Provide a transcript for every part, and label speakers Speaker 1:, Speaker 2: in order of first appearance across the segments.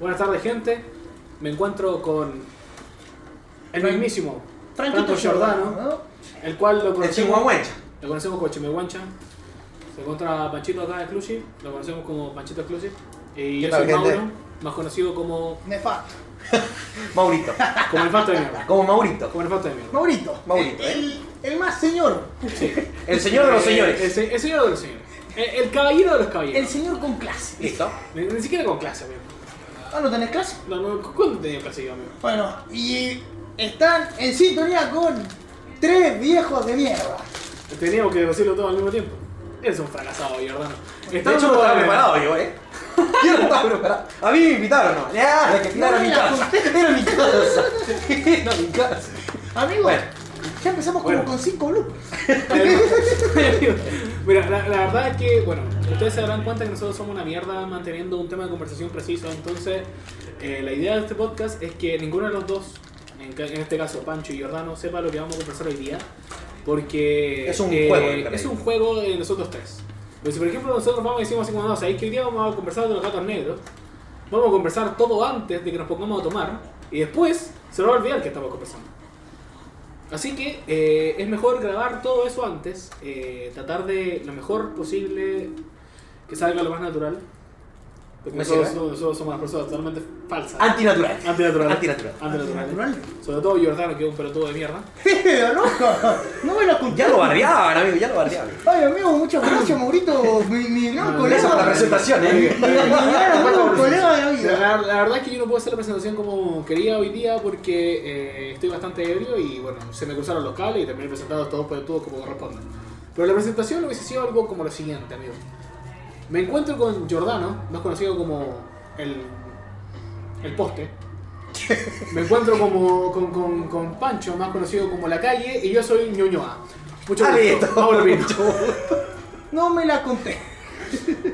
Speaker 1: Buenas tardes, gente. Me encuentro con el
Speaker 2: Fran-
Speaker 1: mismísimo Franco Giordano,
Speaker 2: ¿no?
Speaker 1: el cual lo
Speaker 3: El
Speaker 1: conocemos,
Speaker 3: chihuahuencha.
Speaker 1: lo conocemos como Chimehuancha. Se encuentra Panchito acá de Clusi, lo conocemos como Panchito Exclusive. Y
Speaker 3: ¿Qué
Speaker 1: yo
Speaker 3: tal,
Speaker 1: soy
Speaker 3: gente?
Speaker 1: Mauro, más conocido como,
Speaker 2: Nefasto.
Speaker 3: Maurito.
Speaker 1: como el Fasto de Mierda.
Speaker 3: Como Maurito.
Speaker 1: Como el Fasto de Mierda.
Speaker 2: Maurito.
Speaker 3: Maurito,
Speaker 2: El,
Speaker 1: ¿eh?
Speaker 2: el- el más señor.
Speaker 1: Sí.
Speaker 3: El señor de los
Speaker 1: Eh, El,
Speaker 3: señores.
Speaker 1: se- el señor de los señores. El, el caballero de los
Speaker 2: El
Speaker 1: caballeros.
Speaker 2: señor con clase.
Speaker 3: Listo.
Speaker 1: Ni, ni siquiera con clase, amigo.
Speaker 2: Ah, ¿no tenés clase?
Speaker 1: No, no, ¿cu- ¿Cuándo tenía clase yo, amigo?
Speaker 2: Bueno, y eh, están en sintonía con tres viejos de mierda.
Speaker 1: Teníamos que decirlo todo al mismo tiempo. Eres un fracasado, Giordano.
Speaker 3: De hecho, no estaba preparado yo, ¿eh? Yo no estaba preparado. A mí me invitaron, ¿no? Ya, que
Speaker 2: No
Speaker 3: era
Speaker 2: me
Speaker 3: mi
Speaker 2: la
Speaker 3: casa. Era mi casa. Era mi casa.
Speaker 2: Amigos,
Speaker 3: Bueno.
Speaker 2: ya empezamos
Speaker 1: Bueno.
Speaker 2: como con cinco bloopers.
Speaker 1: Mira, la, la verdad es que, bueno, ustedes se darán cuenta que nosotros somos una mierda manteniendo un tema de conversación preciso. Entonces, eh, la idea de este podcast es que ninguno de los dos, en, ca- en este caso Pancho y Giordano, sepa lo que vamos a conversar hoy día. Porque eh,
Speaker 3: Es un juego, en realidad.
Speaker 1: es un juego de nosotros tres. Pero si, por ejemplo, nosotros vamos y decimos así como, no, sabéis que hoy día vamos a conversar de los gatos negros, vamos a conversar todo antes de que nos pongamos a tomar y después se nos va a olvidar que estamos conversando. Así que eh, es mejor grabar todo eso antes, eh, tratar de lo mejor posible que salga lo más natural. Porque
Speaker 3: Me
Speaker 1: nosotros,
Speaker 3: sirve.
Speaker 1: somos- nosotros somos las personas totalmente falsas.
Speaker 3: Antinatural.
Speaker 1: Antinatural.
Speaker 3: Antinatural.
Speaker 1: Antinaturales.
Speaker 2: Antinatural.
Speaker 1: Sobre todo Giordano, que es un pelotudo de mierda.
Speaker 2: Pero loco, no me lo conté.
Speaker 3: Ya lo bardeaban, amigo, ya lo bardeaban.
Speaker 2: Ay, amigo, muchas gracias, Maurito. Mi, mi gran
Speaker 1: No,
Speaker 2: colega.
Speaker 3: Eso por Ah, la
Speaker 2: mi-
Speaker 3: presentación, ¿eh?
Speaker 2: mi gran amigo, colega de la vida.
Speaker 1: La, la verdad es que yo no puedo hacer la presentación como quería hoy día porque eh, estoy bastante ebrio y bueno, se me cruzaron los cables y terminé presentado todos por todos como corresponde. Pero la presentación hubiese sido algo como lo siguiente, amigo. Me encuentro con Giordano, más conocido como el, el poste. Me encuentro como, con, con- con Pancho, más conocido como la calle, y yo soy Ñoñoa. Mucho
Speaker 3: Ah,
Speaker 1: gusto,
Speaker 3: listo.
Speaker 1: Pablo Pinto.
Speaker 2: No me la conté.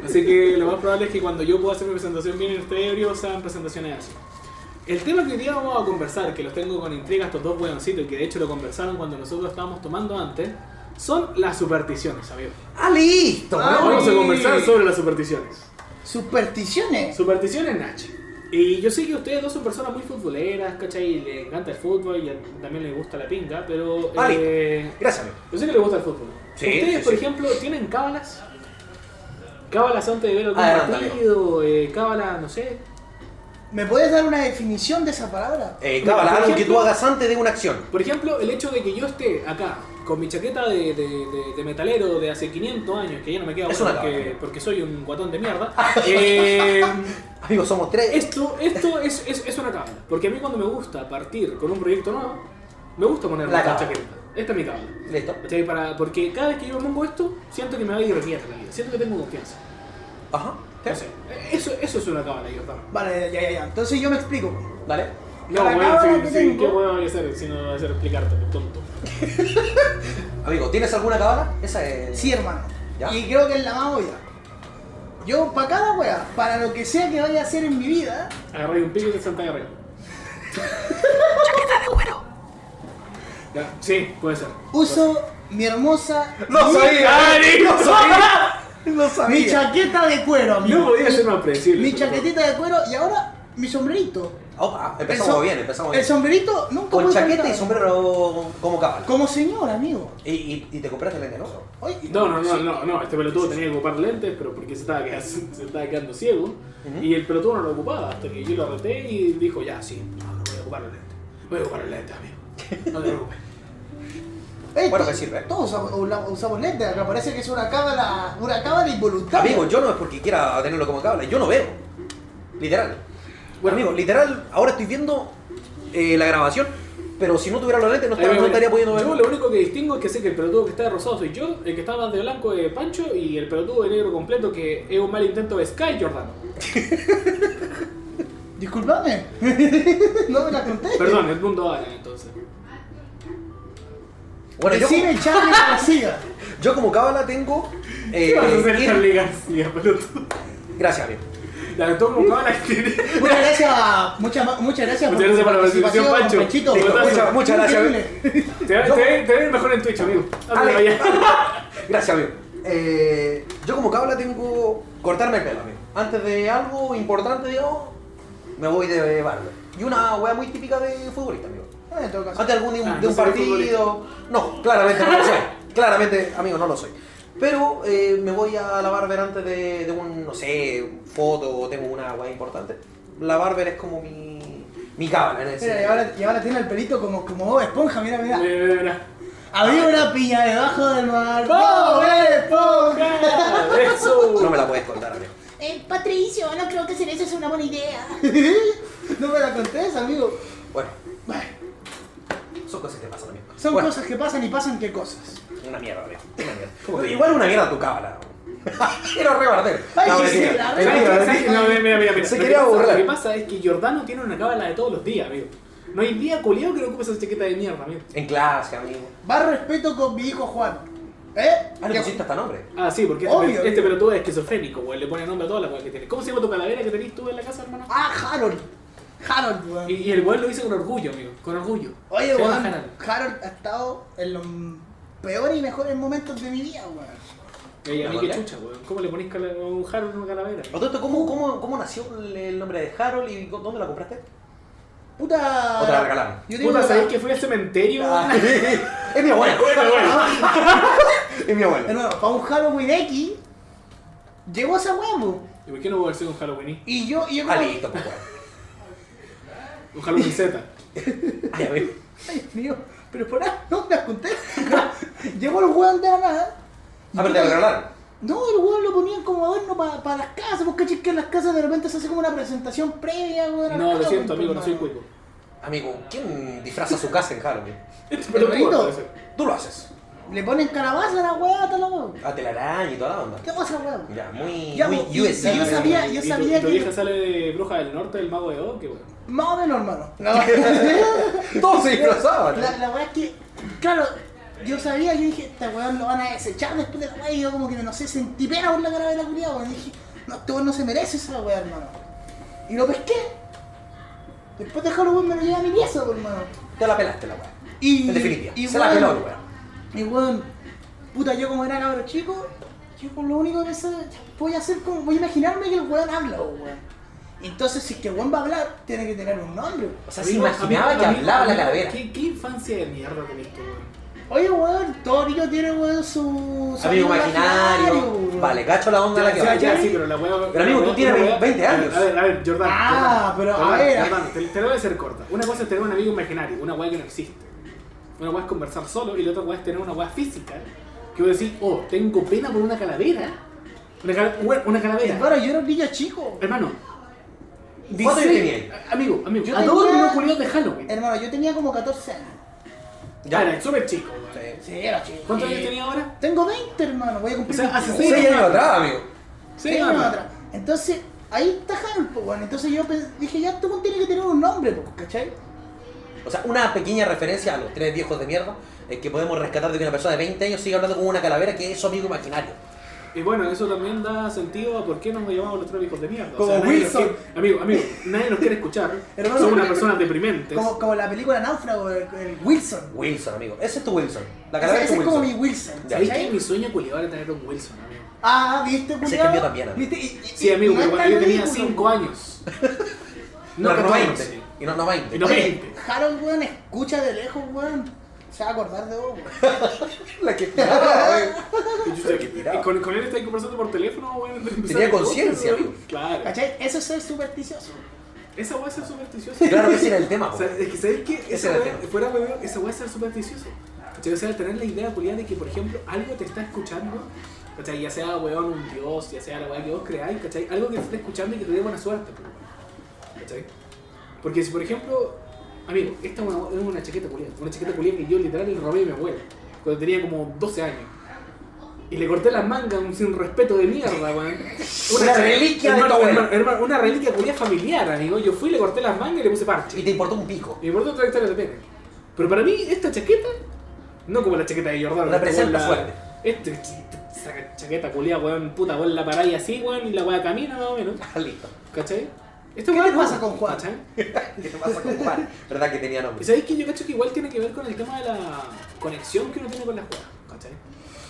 Speaker 1: Así que lo más probable es que cuando yo pueda hacer mi presentación bien en este ebrio, sean presentaciones así. El tema que hoy día vamos a conversar, que los tengo con intriga estos dos hueoncitos, y que de hecho lo conversaron cuando nosotros estábamos tomando antes, son las supersticiones, amigos.
Speaker 3: Ah, listo.
Speaker 2: Ah,
Speaker 3: ¿no?
Speaker 1: Vamos a
Speaker 2: sí.
Speaker 1: conversar sobre las supersticiones.
Speaker 2: Supersticiones.
Speaker 1: Supersticiones, Nach. Y yo sé que ustedes dos son personas muy futboleras, ¿cachai? Les encanta el fútbol y a- también les gusta la pinga, pero...
Speaker 3: Ah, listo.
Speaker 1: eh,
Speaker 3: Gracias, amigo.
Speaker 1: yo sé que les gusta el fútbol.
Speaker 3: Sí,
Speaker 1: ¿Ustedes,
Speaker 3: sí,
Speaker 1: por
Speaker 3: sí.
Speaker 1: ejemplo, tienen cábalas? ¿Cábalas antes de ver algún
Speaker 3: Adelante,
Speaker 1: partido? Eh, ¿Cábalas, no sé?
Speaker 2: ¿Me puedes dar una definición de esa palabra?
Speaker 3: Eh,
Speaker 1: Mira,
Speaker 3: cábala,
Speaker 1: por
Speaker 3: algo que
Speaker 1: ejemplo-
Speaker 3: tú hagas antes de una acción.
Speaker 1: Por ejemplo, el hecho de que yo esté acá con mi chaqueta de, de- de- de metalero de hace 500 años, que ya no me queda
Speaker 3: Es
Speaker 1: buena
Speaker 3: una
Speaker 1: porque,
Speaker 3: cábala. Ah,
Speaker 1: porque soy un guatón de mierda. eh,
Speaker 3: Amigos, somos tres.
Speaker 1: esto esto es, es- es una cábala. Porque a mí cuando me gusta partir con un proyecto nuevo, me gusta ponerme
Speaker 3: La
Speaker 1: esta
Speaker 3: cábala.
Speaker 1: chaqueta. Esta es mi cábala.
Speaker 3: Listo.
Speaker 1: ¿Cachai? Para, porque cada vez que yo me pongo esto, siento que me va a ir bien en la vida. Siento que tengo confianza.
Speaker 3: Ajá.
Speaker 1: No sé, Eso, eso es una cábala, yo también.
Speaker 2: Vale, ya, ya, ya. Entonces yo me explico.
Speaker 3: Dale.
Speaker 1: No,
Speaker 2: La
Speaker 1: bueno,
Speaker 2: cábala
Speaker 1: sí,
Speaker 2: que
Speaker 1: sí,
Speaker 2: tengo-
Speaker 1: ¿qué huevo voy a hacer si no voy a hacer explicarte, pues, tonto?
Speaker 3: Amigo, ¿tienes alguna cábala? Esa es.
Speaker 2: Sí, hermano.
Speaker 3: Ya.
Speaker 2: Y creo que es la más obvia. Yo, para cada wea, para lo que sea que vaya a hacer en mi vida,
Speaker 1: Agarré un pico y te salta arriba. ¡Chaqueta de cuero! Sí, puede ser. Ah,
Speaker 2: uso mi hermosa.
Speaker 3: No sabía.
Speaker 1: ¡No sabía!
Speaker 2: No sabía. Mi chaqueta de cuero, amigo.
Speaker 1: No podía ser más predecible.
Speaker 2: Mi chaquetita de cuero y ahora mi sombrerito. El
Speaker 3: Opa, Ah, empezamos
Speaker 2: som-
Speaker 3: bien, empezamos
Speaker 2: El
Speaker 3: bien.
Speaker 2: sombrerito nunca
Speaker 3: Con
Speaker 2: puede
Speaker 3: chaqueta
Speaker 2: faltar.
Speaker 3: y sombrero como cábala.
Speaker 2: Como señor, amigo.
Speaker 3: Y, y, y te compraste el lente, ¿no?
Speaker 2: Oye,
Speaker 1: No, no, no, no, no, este pelotudo tenía que ocupar lentes, pero porque se estaba, queda- se estaba quedando ciego. Y el pelotudo no lo ocupaba, hasta que yo lo reté y dijo, ya, sí, no, no voy a ocupar los lentes. Voy a ocupar los lentes, amigo. No te preocupes.
Speaker 2: Ey,
Speaker 3: Bueno,
Speaker 2: to-
Speaker 3: me sirve.
Speaker 2: Todos usamos, ula- usamos lentes acá, parece que es una cábala, una cábala involuntaria.
Speaker 3: Amigo, yo no es porque quiera tenerlo como cábala, yo no veo. Literal.
Speaker 1: Bueno.
Speaker 3: amigo, literal, ahora estoy viendo eh, la grabación, pero si no tuviera los lentes no,
Speaker 1: Ahí va,
Speaker 3: estaría, no estaría
Speaker 1: mira.
Speaker 3: pudiendo ver.
Speaker 1: Yo lo único que distingo es que sé que el pelotudo que está de rosado soy yo, el que está más de blanco es Pancho y el pelotudo de negro completo que es un mal intento de Sky Jordano.
Speaker 2: Disculpame, no me la conté.
Speaker 1: Perdón, el mundo Alan entonces.
Speaker 3: Bueno, yo,
Speaker 2: Decime el Charlie García.
Speaker 3: yo como cábala tengo... eh,
Speaker 1: ¿Qué vas a hacer
Speaker 3: ir-
Speaker 1: en Liga García, pelotudo?
Speaker 3: Gracias, amigo.
Speaker 1: La que todo como la gente.
Speaker 2: Muchas gracias, muchas, muchas gracias
Speaker 1: Muchas gracias por la
Speaker 2: tu
Speaker 1: participación, Pancho.
Speaker 2: Panchito.
Speaker 1: Listo,
Speaker 2: Muchas-
Speaker 3: muchas- muchas gracias.
Speaker 2: Increíble.
Speaker 1: Te, te,
Speaker 3: Yo-
Speaker 1: te ven mejor en Twitch, amigo. Ándale,
Speaker 3: Ale.
Speaker 1: vaya.
Speaker 3: Gracias, amigo. Eh, yo como cábala tengo cortarme el pelo, amigo. Antes de algo importante, digamos, me voy de barrio. Y una wea muy típica de futbolista, amigo.
Speaker 2: Ah, en todo caso.
Speaker 3: Antes algún de un,
Speaker 1: Ah,
Speaker 3: de
Speaker 1: no
Speaker 3: un
Speaker 1: soy
Speaker 3: partido. No, claramente no lo soy. Claramente, amigo, no lo soy. Pero eh, me voy a la barber antes de, de un, no sé, foto o tengo una weá importante. La barber es como mi, mi cábala en ese
Speaker 2: Mira, y, eh, ahora, y ahora tiene el pelito como, como Bob esponja, mira, mira.
Speaker 1: Mira, mira, mira.
Speaker 2: Había una piña debajo del mar.
Speaker 1: ¡Bob
Speaker 2: ¡Bob Esponja!
Speaker 1: Eso.
Speaker 3: No me la puedes contar, amigo.
Speaker 4: Eh, Patricio, no creo que hacer eso es una buena idea.
Speaker 2: No me la contés, amigo.
Speaker 3: Bueno,
Speaker 2: Bueno,
Speaker 3: son cosas que pasan, amigo.
Speaker 2: son
Speaker 3: Bueno,
Speaker 2: cosas que pasan y pasan qué cosas.
Speaker 3: Una mierda, amigo. Una mierda. Igual una mierda tu cábala. Quiero rebarder.
Speaker 2: Ay, sí,
Speaker 3: mentira,
Speaker 2: sí, la
Speaker 3: mentira,
Speaker 1: ¿Sabes qué?
Speaker 3: mentira.
Speaker 1: ¿Sabes qué? No, mira, mira, mira, mira.
Speaker 3: Se
Speaker 1: Lo que
Speaker 3: quería
Speaker 1: pasa-
Speaker 3: borrar.
Speaker 1: Lo que pasa es que Giordano tiene una cábala de todos los días, amigo. No hay día culiado que no ocupe esa chaqueta de mierda, amigo.
Speaker 3: En clase, amigo.
Speaker 2: Va respeto con mi hijo Juan. ¿Eh?
Speaker 3: Ah, le
Speaker 2: Que-
Speaker 3: pusiste hasta nombre.
Speaker 1: Ah, sí, porque
Speaker 2: Obvio,
Speaker 1: este, este
Speaker 2: amigo.
Speaker 1: pelotudo es esquizofrénico, güey. Le pone nombre a todas las cosas que tiene. ¿Cómo se llama tu calavera que tenés tú en la casa, hermano?
Speaker 2: Ah, Harold. Harold,
Speaker 1: Y,
Speaker 2: weón.
Speaker 1: y el güey lo dice con orgullo, amigo. Con orgullo.
Speaker 2: Oye,
Speaker 1: Se llama
Speaker 2: weón.
Speaker 1: Harold.
Speaker 2: Harold ha estado en los peores y mejores momentos de mi vida, weón.
Speaker 1: Ey, a mí
Speaker 3: ¿La
Speaker 1: qué
Speaker 3: verdad?
Speaker 1: chucha, güey. ¿Cómo le ponés cala- un Harold en una calavera?
Speaker 3: O tanto, ¿cómo, cómo, cómo nació el, el nombre de Harold y co- dónde la compraste?
Speaker 2: Puta.
Speaker 3: O te la regalaron.
Speaker 2: Yo tengo
Speaker 1: Puta,
Speaker 2: una-
Speaker 1: ¿sabés que fui al cementerio?
Speaker 3: Ah,
Speaker 1: güey?
Speaker 3: es mi abuelo. es mi
Speaker 2: De
Speaker 3: abuelo.
Speaker 2: nuevo, para un Halloween X, llegó esa weón, weón.
Speaker 1: ¿Y por qué no voy a hacer un Halloween?
Speaker 2: Y yo, y yo
Speaker 3: Ah,
Speaker 2: como-
Speaker 3: listo, pues, weón.
Speaker 1: Un Halloween Z.
Speaker 3: Ay, a ver.
Speaker 2: Ay, Dios mío, pero por ahí no me las conté. Llegó el weón de la nada.
Speaker 3: Ah, pero te la regalaron.
Speaker 2: No, el weón lo ponían como adorno para las casas. Vos cachis que en las casas de repente se hace como una presentación previa, weón. al
Speaker 1: No, lo
Speaker 2: Halloween,
Speaker 1: siento, amigo, no
Speaker 2: hermano.
Speaker 1: soy cuico.
Speaker 3: Amigo, ¿quién disfraza su casa en Halloween?
Speaker 1: Este
Speaker 2: Pero
Speaker 1: pelotudo,
Speaker 2: rico.
Speaker 1: parece.
Speaker 3: Tú lo haces.
Speaker 2: Le ponen calabaza a la weá, tal, la weón.
Speaker 3: A telaraña y toda la onda.
Speaker 2: ¿Qué pasa, weón?
Speaker 3: Ya, muy,
Speaker 2: Ya,
Speaker 3: muy
Speaker 2: vos, y-
Speaker 3: USA.
Speaker 2: y yo sabía-
Speaker 1: Y
Speaker 2: yo
Speaker 1: tu-
Speaker 2: sabía
Speaker 1: y tu
Speaker 2: que-
Speaker 1: vieja sale de Bruja del Norte, del Mago de Oz, que bueno.
Speaker 2: Más o menos, hermano.
Speaker 3: Todos se disfrazaban.
Speaker 2: La, la weá es que, claro, yo sabía, yo dije, este weón lo van a desechar después de la weá. Y yo como que, no sé, sentí pena por la cara de la culiada, weón. Dije, no, este weón no se merece esa weá, hermano. Y lo pesqué. Después de Halloween me lo llevé a mi pieza, pues, hermano.
Speaker 3: Te la pelaste la weá.
Speaker 2: Y,
Speaker 3: En definitiva,
Speaker 2: y
Speaker 3: se la peló
Speaker 2: weón,
Speaker 3: el weón.
Speaker 2: Y weón, puta, yo como era cabro chico, yo por lo único que pensaba, ya, voy a hacer como, voy a imaginarme que el weón habla, pues, weón. Entonces, si es que el weón va a hablar, tiene que tener un nombre.
Speaker 3: O sea, se
Speaker 1: Amigo,
Speaker 3: imaginaba
Speaker 1: amigo,
Speaker 3: que
Speaker 1: amigo,
Speaker 3: hablaba la
Speaker 1: amigo,
Speaker 3: calavera.
Speaker 1: ¿Qué, qué infancia de mierda tenés tú, weón?
Speaker 2: Oye, weón, todo niño tiene, weón, su. su
Speaker 3: Amigo
Speaker 2: weón.
Speaker 3: imaginario. Vale, cacho la onda
Speaker 1: Ya,
Speaker 3: la que
Speaker 1: ya,
Speaker 3: va.
Speaker 1: ya, sí, pero la weá.
Speaker 3: Pero, amigo, tú tienes 20 años.
Speaker 1: A ver, a ver, Jordan.
Speaker 2: Ah,
Speaker 1: Jordan,
Speaker 2: pero, a
Speaker 1: Jordan,
Speaker 2: ver.
Speaker 1: Jordan, te, te lo voy a hacer corta. Una cosa es tener un amigo imaginario, una weá que no existe. Una weá es conversar solo y la otra weá es tener una weá física. Que voy a decir, oh, tengo pena por una calavera. Una, cala- weón, una calavera.
Speaker 2: Hermano, yo era un niño chico.
Speaker 1: Hermano.
Speaker 3: ¿Cuántos años
Speaker 1: dice-
Speaker 3: tenías?
Speaker 1: Amigo, amigo.
Speaker 2: Yo
Speaker 1: a todos
Speaker 2: tenía-
Speaker 1: los culiados de Halloween.
Speaker 2: Hermano, yo tenía como 14 años.
Speaker 1: Ya, era súper chico. weón.
Speaker 3: Sí.
Speaker 2: Sí, era chico.
Speaker 1: ¿Cuántos
Speaker 2: Eh,
Speaker 1: años tenía ahora?
Speaker 2: Tengo 20, hermano, voy a cumplir.
Speaker 1: O sea, hace
Speaker 2: 21.
Speaker 1: seis
Speaker 3: Seis años atrás, amigo.
Speaker 2: Sí, no, atrás. Entonces, ahí está Harold, pues, bueno. Entonces yo pens- dije, ya, este weón tiene que tener un nombre, pues, ¿cachai?
Speaker 3: O sea, una pequeña referencia a los tres viejos de mierda es que podemos rescatar de que una persona de 20 años sigue hablando como una calavera que es su amigo imaginario.
Speaker 1: Y bueno, eso también da sentido a por qué nos llamamos los tres viejos de mierda.
Speaker 2: Como
Speaker 1: nadie nos
Speaker 2: Wilson.
Speaker 1: quiere- amigo, amigo, nadie nos quiere escuchar.
Speaker 2: Hermano,
Speaker 1: Somos
Speaker 2: pero-
Speaker 1: unas personas deprimentes.
Speaker 2: Como, como la película Náufrago, el, el Wilson.
Speaker 3: Wilson, amigo. Ese es tu Wilson. La
Speaker 2: Ese,
Speaker 3: calavera
Speaker 2: ese
Speaker 3: es
Speaker 2: es
Speaker 3: tu
Speaker 2: como
Speaker 3: Wilson.
Speaker 2: mi Wilson.
Speaker 3: Ya.
Speaker 1: ¿Sabéis que
Speaker 2: ¿cachai?
Speaker 1: mi sueño culiado era tener un Wilson, amigo?
Speaker 2: Ah, ¿viste,
Speaker 3: que
Speaker 2: culiao?
Speaker 3: yo también, hermano.
Speaker 2: ¿Viste? Y- y-
Speaker 1: Sí,
Speaker 2: y
Speaker 1: amigo,
Speaker 2: no
Speaker 1: pero
Speaker 2: es
Speaker 1: cuando
Speaker 2: tan
Speaker 1: yo tenía
Speaker 2: ridículo.
Speaker 1: 5 años.
Speaker 3: No, no,
Speaker 1: 14.
Speaker 3: 20. Y no, no 20.
Speaker 1: Y no-
Speaker 2: Oye,
Speaker 1: 20.
Speaker 2: Harold, weón, escucha de lejos, weón. Se va a acordar de vos, weón.
Speaker 3: La que tiraba, amigo.
Speaker 1: Y yo sé que-
Speaker 3: tiraba.
Speaker 1: y con, con él estáis conversando por teléfono, weón.
Speaker 3: Tenía conciencia, amigo.
Speaker 1: Claro.
Speaker 2: ¿Cachai? Eso es ser supersticioso.
Speaker 1: Esa weá es ser supersticiosa.
Speaker 3: Claro que ese era el tema,
Speaker 1: O sea,
Speaker 3: po.
Speaker 1: es que sabéis que
Speaker 3: Ese
Speaker 1: esa
Speaker 3: era el
Speaker 1: weá,
Speaker 3: tema.
Speaker 1: fuera weón, esa weá es ser supersticioso. ¿Cachai? O sea, tener la idea culiada de que, por ejemplo, algo te está escuchando, ¿cachai? Ya sea weón un dios, ya sea la weá que vos creáis, ¿cachai? Algo que te está escuchando y que te dé buena suerte, po, weón. ¿cachai? Porque si, por ejemplo, amigo, esta es una, es una chaqueta culiada, una chaqueta culiada que yo literal le robé a mi abuela cuando tenía como 12 años. Y le corté las mangas un sin respeto de mierda, weón.
Speaker 3: Una
Speaker 1: chaqueta-
Speaker 3: reliquia de
Speaker 1: hermano,
Speaker 3: tu abuela.
Speaker 1: hermano, hermano, una reliquia culiada familiar, amigo. Yo fui, le corté las mangas y le puse parche.
Speaker 3: Y te importó un pico.
Speaker 1: Y por otra historia que tiene. Pero para mí, esta chaqueta, no como la chaqueta de Jordano.
Speaker 3: Representa
Speaker 1: como
Speaker 3: suerte.
Speaker 1: Este, esta chaqueta culiada, weón, puta, weón, la parada así, weón, y la weá camina más o menos.
Speaker 3: Ah, listo.
Speaker 1: ¿Cachai? Esto
Speaker 2: ¿Qué
Speaker 1: weón
Speaker 2: te
Speaker 1: no,
Speaker 2: pasa con Juan?
Speaker 1: ¿cachai?
Speaker 3: ¿Qué te pasa con Juan? ¿Verdad que tenía nombre?
Speaker 1: Y sabéis que yo cacho que igual tiene que ver con el tema de la conexión que uno tiene con las jugadas, ¿cachai?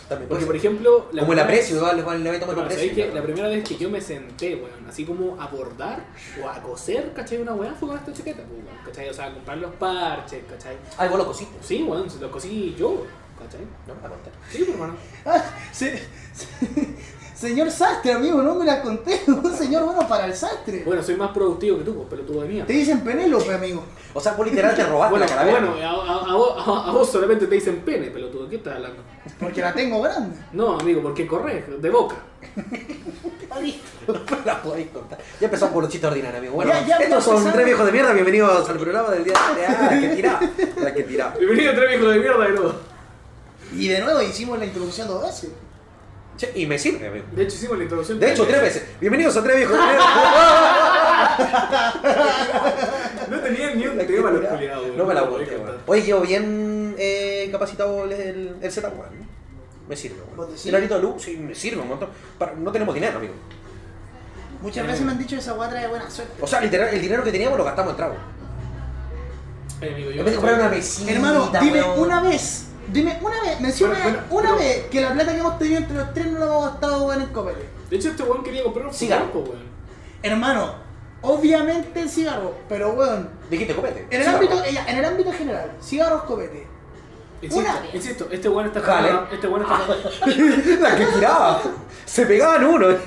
Speaker 3: También
Speaker 1: Porque,
Speaker 3: puede
Speaker 1: por
Speaker 3: ser.
Speaker 1: ejemplo... la
Speaker 3: como el
Speaker 1: primera
Speaker 3: aprecio,
Speaker 1: vez-
Speaker 3: igual le van- le van a tomar
Speaker 1: Bueno,
Speaker 3: aprecio.
Speaker 1: ¿sabéis que
Speaker 3: claro.
Speaker 1: la primera vez que yo me senté, weón, así como a bordar o a coser, ¿cachai? Una weá fue con esta chaqueta, pues, weón, ¿cachai? O sea, a comprar los parches, ¿cachai?
Speaker 3: Ah, igual lo cosiste.
Speaker 1: Sí, weón, se lo cosí yo, weón, ¿cachai?
Speaker 3: No me la conté.
Speaker 1: Sí, pues, hermano.
Speaker 2: Ah, se- se- señor sastre, amigo, no me la conté. Un señor bueno para el sastre.
Speaker 1: Bueno, soy más productivo que tú, pues, pero tú de mía.
Speaker 2: Te dicen Penélope, amigo.
Speaker 3: O sea, vos literal te robaste
Speaker 1: Bueno,
Speaker 3: la calavera.
Speaker 1: bueno, a, a- a vos, a- a vos solamente te dicen pene, pelotudo. ¿Qué estás hablando?
Speaker 2: Porque la tengo grande.
Speaker 1: No, amigo, porque corres, de boca.
Speaker 3: la podéis contar. Ya empezamos por los chistes ordinarios, amigo. Bueno,
Speaker 2: Ya, ya, ya
Speaker 3: estos son
Speaker 2: empezamos.
Speaker 3: tres viejos de mierda. Bienvenidos al programa del día de Ah, la que tira. La que tira.
Speaker 1: Bienvenido a tres viejos de mierda de nuevo.
Speaker 2: Y de nuevo hicimos la introducción dos veces.
Speaker 3: Che, y me sirve, amigo.
Speaker 1: De hecho, hicimos la introducción.
Speaker 3: De hecho, tres veces. Bienvenidos a tres viejos de mierda.
Speaker 1: No tenía ni un
Speaker 3: La que
Speaker 1: tema los
Speaker 3: tira.
Speaker 1: culiados, weón.
Speaker 3: No me la
Speaker 1: voy a
Speaker 3: aguanté,
Speaker 1: contar.
Speaker 3: weón. Hoy llevo bien eh, capacitado el, el, el setup, weón. Me sirve,
Speaker 2: ¿Vos
Speaker 3: weón.
Speaker 2: decís?
Speaker 3: El arito de luz, sí, me sirve un montón. Para- no tenemos dinero, amigo.
Speaker 2: Muchas veces me han dicho esa guatra de buena suerte.
Speaker 3: O sea, literal, el dinero que teníamos lo gastamos en trago.
Speaker 1: Eh, amigo, yo
Speaker 3: En vez de comprar una mesita,
Speaker 2: Hermano, dime
Speaker 3: weón.
Speaker 2: una vez. Dime una vez, menciona
Speaker 1: Bueno, bueno,
Speaker 2: una
Speaker 1: pero-
Speaker 2: vez que la plata que hemos tenido entre los tres no la hemos gastado bueno, en copete.
Speaker 1: De hecho, este weón quería comprar un
Speaker 3: Cigarro.
Speaker 1: cigarro, weón.
Speaker 2: Hermano, obviamente el cigarro, pero weón,
Speaker 3: Dijiste, copete.
Speaker 2: en el,
Speaker 3: Sí,
Speaker 2: ámbito,
Speaker 3: weón.
Speaker 2: ya, en el ámbito general, cigarros, copete.
Speaker 1: Insisto,
Speaker 2: Una vez.
Speaker 1: insisto, este weón está
Speaker 3: Jale.
Speaker 1: jugando- Este weón está
Speaker 3: La que tiraba. Se pegaban uno. eh.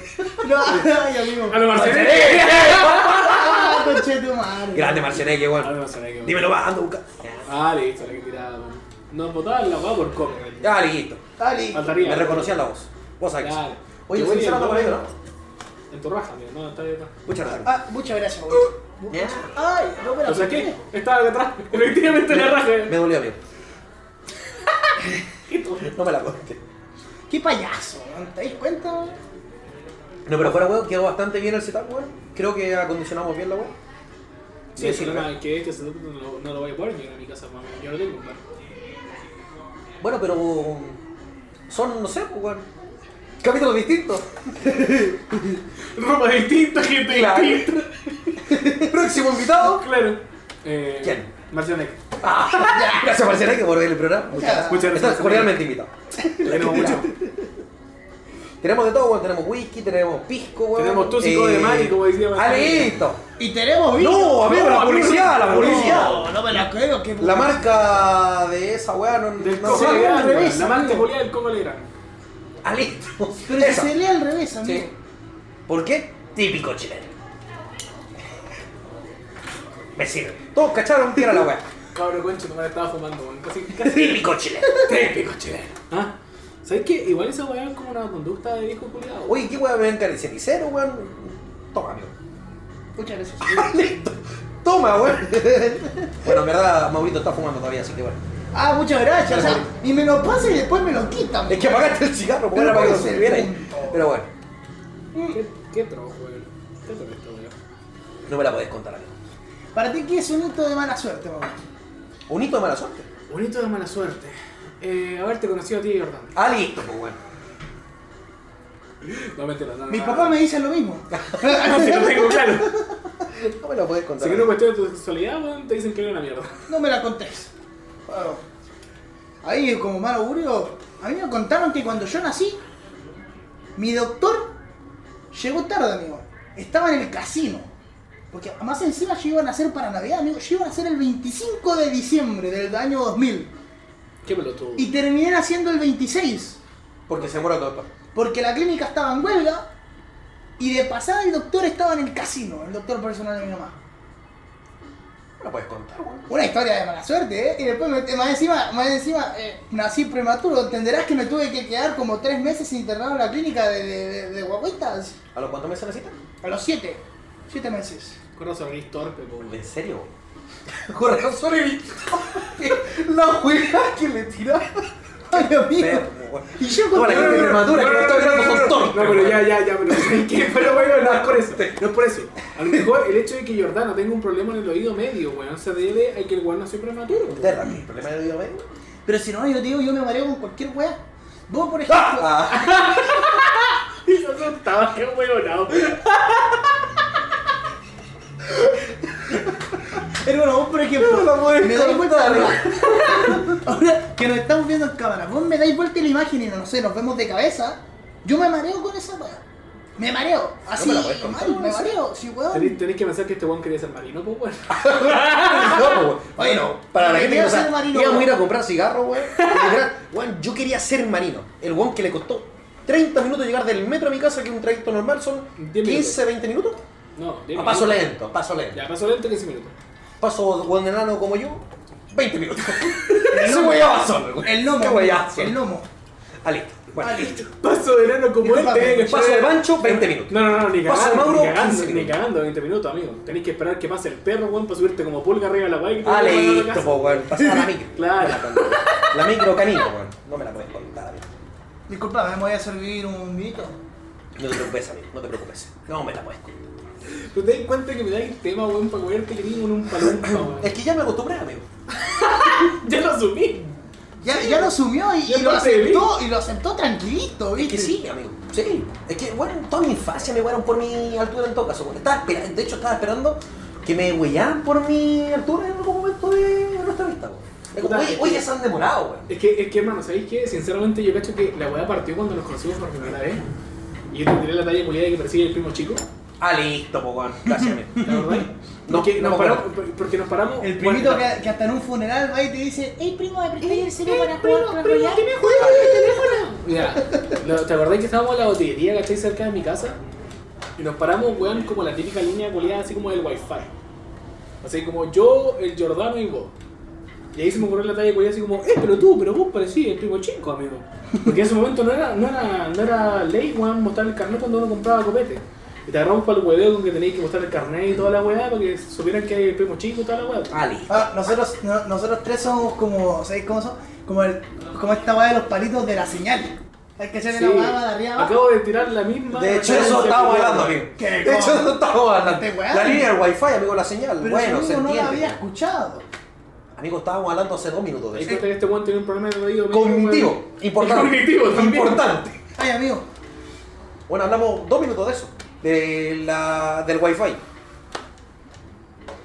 Speaker 2: No, ay, amigo.
Speaker 1: A lo Marceneque.
Speaker 2: Ah, conchetumare.
Speaker 3: Grande Marcianeque,
Speaker 1: A lo
Speaker 3: weón.
Speaker 1: Marceneque, weón.
Speaker 3: Dímelo, va, anda a buscar.
Speaker 1: Ah, listo, la que tiraba, weón. Nos botaban la weá por copyright.
Speaker 3: Ya, listo.
Speaker 2: Ali.
Speaker 1: Faltaría.
Speaker 3: Me reconocían la voz. Vos sabés. que sí.
Speaker 1: Claro.
Speaker 3: Oye,
Speaker 1: Te
Speaker 3: se
Speaker 1: voy
Speaker 3: cerrando por ahí,
Speaker 1: viendo.
Speaker 3: ¿no?
Speaker 1: En tu raja, amigo. No, está bien. está.
Speaker 3: Muchas gracias.
Speaker 2: Ah, muchas gracias, güey.
Speaker 3: Ya.
Speaker 2: Ay, no me la
Speaker 1: O sea, ¿qué?
Speaker 2: conté.
Speaker 1: Estaba acá atrás. Efectivamente la raja.
Speaker 3: Me dolió, amigo.
Speaker 1: Qué tonto.
Speaker 3: No me la conté.
Speaker 2: Qué payaso, weón, ¿te das cuenta? weón?
Speaker 3: No, pero fuera, weón, quedó bastante bien el setup, weón. Creo que acondicionamos bien la weón.
Speaker 1: Sí,
Speaker 3: Me
Speaker 1: el
Speaker 3: sirve.
Speaker 1: problema es que este setup no lo, no lo voy a poder llegar a mi casa, mami. Yo no tengo un bar.
Speaker 3: Bueno, pero. um, Son, no sé, pues, weón. Capítulos distintos.
Speaker 1: Ropa distinta, gente
Speaker 3: Claro.
Speaker 1: distinta.
Speaker 3: Próximo invitado.
Speaker 1: Claro. Eh,
Speaker 3: ¿Quién?
Speaker 1: Marcianek.
Speaker 3: Ah, gracias, Marcianeque, por ver el programa. Muchas gracias.
Speaker 1: Muchas gracias.
Speaker 3: Estás cordialmente invitado.
Speaker 1: Te queremos mucho.
Speaker 3: Tenemos de todo, weón. Tenemos whisky, tenemos pisco, weón. Eh,
Speaker 1: Tenemos tóxico de Mari, como decía
Speaker 3: Ah,
Speaker 1: Marcianeque.
Speaker 3: listo.
Speaker 2: Y tenemos vino.
Speaker 3: No, amigo, la
Speaker 1: amigo,
Speaker 3: policía, la
Speaker 1: no.
Speaker 3: policía.
Speaker 2: No, no me la creo, qué
Speaker 3: La marca de esa weá no,
Speaker 1: Del
Speaker 3: no
Speaker 1: Coco
Speaker 3: sé.
Speaker 2: se
Speaker 1: Legrand,
Speaker 2: al
Speaker 1: weón.
Speaker 2: revés,
Speaker 1: La marca
Speaker 2: amigo.
Speaker 1: culiada del Coco Legrand.
Speaker 3: Ah, listo.
Speaker 2: Pero si
Speaker 3: Esa.
Speaker 2: se lee al revés, amigo.
Speaker 3: Sí. ¿Por qué? Típico chileno. Me sirve. Todos cacharon, tira la weá.
Speaker 1: Cabro concho, tu madre estaba fumando, weón. Casi, casi.
Speaker 3: Típico chileno.
Speaker 1: Típico chileno. Ah, ¿sabes qué? Igual esa weá es como una conducta de viejo culiado.
Speaker 3: Oye, ¿qué weá me ven el cenicero, weón? Toma, amigo. Ah,
Speaker 2: Muchas gracias.
Speaker 3: Listo. Toma, weón. bueno, en verdad, Maurito está fumando todavía, así que bueno.
Speaker 2: Ah, muchas gracias. O sea, y me lo pasa y después me lo quitan.
Speaker 3: Es que apagaste el cigarro, porque
Speaker 2: Pero
Speaker 3: era para que no
Speaker 2: ¿cuál es
Speaker 3: se
Speaker 2: el
Speaker 3: viera ahí.
Speaker 2: punto?
Speaker 3: Pero bueno,
Speaker 1: ¿Qué, qué trozo, weón? ¿Qué trozo esta weá?
Speaker 3: no me la podés contar, amigo.
Speaker 2: Para ti, ¿qué es un hito de mala suerte, mamá?
Speaker 3: Un hito de mala suerte.
Speaker 1: Bonito de mala suerte. Eh, haberte conocido a ti, Jordán.
Speaker 3: Ah, listo, pues bueno.
Speaker 1: No, mentira, no, no,
Speaker 2: Mi
Speaker 1: no.
Speaker 2: papá me dice lo mismo.
Speaker 1: Ah, si lo tengo claro.
Speaker 3: No me la podés
Speaker 1: Si
Speaker 3: contar.
Speaker 1: que no
Speaker 3: amigo.
Speaker 1: cuestión de tu sexualidad, weón, te dicen que eres una mierda.
Speaker 2: No me la contés. Bueno, ahí como mal augurio, a mí me contaron que cuando yo nací, mi doctor llegó tarde, amigo. Estaba en el casino. Porque más encima yo iba a nacer para Navidad, amigo. Yo iba a nacer el 25 de diciembre del año 2000.
Speaker 1: Qué pelotudo.
Speaker 2: Y terminé naciendo el 26.
Speaker 3: Porque se muera todo el
Speaker 2: Porque la clínica estaba en huelga. Y de pasada el doctor estaba en el casino, el doctor personal de mi mamá.
Speaker 3: No la puedes contar, weón.
Speaker 2: Una historia de mala suerte, ¿eh? Y después, me- más encima, más encima eh, nací prematuro. Entenderás que me tuve que quedar como tres meses internado en la clínica de, de, de- de guaguitas.
Speaker 3: ¿A los cuántos meses necesitan?
Speaker 2: A los siete. Siete meses.
Speaker 1: Con razón, eres torpe, po, weón.
Speaker 3: ¿En serio? Con razón La juega que le tiraron.
Speaker 2: Ay, amigo. Y yo con
Speaker 3: Toda la gente premadura que me está mirando son
Speaker 1: No,
Speaker 3: torpes.
Speaker 1: pero ya, ya, ya, pero ¿sabes qué? Pero bueno, no es por eso. No es por eso. A lo mejor el hecho de que Jordano tenga un problema en el oído medio, weón, se debe a que el weón nació prematuro.
Speaker 3: De Rami, ¿El problema del oído medio?
Speaker 2: Pero si no, yo te digo, yo me mareo con cualquier weá. Vos, por ejemplo.
Speaker 3: Ah,
Speaker 1: Y yo contaba, qué weonado.
Speaker 2: Hermano, vos por ejemplo,
Speaker 3: No la puedes
Speaker 2: me dais vuelta
Speaker 3: cortar. ah.
Speaker 2: mira. Ahora que nos estamos viendo en cámara, vos me dais vuelta la imagen y no, sé, nos vemos de cabeza, yo me mareo con esa weá. Me mareo, así,
Speaker 3: me la puedes contar,
Speaker 2: mal, me mareo, sí, weón.
Speaker 1: Tenéis tenéis que pensar que este weón quería ser marino, pues bueno.
Speaker 3: No,
Speaker 2: Oye,
Speaker 3: Oye, no. Para
Speaker 2: yo
Speaker 3: la
Speaker 2: quería
Speaker 3: gente que no
Speaker 2: ser
Speaker 3: sabe,
Speaker 2: marino,
Speaker 3: íbamos a ir a
Speaker 2: weón.
Speaker 3: comprar cigarros, weón. y literal, weón, yo quería ser marino. El weón que le costó 30 minutos llegar del metro a mi casa, que un trayecto normal son
Speaker 1: 10 minutos.
Speaker 3: 15, 20 minutos.
Speaker 1: No, dime.
Speaker 3: A Ah, paso lento, a paso lento.
Speaker 1: Ya, paso lento 15 minutos.
Speaker 3: Paso weón enano como yo, 20 minutos. Ese weón ya va solo, weón.
Speaker 2: El lomo,
Speaker 3: Qué weón,
Speaker 2: el lomo.
Speaker 3: Ah, listo. Bueno,
Speaker 2: Ah, listo.
Speaker 1: Paso de enano como él
Speaker 2: Disculpame,
Speaker 1: tenía que
Speaker 3: este, Paso de Pancho, 20 minutos.
Speaker 1: Em, No, no, no, ni
Speaker 3: Paso
Speaker 1: cagando,
Speaker 3: de
Speaker 1: ni
Speaker 3: Mauro,
Speaker 1: cagando,
Speaker 3: 15
Speaker 1: ni
Speaker 3: minutos.
Speaker 1: cagando 20 minutos, amigo. Tenéis que esperar que pase el perro, weón, para subirte como pulga arriba de la bike. y te
Speaker 3: Ah,
Speaker 1: llevar a la
Speaker 3: listo,
Speaker 1: casa.
Speaker 3: po, weón. Pasaba la micro.
Speaker 1: Claro.
Speaker 3: No me la conté. La micro canina, weón. No me la puedes contar, amigo.
Speaker 2: Disculpa, me voy a servir un vinito.
Speaker 3: No te preocupes, amigo. No te preocupes. No me la puedes contar.
Speaker 1: ¿Tú te das cuenta que me dais tema, weón, para comerte que tengo un palumpa, weón?
Speaker 3: Es que ya me acostumbré, amigo.
Speaker 1: ya lo asumí.
Speaker 2: Ya, ya lo sumió y,
Speaker 1: Ya
Speaker 2: y lo
Speaker 1: parte de mí.
Speaker 2: aceptó, y lo aceptó tranquilito,
Speaker 3: Es
Speaker 2: ¿viste?
Speaker 3: que sí, amigo. Sí. Es que, bueno, toda mi infancia me huearon por mi altura en todo caso. weón. Estaba esperando, de hecho, estaba esperando que me huellaran por mi altura en algún momento de nuestra vista, weón. Es como,
Speaker 1: Puta,
Speaker 3: oye,
Speaker 1: es
Speaker 3: oye,
Speaker 1: que-
Speaker 3: se han demorado, weón.
Speaker 1: Es que, es que, hermano, ¿sabéis qué? Sinceramente, yo cacho que la weá partió cuando nos conocimos por primera vez. Y yo te tiré la talla culiada que persigue el primo chico.
Speaker 3: Ah, listo, po, weón. Gracias, amigo.
Speaker 1: ¿La verdad?
Speaker 3: No,
Speaker 1: porque,
Speaker 3: no
Speaker 1: nos
Speaker 3: me
Speaker 1: paramos,
Speaker 3: acuerdo.
Speaker 1: porque nos paramos.
Speaker 2: El primito
Speaker 1: bueno,
Speaker 2: que, que hasta en un funeral va y te dice, "Eh,
Speaker 4: Ey, primo, ¿me prestáis
Speaker 1: Ey,
Speaker 4: el celu para
Speaker 1: Eh, primo,
Speaker 4: jugar Clash
Speaker 1: primo,
Speaker 4: Royale?
Speaker 1: ¿tiene juego de teléfono? Mira, lo- ¿te acordás que estábamos en la botillería, cachai, cerca de mi casa? Y nos paramos, weón, como la típica línea culiada, así como del wifi. Así como yo, el Jordano y vos. Y ahí se me ocurrió la talla culiada así como, eh, pero tú, pero vos parecís el primo chico, amigo. Porque en ese momento no era, no era, no era ley, weón, mostrar el carnet cuando uno compraba copete. Y te agarramos para el hueveo con que tenéis que mostrar el carnet y toda la weá para que supieran que hay el primo chico y toda la weá.
Speaker 3: Ah, listo.
Speaker 2: Ah, nosotros, no- nosotros tres somos como, ¿sabéis cómo son? Como, el, como esta weá de los palitos de la señal. Hay que hacer
Speaker 1: Sí.
Speaker 2: la weá de arriba abajo.
Speaker 1: Acabo de tirar la misma.
Speaker 3: De hecho, eso estábamos hablando, amigo.
Speaker 2: ¿Qué?
Speaker 3: De hecho, eso estábamos hablando.
Speaker 2: Te weón.
Speaker 3: La línea del wifi, amigo, la señal.
Speaker 2: Pero
Speaker 3: bueno,
Speaker 2: ese
Speaker 3: se
Speaker 2: amigo no la
Speaker 3: entiende.
Speaker 2: había escuchado.
Speaker 3: Amigo, estábamos hablando hace dos minutos de
Speaker 1: Ahí
Speaker 3: eso.
Speaker 1: cuenta que este weón tiene un problema de oído. amigo,
Speaker 3: Cognitivo.
Speaker 1: weón.
Speaker 3: Importante.
Speaker 1: Cognitivo también.
Speaker 3: Importante.
Speaker 2: Ay, amigo,
Speaker 3: Bueno, hablamos dos minutos de eso. De la, del wifi.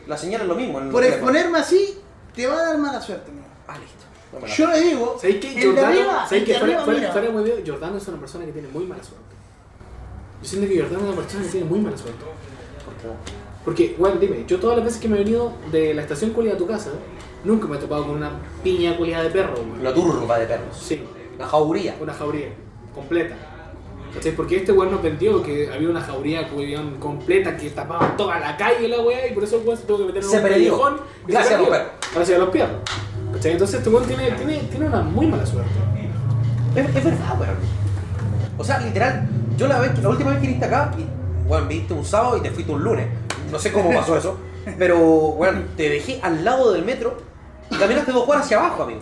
Speaker 3: La señal es lo mismo. en
Speaker 2: por
Speaker 3: el teléfono.
Speaker 2: exponerme así, te va a dar mala suerte, amigo.
Speaker 3: Ah, listo. No me la-
Speaker 2: Yo le digo,
Speaker 1: ¿Sabéis que
Speaker 2: el de
Speaker 1: Jordano,
Speaker 2: arriba,
Speaker 1: ¿sabéis que
Speaker 2: el de
Speaker 1: fuera,
Speaker 2: arriba,
Speaker 1: fuera-
Speaker 2: mira.
Speaker 1: fuera muy bien, Jordano es una persona que tiene muy mala suerte. Yo siento que Jordano es una persona que tiene muy mala suerte.
Speaker 3: ¿Por qué?
Speaker 1: Porque, weón, dime, yo todas las veces que me he venido de la estación culiada a tu casa, nunca me he topado con una piña culiada de perro, weón.
Speaker 3: Una turba de perros.
Speaker 1: Sí,
Speaker 3: Una jauría.
Speaker 1: una jauría completa. ¿Cachai? Porque este weón nos vendió que había una jauría weón, completa que tapaba toda la calle la weá y por eso el weón se tuvo que meter en
Speaker 3: Se
Speaker 1: un
Speaker 3: perdió.
Speaker 1: callejón. y se
Speaker 3: Gracias a los
Speaker 1: perdió.
Speaker 3: perros.
Speaker 1: Gracias a los perros. ¿Cachai? Entonces este weón tiene, tiene, tiene una muy mala suerte.
Speaker 3: Es, es verdad, weón. O sea, literal, yo la, vez, que- la última vez que viniste acá, y, weón, viniste un sábado y te fuiste un lunes. No sé cómo pasó eso. Pero, weón, te dejé al lado del metro y caminaste dos cuadras hacia abajo, amigo.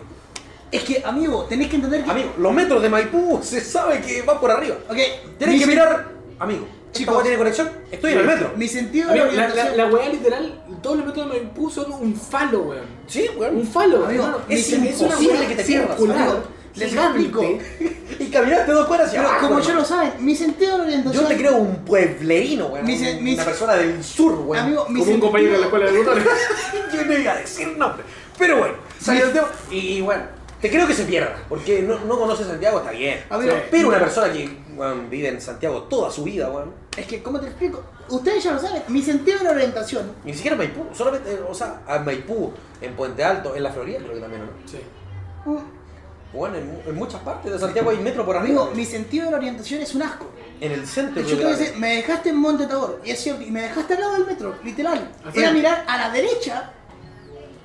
Speaker 2: Es que, amigo, tenés que entender que...
Speaker 3: Amigo, los metros de Maipú se sabe que va por arriba.
Speaker 2: Ok,
Speaker 3: Tienes
Speaker 2: mi
Speaker 3: que
Speaker 2: sen-
Speaker 3: mirar, amigo. Chico,
Speaker 2: Chicos.
Speaker 3: ¿tiene conexión? Estoy en el metro.
Speaker 2: Mi sentido
Speaker 1: Amigo,
Speaker 2: de
Speaker 1: la, la,
Speaker 2: orientación-
Speaker 1: la weá literal, todos los métodos que me puso son un falo, weón.
Speaker 3: Sí,
Speaker 1: Un
Speaker 3: weón.
Speaker 1: falo,
Speaker 2: Amigo,
Speaker 1: hermano.
Speaker 3: es
Speaker 1: una
Speaker 3: imposible
Speaker 1: weá
Speaker 3: que te pierdas,
Speaker 1: circular,
Speaker 2: amigo. Les
Speaker 1: gigante.
Speaker 2: explico.
Speaker 3: Y caminaste dos cuadras hacia
Speaker 2: Pero
Speaker 3: abajo.
Speaker 2: como yo
Speaker 3: hermano.
Speaker 2: lo saben, mi sentido de orientación...
Speaker 3: Yo te creo un pueblerino, weón.
Speaker 2: Mi se- mi
Speaker 3: una
Speaker 2: se-
Speaker 3: persona del sur, weón.
Speaker 2: Amigo, mi
Speaker 1: Como un compañero de la escuela de botones.
Speaker 3: Yo no iba a decir nombre. Pero bueno, salió el tema. Y bueno, te creo que se pierda. Porque no, no conoce Santiago, está bien.
Speaker 2: Amigo,
Speaker 1: Sí.
Speaker 3: Pero una persona que weón, vive en Santiago toda su vida, weón.
Speaker 2: Es que, ¿cómo te explico? Ustedes ya lo saben, mi sentido de la orientación
Speaker 3: Ni siquiera en Maipú. Solamente, eh, o sea, a Maipú, en Puente Alto, en la Florida creo que también, ¿no?
Speaker 1: Sí.
Speaker 2: Mm,
Speaker 3: Bueno, en, mu- en muchas partes de Santiago hay metro por arriba.
Speaker 2: Amigo, mi sentido de la orientación es un asco.
Speaker 3: En el centro.
Speaker 2: De hecho,
Speaker 3: creo
Speaker 2: tú
Speaker 3: que la-
Speaker 2: dices, me dejaste en Monte Tabor, y es cierto, y me dejaste al lado del metro, literal.
Speaker 1: frente.
Speaker 2: Era mirar a la derecha,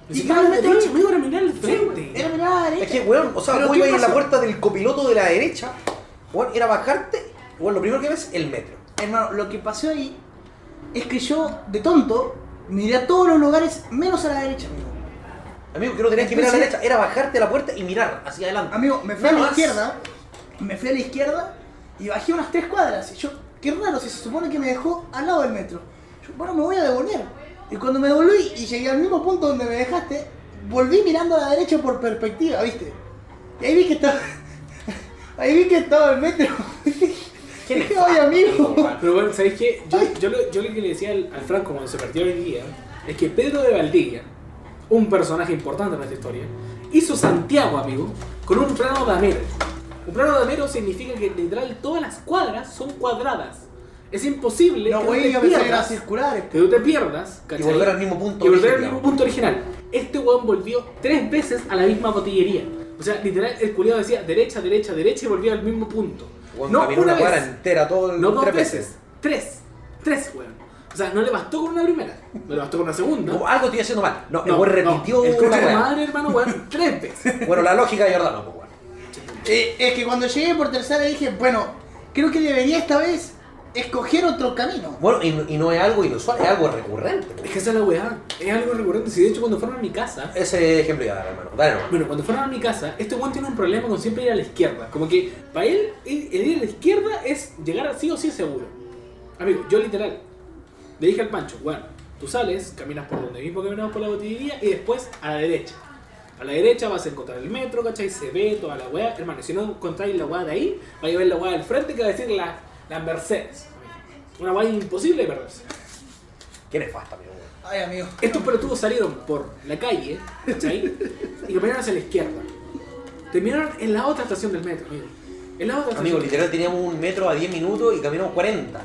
Speaker 1: Ni
Speaker 2: Y
Speaker 1: siquiera
Speaker 2: cada
Speaker 1: me
Speaker 2: vez
Speaker 1: tengo
Speaker 2: te-
Speaker 1: amigo, era mirar al
Speaker 2: era
Speaker 1: frente.
Speaker 2: mirar a la
Speaker 3: Es
Speaker 2: derecha.
Speaker 3: que, weón, o sea,
Speaker 2: ¿Pero
Speaker 3: vos
Speaker 2: qué
Speaker 3: ibas en la
Speaker 2: pasó?
Speaker 3: puerta del copiloto de la derecha, weón, era bajarte, weón, lo primero que ves, el metro.
Speaker 2: Hermano, lo que pasó ahí es que yo, de tonto, miré a todos los lugares menos a la derecha, amigo.
Speaker 3: Amigo, que no tenías que mirar a la
Speaker 2: Entonces-
Speaker 3: derecha, era bajarte a la puerta y mirar hacia adelante.
Speaker 2: Amigo, me fui a
Speaker 3: Nada
Speaker 2: la
Speaker 3: más.
Speaker 2: izquierda, me fui a la izquierda y bajé unas tres cuadras. Y yo, qué raro, si se supone que me dejó al lado del metro. Yo, bueno, me voy a devolver. Y cuando me devolví y llegué al mismo punto donde me dejaste, volví mirando a la derecha por perspectiva, ¿viste? Y ahí vi que estaba. Ahí vi que estaba el metro.
Speaker 3: Qué
Speaker 2: Dije, ay, amigo.
Speaker 3: weón.
Speaker 1: Pero bueno, ¿sabéis qué? Yo, yo, lo, yo lo que le decía al, al Franco cuando se partió el día, es que Pedro de Valdivia, un personaje importante en esta historia, hizo Santiago, amigo, con un plano damero. Un plano damero significa que literal todas las cuadras son cuadradas. Es imposible
Speaker 2: No,
Speaker 1: que,
Speaker 2: güey,
Speaker 1: tú te
Speaker 2: yo pensé que eran
Speaker 1: pierdas,
Speaker 2: circulares.
Speaker 1: que tú te pierdas,
Speaker 3: Y
Speaker 1: ¿cachai?
Speaker 3: volver al mismo punto.
Speaker 1: y volver al
Speaker 3: original.
Speaker 1: mismo punto original. Este weón volvió tres veces a la misma botillería. O sea, literal, el culiado decía derecha, derecha, derecha y volvía al mismo punto.
Speaker 3: Weón,
Speaker 1: no
Speaker 3: caminó
Speaker 1: una
Speaker 3: cuadra
Speaker 1: vez,
Speaker 3: entera todo el-
Speaker 1: no dos
Speaker 3: tres
Speaker 1: veces. tres, tres, weón. O sea, no le bastó con una primera, no le bastó con una segunda.
Speaker 3: Como, algo estoy haciendo mal. No, el
Speaker 1: no,
Speaker 3: weón repitió
Speaker 1: no, el
Speaker 3: la
Speaker 1: coche de
Speaker 3: weá.
Speaker 1: madre, hermano, weón, tres veces.
Speaker 3: Bueno, la lógica de Jordano, pues, weón.
Speaker 2: Eh, es que cuando llegué por tercera dije, bueno, creo que debería esta vez escoger otro camino.
Speaker 3: Bueno, y, y no es algo inusual, es algo recurrente.
Speaker 1: Es que esa es la weá, es algo recurrente. Si de hecho cuando fueron a mi casa,
Speaker 3: Ese ejemplo ya, dale, hermano. Dale nomás.
Speaker 1: Bueno, cuando fueron a mi casa, este weón tiene un problema con siempre ir a la izquierda. Como que para él, el el ir a la izquierda es llegar a sí o sí seguro. Amigo, yo literal le dije al Pancho, bueno, tú sales, caminas por donde mismo caminamos por la botillería y después a la derecha. A la derecha vas a encontrar el metro, ¿cachai? Se ve toda la weá. Hermano, si no encontráis la weá de ahí, vais a ver la weá del frente que va a decir la, la Mercedes. Una weá imposible de perderse.
Speaker 3: Qué nefasta, mi weón.
Speaker 2: Ay, amigo.
Speaker 1: Estos pelotudos salieron por la calle, ¿cachai? y caminaron hacia la izquierda. Terminaron en la otra estación del metro, amigo. En la otra
Speaker 3: Amigo,
Speaker 1: estación.
Speaker 3: literal teníamos un metro a 10 minutos y caminamos 40.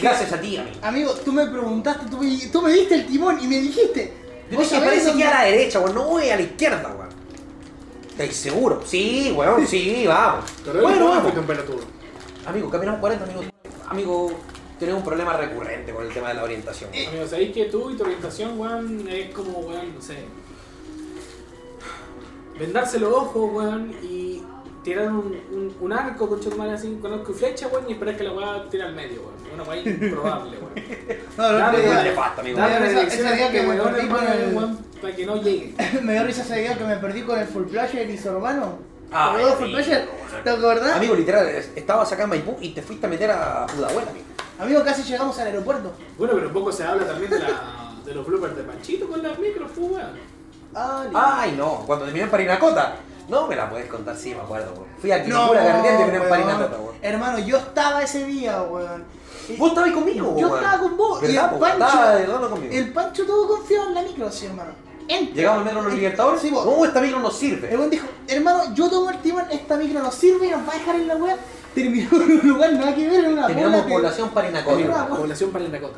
Speaker 3: Gracias a ti, amigo.
Speaker 2: Amigo, tú me preguntaste, tú me, tú me diste el timón y me dijiste.
Speaker 3: Yo
Speaker 2: "Vos
Speaker 3: dije,
Speaker 2: sabés
Speaker 3: parece
Speaker 2: dónde-
Speaker 3: que a la derecha, weón. No, es a la izquierda, weón. ¿Estáis seguro? Sí, weón, sí, vamos.
Speaker 1: Pero
Speaker 3: Bueno,
Speaker 1: no,
Speaker 3: vamos.
Speaker 1: fuiste un pelotudo.
Speaker 3: Amigo, caminamos 40, amigo. Amigo, tenés un problema recurrente con el tema de la orientación.
Speaker 2: Eh,
Speaker 3: Ah. weón.
Speaker 1: Amigo, sabéis que tú y tu orientación, weón, es como, weón, no sé. Vendarse los ojos, weón, y tirar un, un, un arco con chocomar así, con arco y flecha, weón, y esperar que la weá tire al medio, weón. Una weá improbable, weón.
Speaker 2: No, no,
Speaker 1: Dale,
Speaker 2: no,
Speaker 3: Muy
Speaker 1: dale.
Speaker 3: nefasta, amigo.
Speaker 1: Dale
Speaker 2: esa- esa
Speaker 1: direcciones
Speaker 2: idea
Speaker 1: que
Speaker 2: que me
Speaker 1: weón,
Speaker 2: perdí
Speaker 1: hermano,
Speaker 2: con el-
Speaker 1: weón, para que no llegue.
Speaker 2: Me dio risa ese video que me perdí con el full player y su hermano.
Speaker 3: Ah,
Speaker 2: Los dos full
Speaker 3: sí.
Speaker 2: player? ¿Te acordás? Amigo.
Speaker 3: Amigo, literal, es- estabas acá en Maipú y te fuiste a meter a Pudahuel, amigo.
Speaker 2: casi llegamos al aeropuerto.
Speaker 1: Bueno, pero un poco se habla también de, la- de los bloopers de Panchito con las micros, pues, weón.
Speaker 2: Ah,
Speaker 3: Ay, no, cuando terminé en Parinacota. No me la puedes contar, sí, me acuerdo, weón. Fui a
Speaker 2: no,
Speaker 3: Quilicura Gardel y terminé en
Speaker 2: weón.
Speaker 3: Parinacota, weón.
Speaker 2: Hermano, yo estaba ese día, weón. Y-
Speaker 3: Vos estabas conmigo, weón.
Speaker 2: Eh, Yo estaba con vos y el
Speaker 3: ¿Verdad, weón?
Speaker 2: Pancho.
Speaker 3: Estaba de verdad conmigo.
Speaker 2: El Pancho todo confiado en la micro, sí, hermano. Entra.
Speaker 3: Llegamos al metro de los
Speaker 2: Y-
Speaker 3: Libertadores.
Speaker 2: Sí, vos.
Speaker 3: no, esta micro no
Speaker 2: El
Speaker 3: sirve.
Speaker 2: buen dijo, hermano, yo tomo el timón, esta micro nos sirve y nos va a dejar en la wea. Terminó en un lugar nada que ver, en una
Speaker 3: Terminamos
Speaker 2: bola que-
Speaker 3: población
Speaker 1: Amigo,
Speaker 3: Parinacota.
Speaker 2: weón.
Speaker 1: población Parinacota.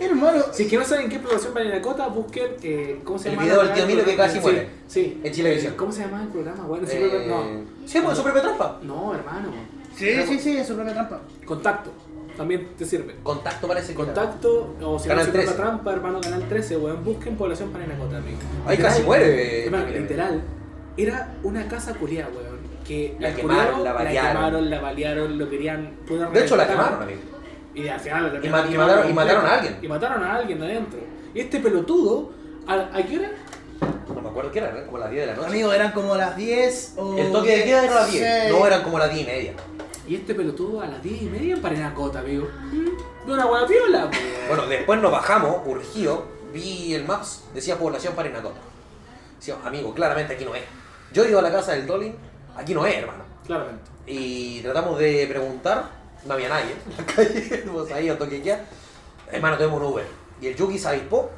Speaker 2: Hermano,
Speaker 1: Si es que no saben qué es población Parinacota, busquen. Eh, ¿Cómo se
Speaker 3: El
Speaker 1: llama?
Speaker 3: video del tío Milo que casi
Speaker 1: Sí,
Speaker 3: muere.
Speaker 1: Sí.
Speaker 3: En Chilevisión.
Speaker 1: Eh, ¿Cómo se llama el programa, weón?
Speaker 3: Eh,
Speaker 1: Super- No.
Speaker 3: Sí, pues, su propia trampa.
Speaker 1: No, hermano.
Speaker 2: Sí, sí, sí, es su propia trampa.
Speaker 1: Contacto. También te sirve.
Speaker 3: Contacto parece que era.
Speaker 1: Contacto, o si
Speaker 3: Canal
Speaker 1: no se
Speaker 3: 13.
Speaker 1: trampa, hermano, Canal 13, weón, busquen población Parinacota, amigo.
Speaker 3: Ahí casi muere, eh,
Speaker 1: Hermano,
Speaker 3: Miguel.
Speaker 1: literal, era una casa culiada, weón. Que
Speaker 3: La
Speaker 1: al
Speaker 3: quemaron,
Speaker 1: culiao
Speaker 3: la
Speaker 1: La
Speaker 3: balearon.
Speaker 1: quemaron, la balearon, lo querían. pudieron
Speaker 3: De hecho, la
Speaker 1: reventar.
Speaker 3: quemaron, amigo.
Speaker 1: Y al final la
Speaker 3: Y
Speaker 1: terminaron
Speaker 3: ma- y
Speaker 1: quemando
Speaker 3: mataron- y mataron
Speaker 1: completa.
Speaker 3: a alguien.
Speaker 1: Y mataron a alguien adentro. Y este pelotudo, ¿a, a qué hora?
Speaker 3: No me acuerdo qué era, eran como las 10 de la noche.
Speaker 2: Amigo, eran como las 10 o...
Speaker 3: El toque de queda era las 10.
Speaker 2: Sí.
Speaker 3: No, eran como las 10 y media.
Speaker 1: Y este pelotudo a las 10 y media en Parinacota, amigo. Mm, De una buena piola, weón.
Speaker 3: Bueno, después nos bajamos, urgido, vi el maps, decía población Parinacota. Decía, amigo, claramente aquí no es. Yo he ido a la casa del Dolin, aquí no es, hermano.
Speaker 1: Claramente.
Speaker 3: Y tratamos de preguntar, no había nadie en la calle, fuimos ahí a toquequear. Hermano, tomemos un Uber. Y el Yuki se avispó,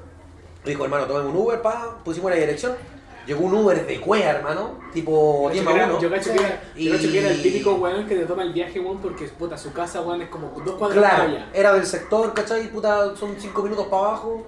Speaker 3: dijo, hermano, tomemos un Uber, pa, pusimos la dirección. Llegó un Uber de cuea, hermano, tipo
Speaker 1: Yo
Speaker 3: 10
Speaker 1: cacho que
Speaker 3: más
Speaker 1: era-
Speaker 3: 1.
Speaker 1: Yo cacho que era-
Speaker 3: Y-
Speaker 1: yo cacho que era el típico weón que te toma el viaje, weón, porque puta, su casa, weón, es como dos cuadras para
Speaker 3: Claro,
Speaker 1: allá.
Speaker 3: era del sector, ¿cachai? Puta, son 5 minutos para abajo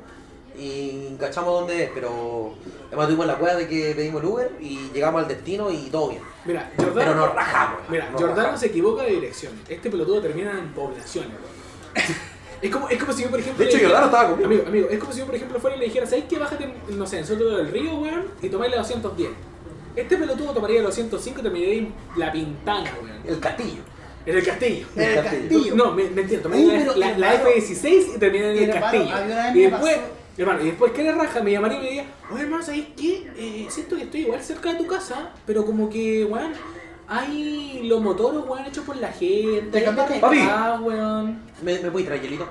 Speaker 3: y cachamos dónde es, pero además tuvimos la cueva de que pedimos el Uber y llegamos al destino y todo bien.
Speaker 1: Mira, Jordano,
Speaker 3: Pero nos rajamos. hermano,
Speaker 1: mira,
Speaker 3: nos
Speaker 1: Jordano
Speaker 3: rajamos.
Speaker 1: se equivoca de dirección. Este pelotudo termina en poblaciones, weón. es, como, es como si yo, por ejemplo.
Speaker 3: De hecho,
Speaker 1: le dijera-
Speaker 3: Jordano estaba conmigo.
Speaker 1: Amigo, amigo, es como si yo, por ejemplo, fuera y le dijera, ¿sabes qué? Bájate, no sé, en Soto del Río, weón, y tomáis la 210. Este pelotudo tomaría la 205 y terminaría en la pintana, weón.
Speaker 3: El castillo.
Speaker 1: En el castillo.
Speaker 2: En el castillo.
Speaker 1: No, me, me entiendo. Tomé
Speaker 2: Uh,
Speaker 1: la-
Speaker 2: pero,
Speaker 1: la, la
Speaker 2: hermano,
Speaker 1: F-16 y terminé en el
Speaker 2: hermano,
Speaker 1: castillo.
Speaker 2: había una vez
Speaker 1: Y
Speaker 2: me
Speaker 1: después,
Speaker 2: pasó-
Speaker 1: hermano, y después que le raja, me llamaría y me diría, oye hermano, ¿sabes qué? Eh, siento que estoy igual cerca de tu casa, pero como que, weón, hay los motores, weón, hechos por la gente.
Speaker 2: Te cambiaste.
Speaker 3: Papi.
Speaker 1: Ah, weón.
Speaker 3: ¿Me, me puedes traer hielito?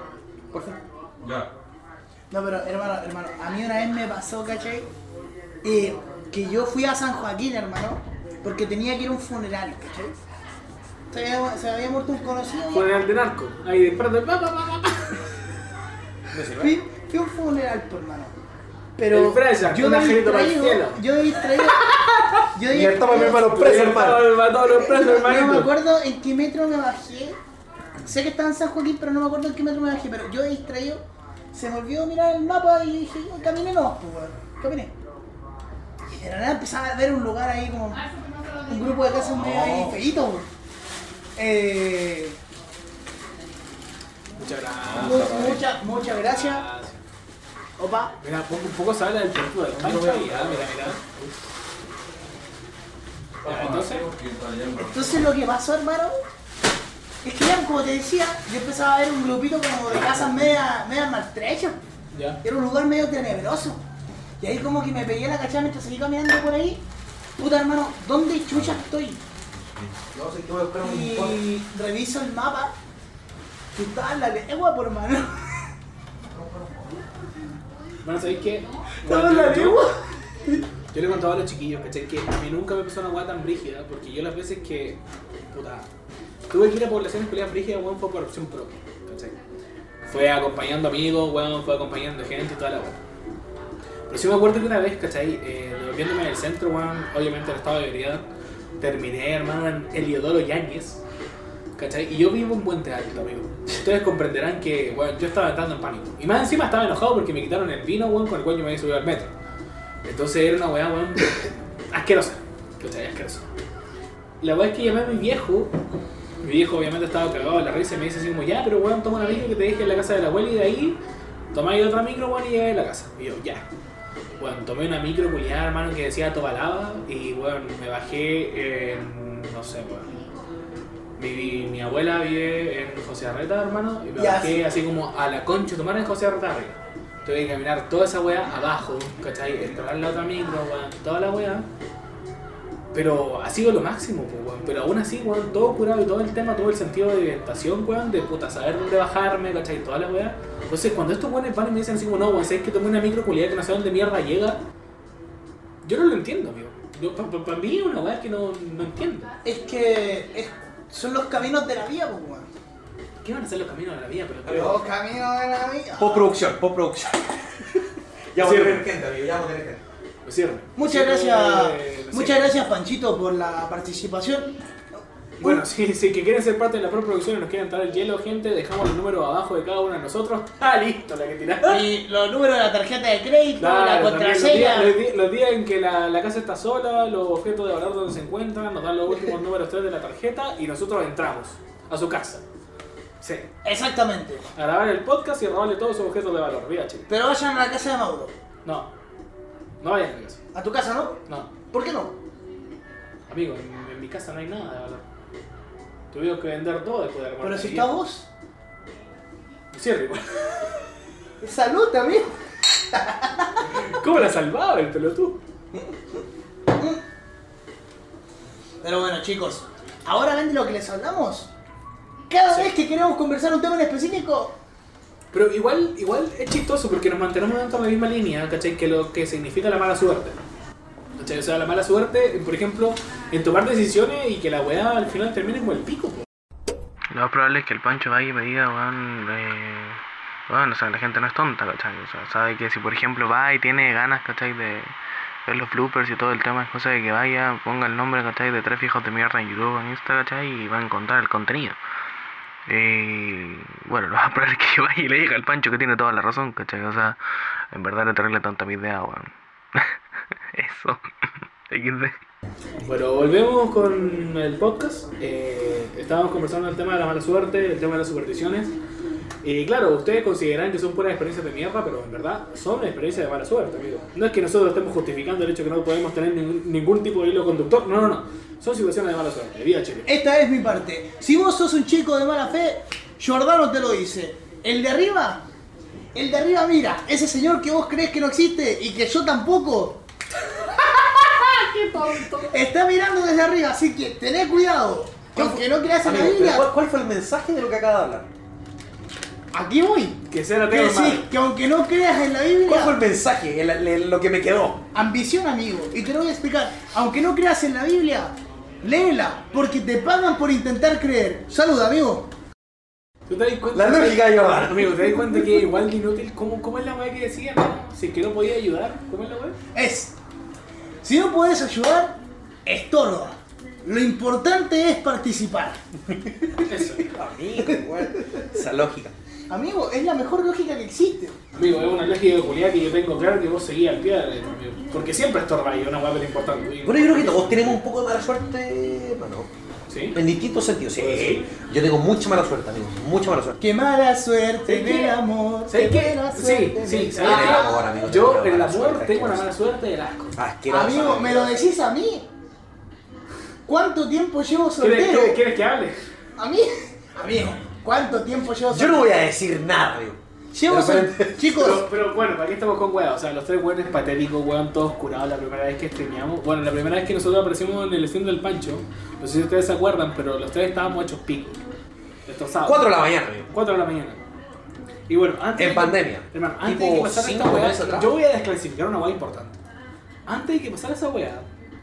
Speaker 3: Por favor.
Speaker 2: No, pero hermano, hermano, a mí una vez me pasó, ¿cachai? Eh, que yo fui a San Joaquín, hermano, porque tenía que ir a un funeral, ¿cachai? Se había, se había muerto un conocido.
Speaker 1: Con el de narco. Ahí, de pa, pa, pa, pa, pa.
Speaker 3: ¿Me sirve?
Speaker 2: Fui, cuestión funeral, pues, hermano.
Speaker 1: El
Speaker 2: Pero
Speaker 1: Brian,
Speaker 2: yo
Speaker 1: un
Speaker 2: me he
Speaker 1: angelito para el
Speaker 2: distraído,
Speaker 1: cielo.
Speaker 2: yo he distraído. yo he
Speaker 3: Y el toma mi
Speaker 2: distraído-
Speaker 3: hermano preso, hermano.
Speaker 1: Mató a los presos,
Speaker 2: no me
Speaker 1: hermanito.
Speaker 2: acuerdo en qué metro me bajé. Sé que estaba en San Joaquín, pero no me acuerdo en qué metro me bajé. Pero yo distraído, se me olvidó mirar el mapa y dije, "Oh, caminé no, pues, weón, caminé. Y de la nada empezaba a ver un lugar ahí como un grupo de casas medio ahí feíto, weón. Eh,
Speaker 1: Muchas
Speaker 2: mu-
Speaker 1: gracias.
Speaker 2: muchas, muchas gracias. Opa,
Speaker 1: Mira, un poco, un poco se habla del cuerpo del pancho ahí, ah, mira, mira. Ya, entonces,
Speaker 2: Entonces lo que pasó, hermano, es que ya, como te decía, yo empezaba a ver un grupito como de casas media, media maltrechas.
Speaker 1: ya.
Speaker 2: Era un lugar medio tenebroso. Y ahí como que me pegué la cachada mientras seguí caminando por ahí. Puta hermano, ¿dónde chucha estoy?
Speaker 3: No sé, tú me buscar un
Speaker 2: Y reviso el mapa. Y estaba en la legua, por hermano.
Speaker 1: Bueno, ¿sabéis qué?
Speaker 2: Estaba en la
Speaker 1: Yo-
Speaker 2: legua.
Speaker 1: Yo le contaba a los chiquillos, ¿cachai? Que a mí nunca me pasó una weá tan brígida, porque yo las veces que. puta. Tuve que ir a poblaciones peleas brígidas, weón, fue por opción propia, ¿cachai? Fue acompañando amigos, weón, fue acompañando gente y toda la weá. Pero sí me acuerdo que una vez, ¿cachai? Eh, devolviéndome del centro, weón, obviamente en estado de ebriedad, terminé, hermano, en Eliodoro Yáñez, ¿cachai? Y yo vivo en Puente Alto, amigo. Ustedes comprenderán que, weón, yo estaba entrando en pánico. Y más encima estaba enojado porque me quitaron el vino, weón, con el cual yo me había subido al metro. Entonces era una weá, weón, asquerosa. ¿Cachai? Asquerosa. La weá es que llamé a mi viejo. Mi viejo obviamente estaba cagado de la risa y me dice así como, ya, pero weón, toma una micro que te deje en la casa de la abuela y de ahí tomáis otra micro, weón, y llegáis a la casa. Y yo, ya. Weón, tomé una micro culiada, hermano, que decía Tobalaba y, weón, me bajé en, no sé, weón. Mi, mi abuela vive en José Arreta, hermano, y me
Speaker 2: Ya,
Speaker 1: bajé
Speaker 2: sí.
Speaker 1: así como a la concha, tomar en José Arreta arriba. Tuve que caminar toda esa weá abajo, ¿cachai? Entrar en la otra micro, weón, toda la weá. Pero ha sido lo máximo, pues, weón. Pero aún así, weón, todo curado y todo el tema, todo el sentido de orientación, weón, de puta, saber dónde bajarme, ¿cachai? Toda la weá. Entonces, cuando estos weones van y me dicen así, como, no, weón, sé que tomé una micro culiada que no sé dónde mierda llega, yo no lo entiendo, amigo. Para mí es una weá que no, no entiendo.
Speaker 2: Es que es- son los caminos de la vida, pues, weón.
Speaker 1: ¿Qué van a ser los caminos de la vida? Pero,
Speaker 3: Amigo.
Speaker 2: caminos de la vida.
Speaker 3: Postproducción, postproducción. Ya
Speaker 1: Sí,
Speaker 3: vamos a
Speaker 1: hermano.
Speaker 3: tener gente, amigo, ya vamos a tener gente.
Speaker 1: lo cierro.
Speaker 2: Muchas
Speaker 1: Lo
Speaker 2: gracias,
Speaker 1: cierro, eh, lo
Speaker 2: muchas
Speaker 1: cierro.
Speaker 2: gracias Panchito por la participación.
Speaker 1: Bueno, si, si que quieren ser parte de la producción y nos quieren traer el hielo, gente, dejamos los números abajo de cada uno de nosotros. Ah, listo, la que tiraste.
Speaker 2: Y los números de la tarjeta de crédito, la
Speaker 1: Claro, también los,
Speaker 2: contraseña.
Speaker 1: días, los di- los días en que la, la casa está sola, los objetos de valor donde se encuentran, nos dan los últimos números 3 de la tarjeta y nosotros entramos a su casa. Sí,
Speaker 2: Exactamente.
Speaker 1: a grabar el podcast y a robarle todos sus objetos de valor. Mira, chile.
Speaker 2: Pero vayan a la casa de Mauro.
Speaker 1: No, no vayan a mi casa.
Speaker 2: A tu casa, ¿no?
Speaker 1: No,
Speaker 2: ¿Por qué no?
Speaker 1: amigo, en, en mi casa no hay nada de valor. Tuvimos que vender todo después de la
Speaker 2: Pero
Speaker 1: muerte.
Speaker 2: si está vos.
Speaker 1: Cierre, igual.
Speaker 2: Salud, amigo.
Speaker 1: ¿Cómo la salvaba el pelotudo?
Speaker 2: Pero bueno, chicos. Ahora ven de lo que les hablamos. Cada
Speaker 1: Sí.
Speaker 2: vez que queremos conversar un tema en específico,
Speaker 1: Pero igual, igual es chistoso porque nos mantenemos dentro de la misma línea, ¿cachai? Que lo que significa la mala suerte. ¿Cachai? O sea, la mala suerte, por ejemplo, en tomar decisiones y que la weá al final termine como el pico, po.
Speaker 5: Lo más probable es que el Pancho vaya y me diga, weón, eh, weón, o sea, la gente no es tonta, ¿cachai? O sea, sabe que si por ejemplo va y tiene ganas, ¿cachai? De ver los bloopers y todo el tema, es cosa de que vaya, ponga el nombre, ¿cachai? De tres fijos de mierda en YouTube, en Insta, ¿cachai? Y va a encontrar el contenido. Y bueno, lo más probable es que vaya y le diga al Pancho que tiene toda la razón, ¿cachai? O sea, en verdad le terrible tanta mi idea, weón. Eso. XD.
Speaker 1: Bueno, volvemos con el podcast. Eh, estábamos conversando el tema de la mala suerte, el tema de las supersticiones. Y claro, ustedes consideran que son puras experiencias de mierda, pero en verdad son experiencias de mala suerte, amigo. No es que nosotros estemos justificando el hecho que no podemos tener ningún, ningún tipo de hilo conductor. No, no, no. Son situaciones de mala suerte. Viva Chile.
Speaker 2: esta es mi parte. Si vos sos un chico de mala fe, Jordano te lo dice. El de arriba, el de arriba, mira, ese señor que vos crees que no existe y que yo tampoco,
Speaker 4: ¡Qué tonto!
Speaker 2: está mirando desde arriba, así que tené cuidado. Aunque no creas en la
Speaker 3: Amigo, pero
Speaker 2: Biblia,
Speaker 3: ¿cuál, ¿Cuál fue el mensaje de lo que acaba de hablar?
Speaker 2: aquí voy.
Speaker 1: Que sea la
Speaker 2: Que
Speaker 1: tele,
Speaker 2: sí, que aunque no creas en la
Speaker 3: ¿Cuál fue
Speaker 2: Biblia,
Speaker 3: el mensaje? El- el- lo que me quedó.
Speaker 2: ambición amigo, y te lo voy a explicar, aunque no creas en la Biblia, léela, porque te pagan por intentar creer. Salud amigo.
Speaker 1: ¿Tú te das cuenta?
Speaker 3: La lógica de Jordan.
Speaker 1: Amigo, ¿te das cuenta que igual de inútil? ¿Cómo, cómo es la weá que decía? No? Si es que no podía ayudar, ¿cómo es la weá?
Speaker 2: Es, si no puedes ayudar, estorba. Lo importante es participar.
Speaker 1: Eso.
Speaker 3: Amigo, weón. Esa lógica.
Speaker 2: Amigo, es la mejor lógica que existe.
Speaker 1: Amigo, es una lógica de culiar que yo tengo claro que vos seguías al pie de la letra, amigo. Porque siempre estorbáis, es una weá pero importante. Y-
Speaker 3: Bueno, yo creo que todos tenemos un poco de mala suerte, hermano.
Speaker 1: ¿Sí?
Speaker 3: En distintos sentidos, sí.
Speaker 1: Sí.
Speaker 3: Yo tengo mucha mala suerte, amigo. Mucha mala suerte.
Speaker 2: Qué mala suerte
Speaker 1: ¿Sabes qué?
Speaker 2: del amor.
Speaker 1: ¿Sabes qué?
Speaker 2: mala
Speaker 1: Sí,
Speaker 2: suerte
Speaker 1: sí,
Speaker 2: del
Speaker 1: ¿sabes
Speaker 3: En
Speaker 1: qué?
Speaker 3: el amor, amigo, tengo
Speaker 1: Yo
Speaker 3: una
Speaker 1: en el
Speaker 3: mala
Speaker 1: amor
Speaker 3: suerte,
Speaker 1: tengo una
Speaker 3: asquerosa.
Speaker 1: mala suerte del asco.
Speaker 3: Asquerosa.
Speaker 2: Amigo, me lo decís a mí. ¿Cuánto tiempo llevo
Speaker 1: ¿Quieres,
Speaker 2: soltero?
Speaker 1: quieres- quieres que hable?
Speaker 2: A mí, amigo, ¿cuánto tiempo llevo
Speaker 3: Yo
Speaker 2: soltero?
Speaker 3: no voy a decir nada, amigo.
Speaker 2: Llevo
Speaker 3: De
Speaker 2: sol- Chicos,
Speaker 1: Pero, pero bueno, ¿para qué estamos con weas? O sea, los tres weones patéticos, weón, todos curados la primera vez que streameamos. Bueno, la primera vez que nosotros aparecimos en el stream del Pancho, no sé si ustedes se acuerdan, pero los tres estábamos hechos pico. Destrozados.
Speaker 3: 4 de la mañana, amigo.
Speaker 1: 4 de la mañana. Y bueno, antes.
Speaker 3: En pandemia.
Speaker 1: Hermano, antes
Speaker 3: Tipo
Speaker 1: de que pasara esta
Speaker 3: cinco meses
Speaker 1: weá,
Speaker 3: atrás.
Speaker 1: yo voy a desclasificar una weá importante. Antes de que pasara esa weá,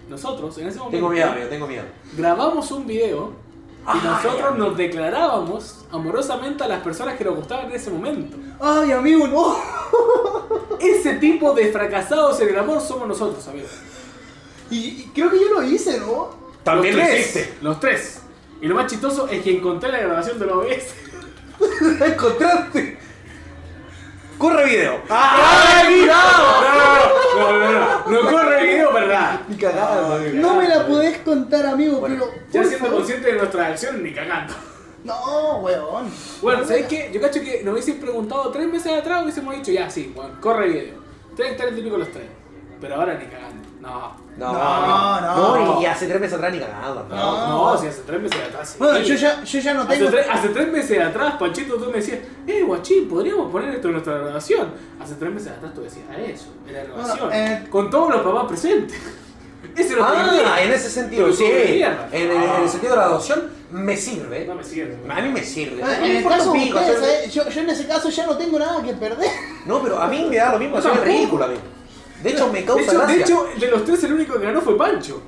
Speaker 1: nosotros en ese momento.
Speaker 3: Tengo miedo, amigo, tengo miedo.
Speaker 1: Grabamos un video y
Speaker 3: Ay,
Speaker 1: nosotros
Speaker 3: amigo.
Speaker 1: nos declarábamos amorosamente a las personas que nos gustaban en ese momento.
Speaker 2: ay amigo, no.
Speaker 1: Ese tipo de fracasados en el amor somos nosotros, amigos.
Speaker 2: Y, y creo que yo lo hice, ¿no?
Speaker 3: También lo
Speaker 1: los tres,
Speaker 3: hiciste.
Speaker 1: Los tres. Y lo más chistoso es que encontré la grabación de la OBS.
Speaker 3: ¡La encontraste! ¡Corre video!
Speaker 2: Ah,
Speaker 1: ¡Ay, no! No, no, no, no. No corre el video, ¿verdad?
Speaker 3: Ni cagado, amigo.
Speaker 2: No me la podés contar, amigo,
Speaker 3: Bueno,
Speaker 2: pero.
Speaker 1: Ya
Speaker 2: por
Speaker 1: siendo
Speaker 2: favor.
Speaker 1: consciente de nuestra acción, ni cagando.
Speaker 2: No, weón.
Speaker 1: Bueno, ¿sabes qué? Yo cacho que nos hubiesen preguntado tres meses atrás, hubiésemos dicho, ya, sí, bueno, corre video. Tres, tres, típico los tres. Pero ahora ni cagando. No.
Speaker 3: No,
Speaker 2: No,
Speaker 3: amigo.
Speaker 2: no.
Speaker 3: y hace tres meses atrás ni cagado.
Speaker 1: No,
Speaker 3: amigo.
Speaker 1: no, si hace tres meses atrás. sí.
Speaker 2: Bueno, yo ya, yo ya no
Speaker 1: Hace,
Speaker 2: tengo.
Speaker 1: tres, hace tres meses atrás, Panchito, tú me decías, eh, guachín, podríamos poner esto en nuestra grabación. Hace tres meses atrás tú decías eso, en la grabación.
Speaker 2: eh.
Speaker 1: Con todos los papás presentes. Ese era otro nivel.
Speaker 3: Ah, en ese sentido,
Speaker 1: Pero
Speaker 3: sí.
Speaker 1: corre mierda.
Speaker 3: En, en- en el sentido de la adopción, me sirve.
Speaker 1: No me sirve.
Speaker 3: A mí me sirve.
Speaker 2: Bueno,
Speaker 3: No me
Speaker 2: Eh, En el
Speaker 3: importa
Speaker 2: caso
Speaker 3: un
Speaker 2: de
Speaker 3: pico,
Speaker 2: ustedes, eh.
Speaker 3: hacer-
Speaker 2: ¿sabes? yo, yo en ese caso ya no tengo nada que perder.
Speaker 3: No, pero a mí me da lo mismo,
Speaker 1: Yo
Speaker 3: soy
Speaker 1: tampoco.
Speaker 3: ridículo a mí. De hecho, me
Speaker 1: de
Speaker 3: causa
Speaker 1: hecho,
Speaker 3: gracia.
Speaker 1: de hecho, de los tres el único que ganó fue Pancho.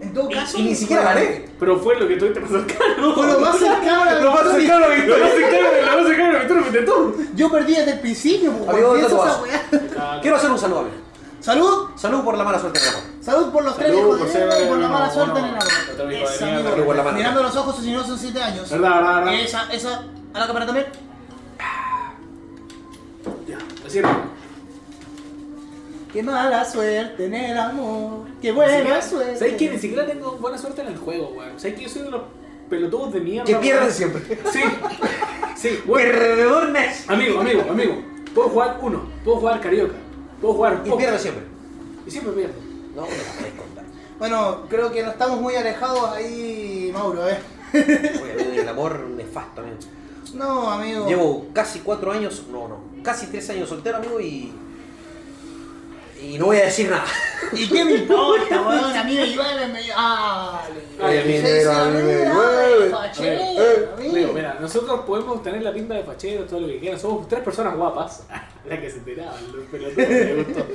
Speaker 2: En todo
Speaker 3: Y-
Speaker 2: caso.
Speaker 3: y ni siquiera gané.
Speaker 1: Pero fue lo que tuviste más cercano.
Speaker 2: Fue lo más cercano a la
Speaker 1: Lo más
Speaker 2: victoria.
Speaker 1: cercano a la victoria. Lo más cercano a la- lo más cercano a la victoria fuiste tú.
Speaker 2: Yo perdí desde el principio, pues,
Speaker 3: Amigo,
Speaker 2: weón,
Speaker 3: ¿dónde
Speaker 2: pienso
Speaker 3: tú
Speaker 2: esa weá.
Speaker 3: Quiero hacer un saludo, amigo.
Speaker 2: Salud,
Speaker 3: Salud por la mala suerte, mi amor.
Speaker 2: salud por los tres
Speaker 1: Salud,
Speaker 2: hijos
Speaker 1: por
Speaker 2: de
Speaker 1: ser-
Speaker 2: Eva y por la
Speaker 1: no,
Speaker 2: mala suerte
Speaker 1: no,
Speaker 2: en el
Speaker 1: no te
Speaker 2: amor.
Speaker 1: lo digo,
Speaker 2: Esa,
Speaker 1: de mierda,
Speaker 2: amigo,
Speaker 3: por la mala
Speaker 2: mirando los ojos, si no son 7 años.
Speaker 1: Verdad, verdad, verdad.
Speaker 2: Esa, esa. A la cámara también.
Speaker 1: Ya, lo cierro.
Speaker 2: Qué mala suerte en el amor. Qué buena suerte.
Speaker 1: ¿Sabes que Ni siquiera tengo buena suerte en el juego, weón. ¿Sabes que Yo soy de los pelotudos de mierda.
Speaker 3: Que
Speaker 1: weón.
Speaker 3: pierden siempre.
Speaker 1: Sí. Sí, weón.
Speaker 3: Perdedor Nash.
Speaker 1: Amigo, amigo, amigo. Puedo jugar uno, puedo jugar carioca, puedo jugar
Speaker 3: Y
Speaker 1: póker.
Speaker 3: pierdo siempre.
Speaker 1: Y siempre pierdo.
Speaker 3: No, me la podéis contar.
Speaker 2: Bueno, creo que no estamos muy alejados ahí, Mauro, eh.
Speaker 3: Oye, amigo, el amor nefasto, amigo.
Speaker 2: No, amigo.
Speaker 3: Llevo casi cuatro años, no, no, casi tres años soltero, amigo, y. Y no voy a decir nada.
Speaker 2: ¿Y qué me importa, weón? A mí me llueve, me llueve. Ah,
Speaker 1: Ay, a mí
Speaker 2: Sí,
Speaker 1: me-
Speaker 2: sí,
Speaker 3: a mí me
Speaker 2: ay,
Speaker 3: llueve.
Speaker 2: fachero, amigo.
Speaker 1: Amigo, mira, nosotros podemos tener la pinta de facheros, todo lo que quieran. Somos tres personas guapas. La que se enteraban, los pelotudos me gustó.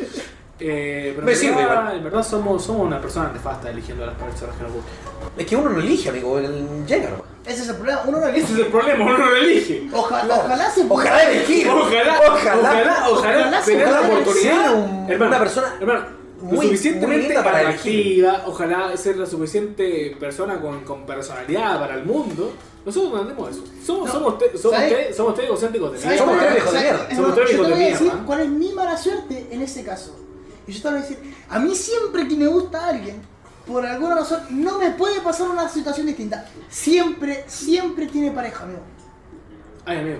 Speaker 1: Eh, pero
Speaker 3: Me
Speaker 1: en
Speaker 3: sirve
Speaker 1: verdad-
Speaker 3: igual.
Speaker 1: En verdad somos, somos una persona nefasta eligiendo a las personas que nos gustan.
Speaker 3: Es que uno no elige, amigo, él llega nomás.
Speaker 2: Ese es el problema, uno no
Speaker 1: Ese
Speaker 2: elige.
Speaker 1: es el problema, uno no lo elige.
Speaker 2: Ojalá, ojalá se
Speaker 3: Ojalá elegir.
Speaker 1: Ojalá,
Speaker 3: Ojalá.
Speaker 1: ojalá, ojalá,
Speaker 2: Ojalá se
Speaker 1: tener la
Speaker 2: pueda
Speaker 1: oportunidad.
Speaker 3: ser un-
Speaker 1: hermano,
Speaker 3: una persona
Speaker 1: hermano, lo
Speaker 3: muy- muy
Speaker 1: suficientemente
Speaker 3: linda para elegir.
Speaker 1: atractiva, ojalá ser la suficiente persona con, con personalidad para el mundo. Nosotros no entendemos eso. Somos,
Speaker 2: No,
Speaker 1: somos, te- somos,
Speaker 2: ¿sabes?
Speaker 1: te- somos tres egocéntricos de
Speaker 2: ¿Sabes
Speaker 1: mierda.
Speaker 3: Somos
Speaker 2: cuál
Speaker 3: tres
Speaker 2: es-
Speaker 3: viejos de
Speaker 2: sabes-
Speaker 3: mierda.
Speaker 2: es
Speaker 1: Somos
Speaker 2: más,
Speaker 1: tres
Speaker 2: Yo te
Speaker 1: viejos
Speaker 2: voy
Speaker 1: de
Speaker 2: a decir
Speaker 1: mierda.
Speaker 2: cuál es mi mala suerte en ese caso. Y yo te voy a decir, a mí siempre que me gusta alguien, por alguna razón, no me puede pasar una situación distinta. Siempre, siempre tiene pareja, amigo.
Speaker 1: Ay, amigo.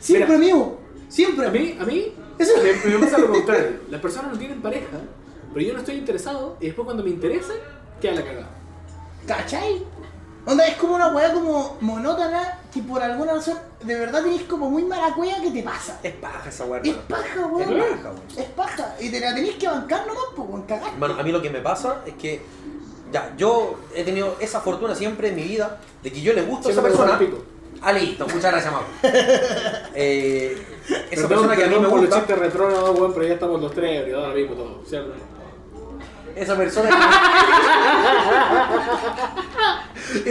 Speaker 2: Siempre,
Speaker 1: Mira,
Speaker 2: amigo. Siempre.
Speaker 1: a mí, a mí
Speaker 2: Eso-
Speaker 1: me, me pasa lo contrario. Las personas no tienen pareja, pero yo no estoy interesado y después cuando me interesa, queda la cagada.
Speaker 2: ¿Cachai? Onda, es como una weá como monótona que por alguna razón de verdad tenés como muy mala cueva que te pasa.
Speaker 3: Es paja esa weá,
Speaker 2: Es
Speaker 3: hermano.
Speaker 2: paja,
Speaker 3: Es
Speaker 2: weón.
Speaker 3: paja, weón.
Speaker 2: Es paja. Y te la tenés que bancar nomás, pues, weón, cagás.
Speaker 3: Hermano, a mí lo que me pasa es que. Ya, yo he tenido esa fortuna siempre en mi vida de que yo le gusto a esa
Speaker 1: Siempre me
Speaker 3: persona.
Speaker 1: gusta el pico.
Speaker 3: Ah, listo, muchas gracias, Mau. Eh, esa
Speaker 1: Perdón,
Speaker 3: persona que a mí
Speaker 1: perdón
Speaker 3: me
Speaker 1: por
Speaker 3: gusta.
Speaker 1: el chiste retrógrado, weón, pero ya estamos los tres ebrios, ahora mismo todo, ¿cierto?
Speaker 3: Esa persona que...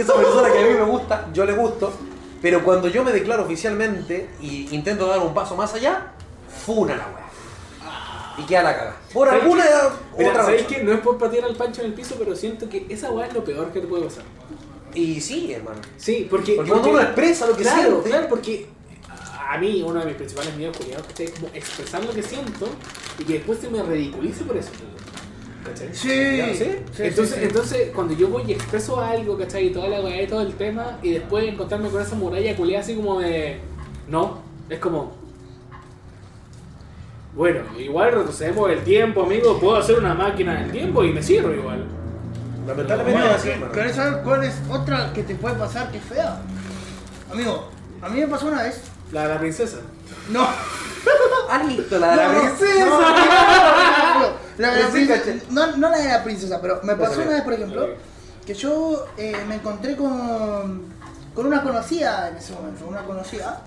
Speaker 3: Esa persona que a mí me gusta, yo le gusto. Pero cuando yo me declaro oficialmente y intento dar un paso más allá, funa la weá. Y queda la caga. Por
Speaker 1: ¿Sabes
Speaker 3: alguna
Speaker 1: qué? Mira,
Speaker 3: otra
Speaker 1: ¿sabes
Speaker 3: razón.
Speaker 1: qué? No es por patear al pancho en el piso, pero siento que esa weá es lo peor que te puede pasar.
Speaker 3: Y sí, hermano.
Speaker 1: Sí, porque.
Speaker 3: Porque cuando uno expresa lo que
Speaker 1: claro,
Speaker 3: siente.
Speaker 1: Claro, porque a mí uno de mis principales miedos, culiados, ¿cachai? Es como expresar lo que siento y que después se me ridiculice por eso. ¿Cachai?
Speaker 2: Sí.
Speaker 1: ¿Ya lo sé?
Speaker 2: Sí,
Speaker 1: entonces,
Speaker 2: sí, sí.
Speaker 1: entonces, cuando yo voy y expreso algo, ¿cachai? Y toda la weá y todo el tema, y después encontrarme con esa muralla culiada así como de. No, es como. Bueno, igual retrocedemos el tiempo, amigo. Puedo hacer una máquina del tiempo y me cierro igual.
Speaker 3: Lamentablemente
Speaker 2: Bueno,
Speaker 3: es así, hermano.
Speaker 2: ¿Querés saber cuál es otra que te puede pasar que es fea? Amigo, a mí me pasó una vez.
Speaker 1: La de la princesa.
Speaker 2: No.
Speaker 3: Alito, la de la
Speaker 2: No, no,
Speaker 3: princesa.
Speaker 2: no, no, no, no, no, la de la
Speaker 3: Sí,
Speaker 2: princesa-
Speaker 3: caché.
Speaker 2: No, no la de la princesa, pero me pasó
Speaker 3: Pásale.
Speaker 2: una vez, por ejemplo, que yo eh, me encontré con, con una conocida en ese momento, una conocida.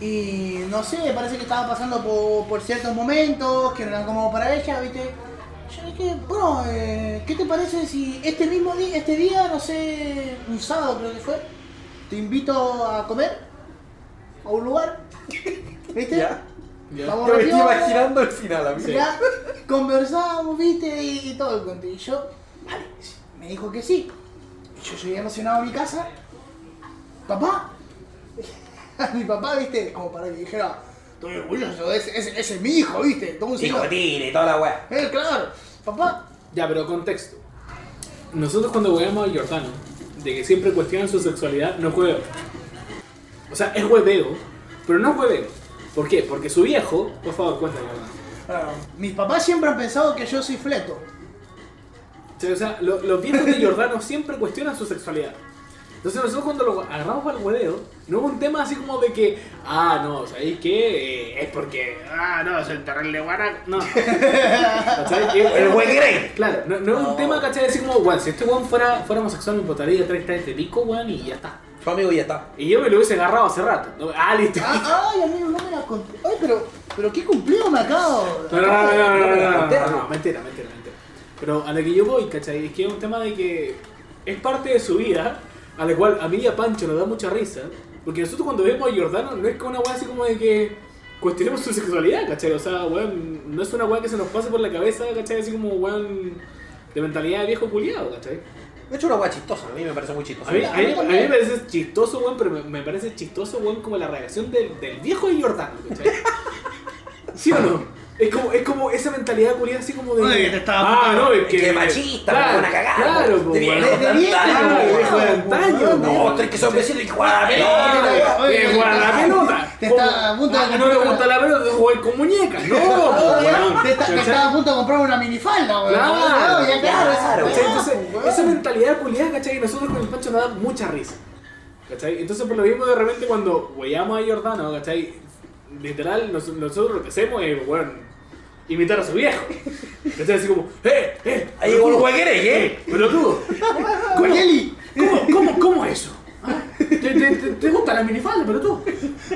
Speaker 2: Y no sé, parece que estaba pasando por, por ciertos momentos que no eran como para ella, ¿viste? Yo dije, bueno, eh, ¿qué te parece si este mismo día, este día, no sé, un sábado creo que fue, te invito a comer a un lugar? ¿Viste?
Speaker 3: Ya.
Speaker 1: Ya.
Speaker 2: Vamos
Speaker 3: Yo me estoy
Speaker 2: arriba.
Speaker 3: imaginando el final, amigo.
Speaker 2: Ya conversamos, viste, y, y todo el cuento. Y yo, vale, me dijo que sí. Y yo llegué emocionado a mi casa. Papá, a mi papá, viste, como para que dijera, estoy orgulloso, ese, ese, ese es mi hijo, viste, todo un
Speaker 3: Hijo
Speaker 2: señor.
Speaker 3: de tigre y toda la weá.
Speaker 2: Eh, claro, papá,
Speaker 1: Ya, pero contexto. Nosotros cuando jugamos al Jordano, de que siempre cuestionan su sexualidad, no juego. O sea, es hueveo, pero no es hueveo. ¿Por qué? Porque su viejo, por favor, cuéntame, Jordano.
Speaker 2: ah, mis papás siempre han pensado que yo soy fleto.
Speaker 1: O sea, o sea, lo- los viejos de Jordano siempre cuestionan su sexualidad. Entonces nosotros cuando lo agarramos para el hueveo, no es un tema así como de que, ah, no, ¿sabéis qué? Eh, es porque, ah, no, es el terreno de guarac. No. ¿Cachai? Es-
Speaker 3: El buen Grey.
Speaker 1: Claro, no, no es un
Speaker 3: No.
Speaker 1: tema, ¿cachai? Así como, weón, si este weón fuera, fuera homosexual me importaría tres trajes de pico, weón, y ya está.
Speaker 3: Su amigo ya está.
Speaker 1: Y yo me lo hubiese agarrado hace rato. No, ah, listo.
Speaker 2: Ah, ay, amigo, no me la conté. Ay, pero, pero qué cumplido me acabo.
Speaker 1: No, no, no, no, no, no, no, no,
Speaker 3: Mentira,
Speaker 1: no,
Speaker 3: no.
Speaker 1: mentira, mentira, mentira. Pero a la que yo voy, ¿cachai? Es que es un tema de que es parte de su vida, a la cual a mí y a Pancho nos da mucha risa, porque nosotros cuando vemos a Jordano no es como una weá así como de que cuestionemos su sexualidad, ¿cachai? O sea, weón, no es una weá que se nos pase por la cabeza, ¿cachai? Así como weón de mentalidad de viejo culiado, ¿cachai?
Speaker 3: De hecho, una weá chistosa. A mí me parece muy chistosa.
Speaker 1: A mí, a mí- a mí me parece chistoso, weón, pero me, me parece chistoso, weón, como la reacción del, del viejo de Jordano, ¿cachai? ¿Sí o no? Es como, es como esa mentalidad curiosa así como de...
Speaker 2: Oye, te estaba
Speaker 1: ah, no, es que...
Speaker 3: Que machista,
Speaker 1: claro,
Speaker 3: una cagada.
Speaker 1: Claro,
Speaker 3: po.
Speaker 1: po,
Speaker 3: De
Speaker 1: weón.
Speaker 3: viejo
Speaker 2: De viejo,
Speaker 3: antaño,
Speaker 1: Claro,
Speaker 2: de
Speaker 3: weón.
Speaker 1: viejo de antaño,
Speaker 2: weón.
Speaker 1: weón.
Speaker 3: No, tres que son vecinos y juega la pelota.
Speaker 2: Oye,
Speaker 1: Eh,
Speaker 2: oye,
Speaker 1: juega
Speaker 2: te
Speaker 1: la
Speaker 2: está-
Speaker 1: pelota.
Speaker 2: te está a punto de
Speaker 1: Ah, no le gusta la pelota, jugar con muñecas. No, po, weón.
Speaker 2: Ah, Te, está- te
Speaker 1: ¿Cachai?
Speaker 2: estaba a punto de comprar una minifalda, weón.
Speaker 1: Claro,
Speaker 2: Claro, ya claro,
Speaker 3: claro,
Speaker 2: esa
Speaker 1: ¿Cachai?
Speaker 2: weá,
Speaker 1: Entonces,
Speaker 2: weón.
Speaker 1: esa mentalidad culiada, ¿cachai? Y nosotros con el Pancho nos da mucha risa. ¿Cachai? Entonces, por lo mismo, de repente, cuando weyamos a Jordano, ¿cachai? Literal, nos- nosotros lo que hacemos es, bueno, imitar a su viejo. ¿Cachai? Así como, ¡eh, eh!
Speaker 3: Ahí llegó el jueguerey, eh.
Speaker 1: ¡Pelotudo!
Speaker 2: Con Eli.
Speaker 1: ¿Cómo, cómo, cómo eso? ¿Ah? ¿Te, te, te, te gusta la minifalda, pelotudo?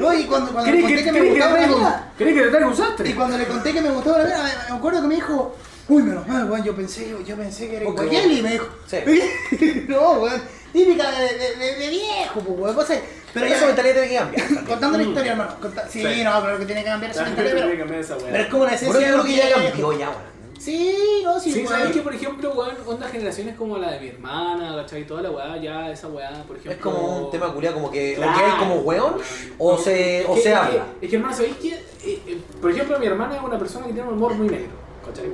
Speaker 2: No, y cuando, cuando le
Speaker 1: ¿Crees que,
Speaker 2: conté que,
Speaker 1: crees
Speaker 2: me
Speaker 1: que, te
Speaker 2: gustaba la
Speaker 1: traigo-
Speaker 2: mina,
Speaker 1: crees que te traigo un
Speaker 2: y
Speaker 1: sastre?
Speaker 2: cuando le conté que me gustaba la mina, me- me acuerdo que me dijo, uy, menos mal, weón, yo pensé, yo pensé que era
Speaker 3: Ok,
Speaker 2: con
Speaker 3: weón.
Speaker 2: Eli, me dijo. no, weón, típica de, de, de- de viejo, pues, weón, cosa que-
Speaker 3: Pero
Speaker 2: Pero
Speaker 3: esa
Speaker 2: ya,
Speaker 3: mentalidad tiene que cambiar.
Speaker 2: contando la historia, hermano, conta- sí,
Speaker 1: Sí.
Speaker 2: no, claro que tiene que cambiar esa
Speaker 1: Claro,
Speaker 2: mentalidad,
Speaker 1: tiene que
Speaker 2: pero,
Speaker 1: cambiar esa weá.
Speaker 2: pero es como la
Speaker 3: Bueno,
Speaker 2: esencia
Speaker 3: yo
Speaker 2: de lo
Speaker 3: creo que ya
Speaker 2: que
Speaker 3: cambió ya, weón.
Speaker 2: Sí, no, sí,
Speaker 1: Sí,
Speaker 2: weón.
Speaker 1: sabes que por ejemplo, weón, onda generaciones como la de mi hermana, ¿cachai? Toda la weá, ya esa weá, por ejemplo.
Speaker 3: Es como un tema culiado, como que
Speaker 1: Claro.
Speaker 3: o que hay como weón o se,
Speaker 1: Es
Speaker 3: o
Speaker 1: que-
Speaker 3: se
Speaker 1: es
Speaker 3: habla.
Speaker 1: que- Es que hermano, ¿sabéis que eh, por ejemplo, mi hermana es una persona que tiene un humor muy negro, ¿cachai?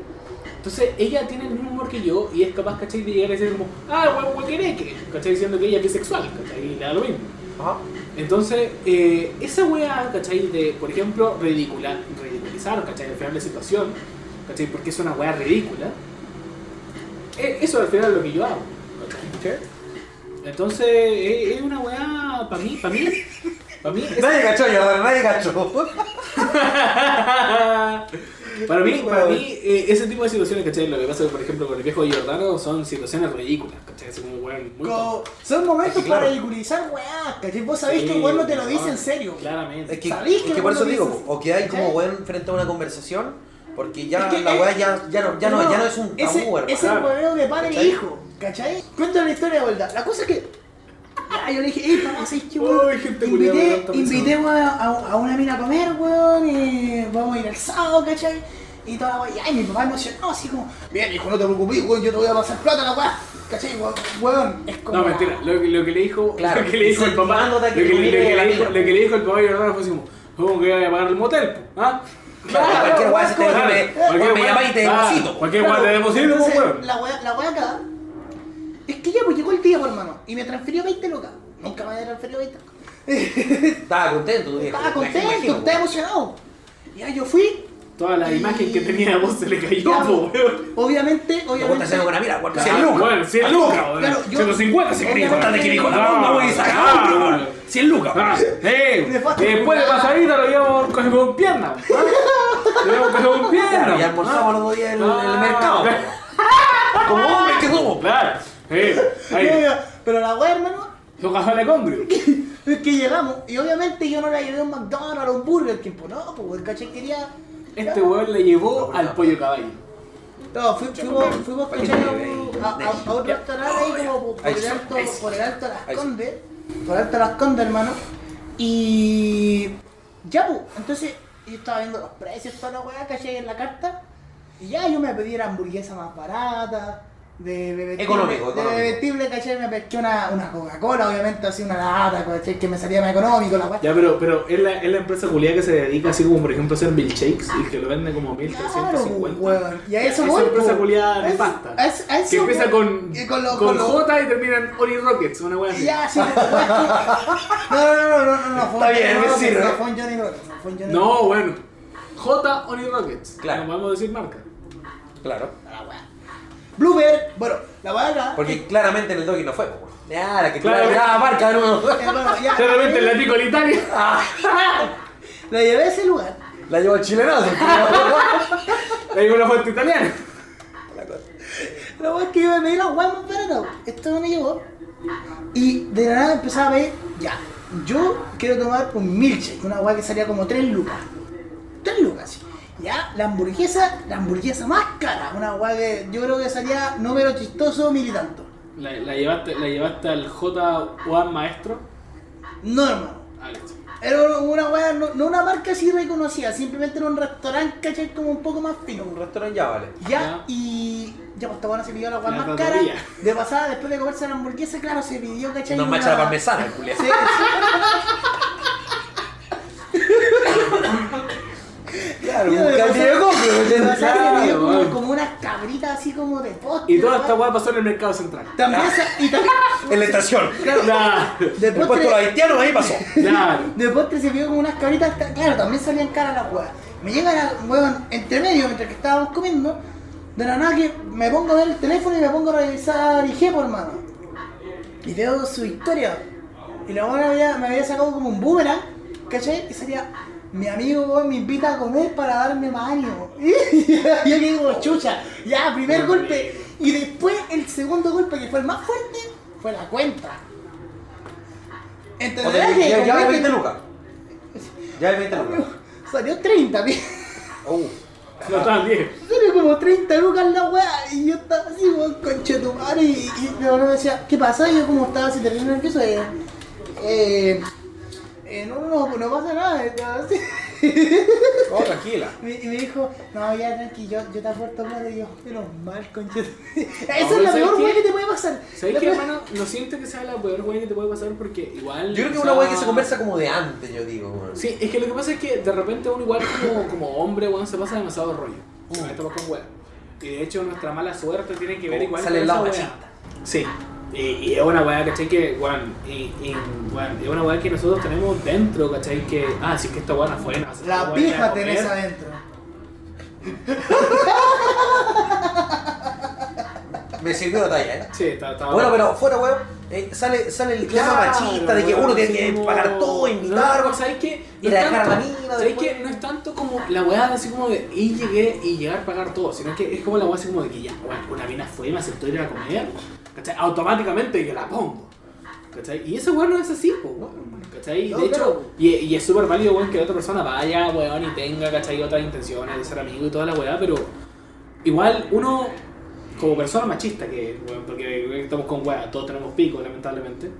Speaker 1: Entonces ella tiene el mismo humor que yo y es capaz, ¿cachai? De llegar a decir como, ah, weón, guaquereque, ¿cachai? Diciendo que ella es bisexual, ¿cachai? Y le da lo mismo.
Speaker 3: Ajá.
Speaker 1: Entonces, eh, esa weá, ¿cachai? De, por ejemplo, ridicular, ridiculizar, ¿cachai? Al final la situación, ¿cachai? Porque es una weá ridícula. E- Eso al final es lo que yo hago. ¿cachai? Entonces, e, es es una weá, para mí, para mí, para mí, es-
Speaker 3: Nadie cachó, Jordan, nadie cachó.
Speaker 1: para mí, para mí eh, ese tipo de situaciones, ¿cachai? Lo que pasa, por ejemplo, con el viejo Giordano son situaciones ridículas, ¿cachai? Es como weón, muy
Speaker 2: Co-
Speaker 1: tonto.
Speaker 2: Son momentos
Speaker 3: Es que, claro. ah,
Speaker 2: para ridiculizar weá, ¿cachai? Vos sabés que
Speaker 1: Sí,
Speaker 2: el weón no te lo
Speaker 1: weón,
Speaker 2: dice en serio.
Speaker 1: Claramente.
Speaker 3: Es que,
Speaker 2: ¿Sabís
Speaker 3: es
Speaker 2: que
Speaker 3: que por eso
Speaker 2: cuando
Speaker 3: digo,
Speaker 2: dices-
Speaker 3: po, o que hay como
Speaker 2: ¿Cachai?
Speaker 3: weón frente a una conversación, porque ya
Speaker 2: Es que
Speaker 3: la
Speaker 2: es-
Speaker 3: weá ya, ya, no, ya, no, ya no es un tabú,
Speaker 2: ese,
Speaker 3: hermano.
Speaker 2: Es el
Speaker 1: Claro.
Speaker 2: hueveo de padre e
Speaker 3: ¿Cachai?
Speaker 2: hijo, ¿cachai? Cuento la historia de vuelta. La cosa es que Ya, yo le dije, ey, papá, ¿sabes
Speaker 1: Ay,
Speaker 2: qué, weón?
Speaker 1: gente culiada, weón,
Speaker 2: Invité,
Speaker 1: está
Speaker 2: invité,
Speaker 1: pensando.
Speaker 2: weón, a, a una mina a comer, weón, y vamos a ir al sábado, ¿cachai? Y toda la weón, y ay, mi papá emocionado, así como, bien, hijo, no te preocupes, weón, yo te voy a pasar plata, la weón, ¿cachai? Weón, weón, es como...
Speaker 1: No, mentira. Lo, que- lo que le dijo,
Speaker 3: Claro,
Speaker 1: lo que le dijo el papá. Lo
Speaker 3: incentivándote a
Speaker 1: que,
Speaker 3: que
Speaker 1: lo que
Speaker 3: cuide
Speaker 1: le
Speaker 3: la
Speaker 1: dijo,
Speaker 3: vida.
Speaker 1: lo que le dijo el papá y el hermano fue así como, ¿cómo que voy a pagar el motel? po? ¿Ah?
Speaker 3: Claro, cualquier
Speaker 1: weón,
Speaker 3: weá, si te-
Speaker 1: claro.
Speaker 3: me-
Speaker 1: Cualquier
Speaker 3: me
Speaker 1: weá-
Speaker 3: llamáis y te
Speaker 1: ah,
Speaker 3: deposito, po.
Speaker 1: Cualquier weá te
Speaker 2: Claro,
Speaker 1: deposito, po,
Speaker 2: entonces,
Speaker 1: weón.
Speaker 2: La weá, la weá acá es que ya pues llegó el día, pues, hermano, y me transfirió 20 lucas. Nunca me había transferido 20 lucas.
Speaker 3: Estaba contento, tu viejo.
Speaker 2: Estaba
Speaker 3: Me imagino,
Speaker 2: contento,
Speaker 3: weón.
Speaker 2: estaba emocionado. Ya yo fui.
Speaker 1: Toda la
Speaker 2: y-
Speaker 1: imagen que tenía de vos se le cayó,
Speaker 2: Ya,
Speaker 1: po, weón.
Speaker 2: Obviamente,
Speaker 3: Lo contaste
Speaker 2: obviamente.
Speaker 3: haciendo con la mira, weón.
Speaker 1: Claro, weón, 100 lucas, weón.
Speaker 2: Claro, yo-
Speaker 1: 150 se quería.
Speaker 2: Contate que dijo
Speaker 1: la bomba, weón, y sacaba, weón.
Speaker 3: 100 lucas.
Speaker 1: Ah, eh,
Speaker 2: Nefasto.
Speaker 1: después de pasadita lo llevamos con con pierna. ¿ah? Lo llevamos con con pierna.
Speaker 3: Y almorzamos los dos días en el- en el
Speaker 1: Ah.
Speaker 3: mercado. weón. Como hombres que somos.
Speaker 1: Claro. Eh,
Speaker 2: No,
Speaker 1: ahí.
Speaker 2: ya, Pero la weá, hermano,
Speaker 1: Lo cazó la congrio.
Speaker 2: es que llegamos. Y obviamente yo no la llevé a un McDonald's, a un Burger King, pues no, pues el caché quería.
Speaker 1: Este weón le llevó al pollo caballo.
Speaker 2: No, fui- fuimos, fuimos cachai, a, un- a, a- a otro
Speaker 3: Ya.
Speaker 2: restaurante ahí como por, por el alto,
Speaker 3: Ahí sí.
Speaker 2: por el alto de las
Speaker 3: Ahí sí.
Speaker 2: condes. Por el alto de las condes, hermano. Y ya, pues, entonces yo estaba viendo los precios, toda la weá, caché en la carta. Y ya yo me pedí la hamburguesa más barata, de bebetible,
Speaker 3: Económico,
Speaker 2: de
Speaker 3: económico.
Speaker 2: bebetible, caché, me pesqué una, una Coca-Cola, obviamente, así una lata, caché, que me salía más económico la weá.
Speaker 1: Ya, pero, pero es, la, es la empresa culiada que se dedica así como por ejemplo a hacer milkshakes y que lo vende como a
Speaker 2: Claro,
Speaker 1: 1350.
Speaker 2: weón. Y a eso
Speaker 1: Esa
Speaker 2: voy,
Speaker 1: empresa
Speaker 2: pues.
Speaker 1: culiada
Speaker 2: Es-
Speaker 1: nefasta.
Speaker 2: a eso- a eso
Speaker 1: Que empieza
Speaker 2: voy.
Speaker 1: con,
Speaker 2: Y con lo-
Speaker 1: con
Speaker 2: con lo-
Speaker 1: J y termina en Ori Rockets, una wea así.
Speaker 2: Ya, sí, pues, weón. No, no, no, no, no, no, fue un
Speaker 3: Está
Speaker 2: Johnny
Speaker 3: bien, me
Speaker 2: Rockets,
Speaker 3: sirve.
Speaker 2: no, fue un Johnny Rockets, no, fue un Johnny Rockets.
Speaker 1: No, bueno. J Ori Rockets.
Speaker 3: Claro.
Speaker 1: No podemos decir marca.
Speaker 3: Claro.
Speaker 2: La weá. Blooper, bueno, la vaga.
Speaker 3: Porque claramente en el doggy no fue. weón. Ya, la que
Speaker 1: Claro.
Speaker 3: claro. Ya, marca de nuevo.
Speaker 1: Claramente el látigo de Italia.
Speaker 2: La llevé a ese lugar.
Speaker 3: La llevó al chilenazo.
Speaker 1: Le digo la fuente italiana.
Speaker 2: La weá es que yo me pedí la weá más barata. Esto no me llegó. Y de la nada empezaba a pedir, ya, yo quiero tomar un milkshake, una weá que salía como 3 lucas. 3 lucas, sí. Ya, la hamburguesa, la hamburguesa más cara. Una weá que yo creo que salía número chistoso mil y tanto.
Speaker 1: La, la llevaste, la llevaste al J Juan Maestro.
Speaker 2: No, hermano.
Speaker 1: Ah, listo.
Speaker 2: Era una weá, no, no una marca así reconocida, simplemente era un restaurante, ¿cachai? Como un poco más fino.
Speaker 3: Un restaurante ya vale.
Speaker 1: Ya.
Speaker 2: Ya, y ya pues esta buena se pidió la weá
Speaker 1: La
Speaker 2: más cara.
Speaker 1: tortilla.
Speaker 2: De pasada, después de comerse la hamburguesa, claro, se pidió, ¿cachai?
Speaker 3: Nos
Speaker 2: Una-
Speaker 3: mancha la parmesana, el culiao.
Speaker 2: Sí, sí.
Speaker 3: Claro,
Speaker 2: Y de
Speaker 3: busca el
Speaker 2: pasada-
Speaker 3: video compro, ¿me
Speaker 2: de
Speaker 3: entiendes?
Speaker 2: pasada se pidió
Speaker 1: Claro,
Speaker 2: como,
Speaker 1: weón.
Speaker 2: como unas cabritas así como de postre.
Speaker 1: Y toda esta
Speaker 2: weá.
Speaker 1: weá pasó en el mercado central.
Speaker 3: Ah.
Speaker 2: También se- y también.
Speaker 3: En la estación.
Speaker 2: Claro,
Speaker 1: Claro,
Speaker 2: de
Speaker 3: El puesto de los
Speaker 2: postre,
Speaker 3: haitianos ahí pasó.
Speaker 1: claro.
Speaker 2: de postre se pidió como unas cabritas, ca- claro, también salían caras las weas. Me llega la weón entre medio, mientras que estábamos comiendo, de la nada que me pongo a ver el teléfono y me pongo a revisar IG, por hermano. y veo su historia. Y la buena había- me había sacado como un boomerang, ¿cachai? Y salía, mi amigo weón, me invita a comer para darme más ánimo. Y yo que digo, chucha, ya, primer golpe. Y después el segundo golpe, que fue el más fuerte, fue la cuenta.
Speaker 3: O
Speaker 2: ¿Entenderás
Speaker 3: sea,
Speaker 2: que
Speaker 3: Ya
Speaker 2: como
Speaker 3: ya
Speaker 2: es
Speaker 3: de
Speaker 2: que
Speaker 3: 20 lucas. Ya de 20 lucas.
Speaker 2: Salió 30, pi.
Speaker 3: Uh.
Speaker 1: No estaban 10.
Speaker 2: Salió como 30 lucas la weá. Y yo estaba así, weón, conche tu madre. Y, y mi hermano me decía, ¿qué pasa? Y yo, como estaba así, terrible nervioso. Eh, eh, eh, no, no, no, no pasa nada. estaba así.
Speaker 3: Oh, tranquila.
Speaker 2: Me- Y me dijo, no, ya tranqui, yo, yo te aporto plata. Y yo, menos mal, conche tu Esa
Speaker 1: pero
Speaker 2: es la
Speaker 1: ¿sabes
Speaker 2: peor
Speaker 1: qué?
Speaker 2: weá que te puede pasar.
Speaker 1: ¿Sabéis
Speaker 2: La
Speaker 1: qué,
Speaker 2: peor-
Speaker 1: hermano? No siento que sea la peor wea que te puede pasar porque igual.
Speaker 3: Yo creo que es
Speaker 1: o
Speaker 3: una
Speaker 1: sea,
Speaker 3: weá que se conversa como de antes, yo digo, weón.
Speaker 1: Sí, es que lo que pasa es que de repente uno igual como, como hombre, weón, se pasa demasiado rollo. Con esta weá con wea. Y de hecho nuestra mala suerte tiene que ver
Speaker 3: Mm. Oh,
Speaker 1: igual
Speaker 3: sale
Speaker 1: con
Speaker 3: el lado
Speaker 1: esa wea.
Speaker 3: machista.
Speaker 1: Sí. Y, y es una weá, ¿cachai? Que, weón, y, y, weón, es una weá que nosotros tenemos dentro, ¿cachai? Que, ah, si es que esta weá no fue, no, si esta
Speaker 2: La
Speaker 1: weá era
Speaker 2: pija
Speaker 1: comer.
Speaker 2: tenés adentro.
Speaker 3: Me sirvió la talla, eh.
Speaker 1: Sí, está, está
Speaker 3: Bueno, pero fuera, weón. eh, sale, sale el tema machista de que uno tiene que pagar todo, invitar,
Speaker 1: no, ¿sabes qué?
Speaker 3: ir a dejar a la
Speaker 1: tanto-
Speaker 3: mina
Speaker 1: ¿Sabes
Speaker 3: después?
Speaker 1: qué? No es tanto como la weá de así como de y llegué y llegar a pagar todo, sino que es como la weá así como de que ya, bueno, una mina fue y me aceptó ir a comer, ¿cachai? Automáticamente yo la pongo. ¿Cachai? Y ese weón no es así, po, weón, ¿cachai? Y
Speaker 2: No,
Speaker 1: de hecho,
Speaker 2: claro.
Speaker 1: y, y es súper válido, weón, que la otra persona vaya, weón, y tenga, ¿cachai? Otras intenciones de ser amigo y toda la weá, pero igual uno, como persona machista, que, weón, porque estamos con weá, todos tenemos pico, lamentablemente.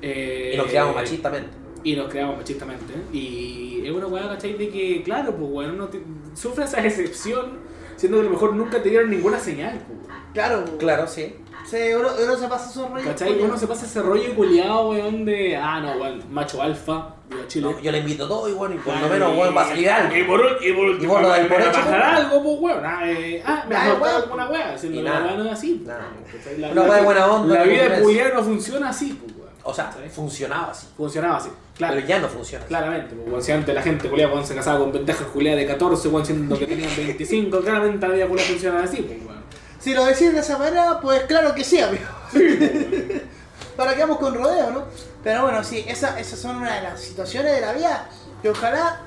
Speaker 1: Eh,
Speaker 3: Y nos criamos machistamente.
Speaker 1: Y nos creamos machistamente. Y es una weá, ¿cachai? De que, claro, pues weón, uno ti- sufre esa excepción, siendo que a lo mejor nunca te dieron ninguna señal, pues. weón.
Speaker 2: Claro, po.
Speaker 3: Claro, sí.
Speaker 2: Sí, uno, uno se pasa esos rollos.
Speaker 1: ¿Cachai?
Speaker 2: culiados.
Speaker 1: Uno se pasa ese rollo culiado, weón, de, ah, no, weón, macho alfa, de Chile.
Speaker 3: No, yo le invito todo y bueno, y por lo menos bueno, va a salir algo.
Speaker 1: Y por, ul- y por
Speaker 3: Y
Speaker 1: último,
Speaker 3: vos lo dais
Speaker 1: me
Speaker 3: por
Speaker 1: van a
Speaker 3: hecho,
Speaker 1: bajar
Speaker 3: ¿no?
Speaker 1: algo, pues, weón. Ah, eh, ah, me
Speaker 2: Nada,
Speaker 1: has notado
Speaker 2: weón.
Speaker 1: alguna weá. Si
Speaker 3: Y
Speaker 1: no,
Speaker 3: nada.
Speaker 1: la weá no es así. pues,
Speaker 3: Nada.
Speaker 1: ¿cachai? La-
Speaker 3: Una
Speaker 1: la-
Speaker 3: weá de buena onda,
Speaker 1: La
Speaker 3: como
Speaker 1: vida de
Speaker 3: ves.
Speaker 1: culiado no funciona así, pues, weón.
Speaker 3: O sea,
Speaker 1: ¿Cachai?
Speaker 3: funcionaba así.
Speaker 1: funcionaba así. Claro.
Speaker 3: Pero ya no funciona. así.
Speaker 1: Claramente, porque si antes la gente culiada cuando se casaba con ventajas culiadas de 14, cuando siendo que tenían 25, claramente la vida culiada funcionaba así, pues, weón.
Speaker 2: Si lo decís de esa manera, pues claro que sí, amigo. Para que vamos con rodeo, ¿no? Pero bueno, sí, esa- esas son una de las situaciones de la vida que ojalá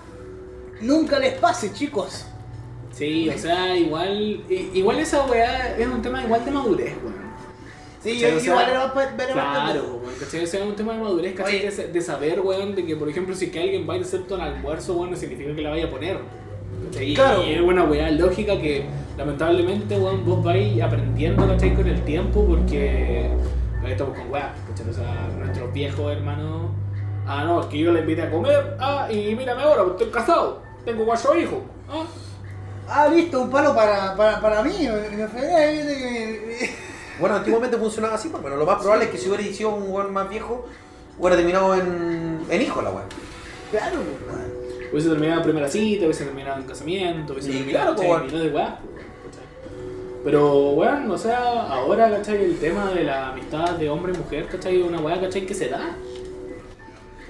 Speaker 2: nunca les pase, chicos.
Speaker 1: Sí, o sea, igual, i- igual esa weá es un tema igual de madurez, weón.
Speaker 2: Sí,
Speaker 1: Sí,
Speaker 2: yo
Speaker 1: o sea,
Speaker 2: igual era más ver
Speaker 1: Claro, weón, ¿cachai? O sea, es un tema de madurez, ¿cachai?
Speaker 2: Oye.
Speaker 1: De, sa- de saber, weón, de que, por ejemplo, si que alguien va a aceptar un almuerzo, weón, no significa que la vaya a poner. ¿cachai? Y-
Speaker 2: Claro.
Speaker 1: Y es una weá lógica que, lamentablemente, weón, vos vais aprendiendo, ¿cachai? Con el tiempo, porque ahí estamos con weá, ¿cachai? O sea, nuestros viejos hermanos. Ah, no, es que yo la invité a comer. Ah, y mírame ahora, pues, estoy casado. Tengo cuatro hijos. Ah,
Speaker 2: Ah, listo, un palo para, para, para mí. Me ofendí, ahí viste que
Speaker 3: Bueno, antiguamente funcionaba así, pues, pero bueno, lo más probable es que si hubiera sido un weón más viejo, hubiera terminado en, en hijo la weón.
Speaker 2: me- Claro, weón.
Speaker 1: hubiese terminado en primera cita, hubiese terminado en casamiento, hubiese
Speaker 3: Y
Speaker 1: terminado
Speaker 3: claro,
Speaker 1: ¿cachai?
Speaker 3: weón.
Speaker 1: millones de weas, pues, weón, ¿cachai? Pero, weón, o sea, ahora, ¿cachai? El tema de la amistad de hombre y mujer, ¿cachai? Es una wea, ¿cachai? Que se da.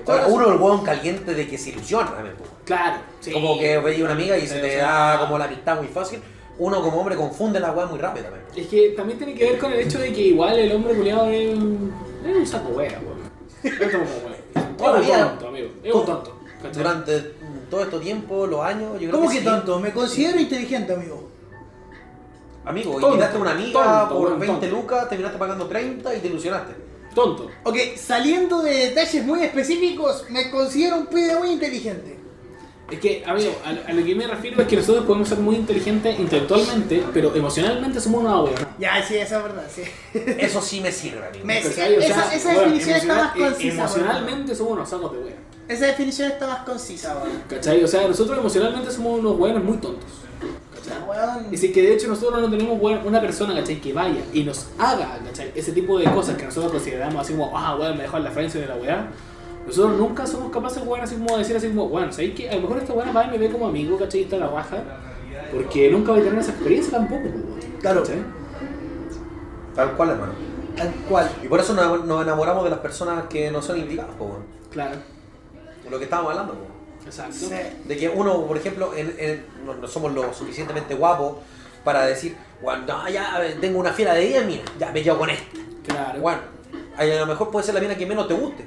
Speaker 3: Ahora, uno el weón caliente de que se ilusiona también, pues.
Speaker 1: Claro, sí.
Speaker 3: Como que veis una amiga y se
Speaker 1: Sí,
Speaker 3: te
Speaker 1: o sea,
Speaker 3: da como la amistad muy fácil. Uno como hombre confunde la weá muy rápido también.
Speaker 1: Es que también tiene que ver con el hecho de que igual el hombre culiado es un, es un saco wea, weón. Es como wea.
Speaker 3: Toda la
Speaker 1: Es un
Speaker 3: vida.
Speaker 1: tonto, amigo. Es un tonto. ¿cachai?
Speaker 3: Durante todo este tiempo, los años, yo creo
Speaker 2: ¿Cómo que
Speaker 3: sí.
Speaker 2: tonto? Me considero inteligente, amigo.
Speaker 3: Amigo,
Speaker 1: Tonto,
Speaker 3: invitaste a una amiga
Speaker 1: tonto,
Speaker 3: por
Speaker 1: weón,
Speaker 3: 20
Speaker 1: tonto.
Speaker 3: lucas, terminaste pagando 30 y te ilusionaste.
Speaker 1: Tonto.
Speaker 2: Ok, saliendo de detalles muy específicos, me considero un pibe muy inteligente.
Speaker 1: Es que, amigo, a, lo- a lo que me refiero es que nosotros podemos ser muy inteligentes intelectualmente, pero emocionalmente somos una wea.
Speaker 2: Ya, sí, esa es verdad, sí.
Speaker 3: Eso sí me sirve, amigo.
Speaker 2: Me-
Speaker 1: Pues, ahí, o
Speaker 2: Esa-
Speaker 1: sea,
Speaker 2: esa
Speaker 1: weón,
Speaker 2: definición está más
Speaker 1: emociona- e-
Speaker 2: concisa,
Speaker 1: Emocionalmente somos unos sacos de wea.
Speaker 2: Esa definición está más concisa, weón.
Speaker 1: ¿Cachai? O sea, nosotros emocionalmente somos unos weones muy tontos. ¿Cachai?
Speaker 2: Weón.
Speaker 1: Y si que de hecho nosotros no tenemos weón, una persona, ¿cachai? Que vaya y nos haga, ¿cachai? Ese tipo de cosas que nosotros consideramos así como, ah, weón, me dejó en la frente de la weá. Nosotros nunca somos capaces, weón, así como de decir así como, weón, ¿sabéis que a lo mejor esta weá va y me ve como amigo, ¿cachai? Y está la baja. Porque nunca voy a tener esa experiencia tampoco, pues, weón.
Speaker 2: Claro.
Speaker 1: ¿Cachai?
Speaker 3: Tal cual, hermano.
Speaker 2: Tal cual.
Speaker 3: Y por eso nos, nos enamoramos de las personas que no son indicadas, po, weón.
Speaker 1: Claro.
Speaker 3: De Lo que estábamos hablando, po.
Speaker 1: Exacto.
Speaker 2: Sí.
Speaker 3: De que uno, por ejemplo, en- en- no, no somos lo suficientemente guapos para decir, bueno, no, ya eh, tengo una fiera de 10, mira, ya me llevo con esta.
Speaker 1: Claro.
Speaker 3: Bueno, a lo mejor puede ser la mina que menos te guste,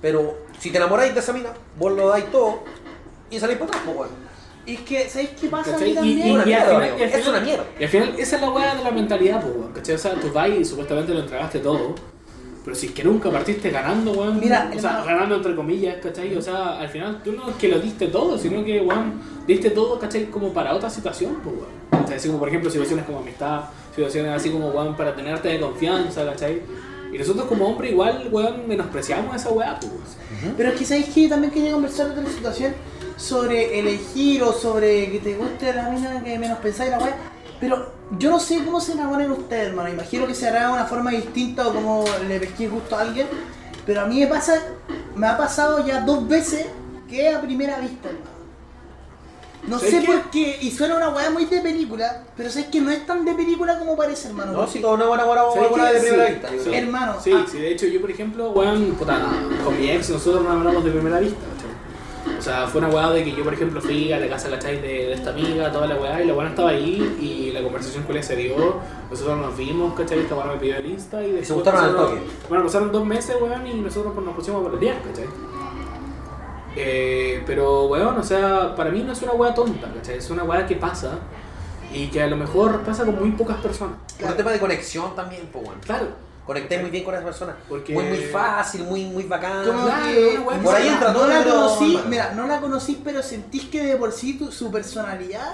Speaker 3: pero si te enamoráis de esa mina, vos lo dais todo y salís por atrás, pues, bueno.
Speaker 2: Es que, ¿sabéis qué pasa a
Speaker 1: ¿Cachai?
Speaker 2: mí
Speaker 1: Y,
Speaker 2: también?
Speaker 1: y-
Speaker 3: Una
Speaker 1: y al
Speaker 3: mierda,
Speaker 1: final,
Speaker 3: amigo.
Speaker 1: y al
Speaker 3: Es
Speaker 1: final-
Speaker 3: una mierda.
Speaker 1: Y al final, esa es la weá de la mentalidad, pues, weón. ¿Cachai? O sea, tú vas y supuestamente lo entregaste todo. Pero si es que nunca partiste ganando, weón.
Speaker 2: Mira,
Speaker 1: o sea,
Speaker 2: hermano.
Speaker 1: ganando entre comillas, ¿cachai? O sea, al final tú no es que lo diste todo, sino que, weón, diste todo, ¿cachai? Como para otra situación, pues, weón. O sea, así como, por ejemplo, situaciones como amistad, situaciones así como, weón, para tenerte de confianza, ¿cachai? Y nosotros como hombre igual, weón, menospreciamos esa weá, pues.
Speaker 2: Pero es que, ¿sabéis qué? También quería conversar de otra situación sobre elegir o sobre que te guste la mina que menos pensáis la weá. Pero yo no sé cómo se enamoran ustedes, hermano. Imagino que se hará de una forma distinta o como le pesqué gusto a alguien. Pero a mí me pasa, me ha pasado ya dos veces que es a primera vista, hermano. No
Speaker 1: ¿Sabes
Speaker 2: sé
Speaker 1: qué?
Speaker 2: por qué, y suena una weá muy de película, pero sabes que no es tan de película como parece, hermano.
Speaker 3: No, si todos nos hemos enamorado
Speaker 1: ¿Sabes
Speaker 3: alguna
Speaker 1: qué?
Speaker 3: vez de primera
Speaker 1: Sí,
Speaker 3: vista.
Speaker 1: sí.
Speaker 3: yo creo.
Speaker 2: Hermano,
Speaker 1: Sí,
Speaker 2: ah,
Speaker 1: sí, de hecho yo por ejemplo, weón, puta, con mi ex nosotros nos hablamos de primera vista, ¿cachai? O sea, fue una weá de que yo por ejemplo fui a la casa, ¿cachai? De, de esta amiga, toda la weá, y la weá estaba ahí y la conversación con ella se dio, nosotros nos vimos, ¿cachai? Esta weá me pidió el Insta y después
Speaker 3: gustaron al
Speaker 1: pasaron-
Speaker 3: toque.
Speaker 1: Bueno, pasaron dos meses, weón, y nosotros pues, nos pusimos a pelear, ¿cachai? Eh, pero, weón, o sea, para mí no es una weá tonta, ¿cachai? Es una weá que pasa y que a lo mejor pasa con muy pocas personas.
Speaker 3: Por un tema de conexión también, pues, bueno.
Speaker 1: Claro.
Speaker 3: Conecté muy bien con esa persona.
Speaker 1: Porque-
Speaker 3: Muy, muy fácil, muy, muy bacán.
Speaker 2: Como
Speaker 1: Claro,
Speaker 2: que,
Speaker 1: una weá
Speaker 2: por ahí
Speaker 3: que-
Speaker 2: entra, no
Speaker 3: no
Speaker 2: la
Speaker 3: entra,
Speaker 2: conocí,
Speaker 3: hermano.
Speaker 2: mira, no la conocí, pero sentís que de por sí tu- su personalidad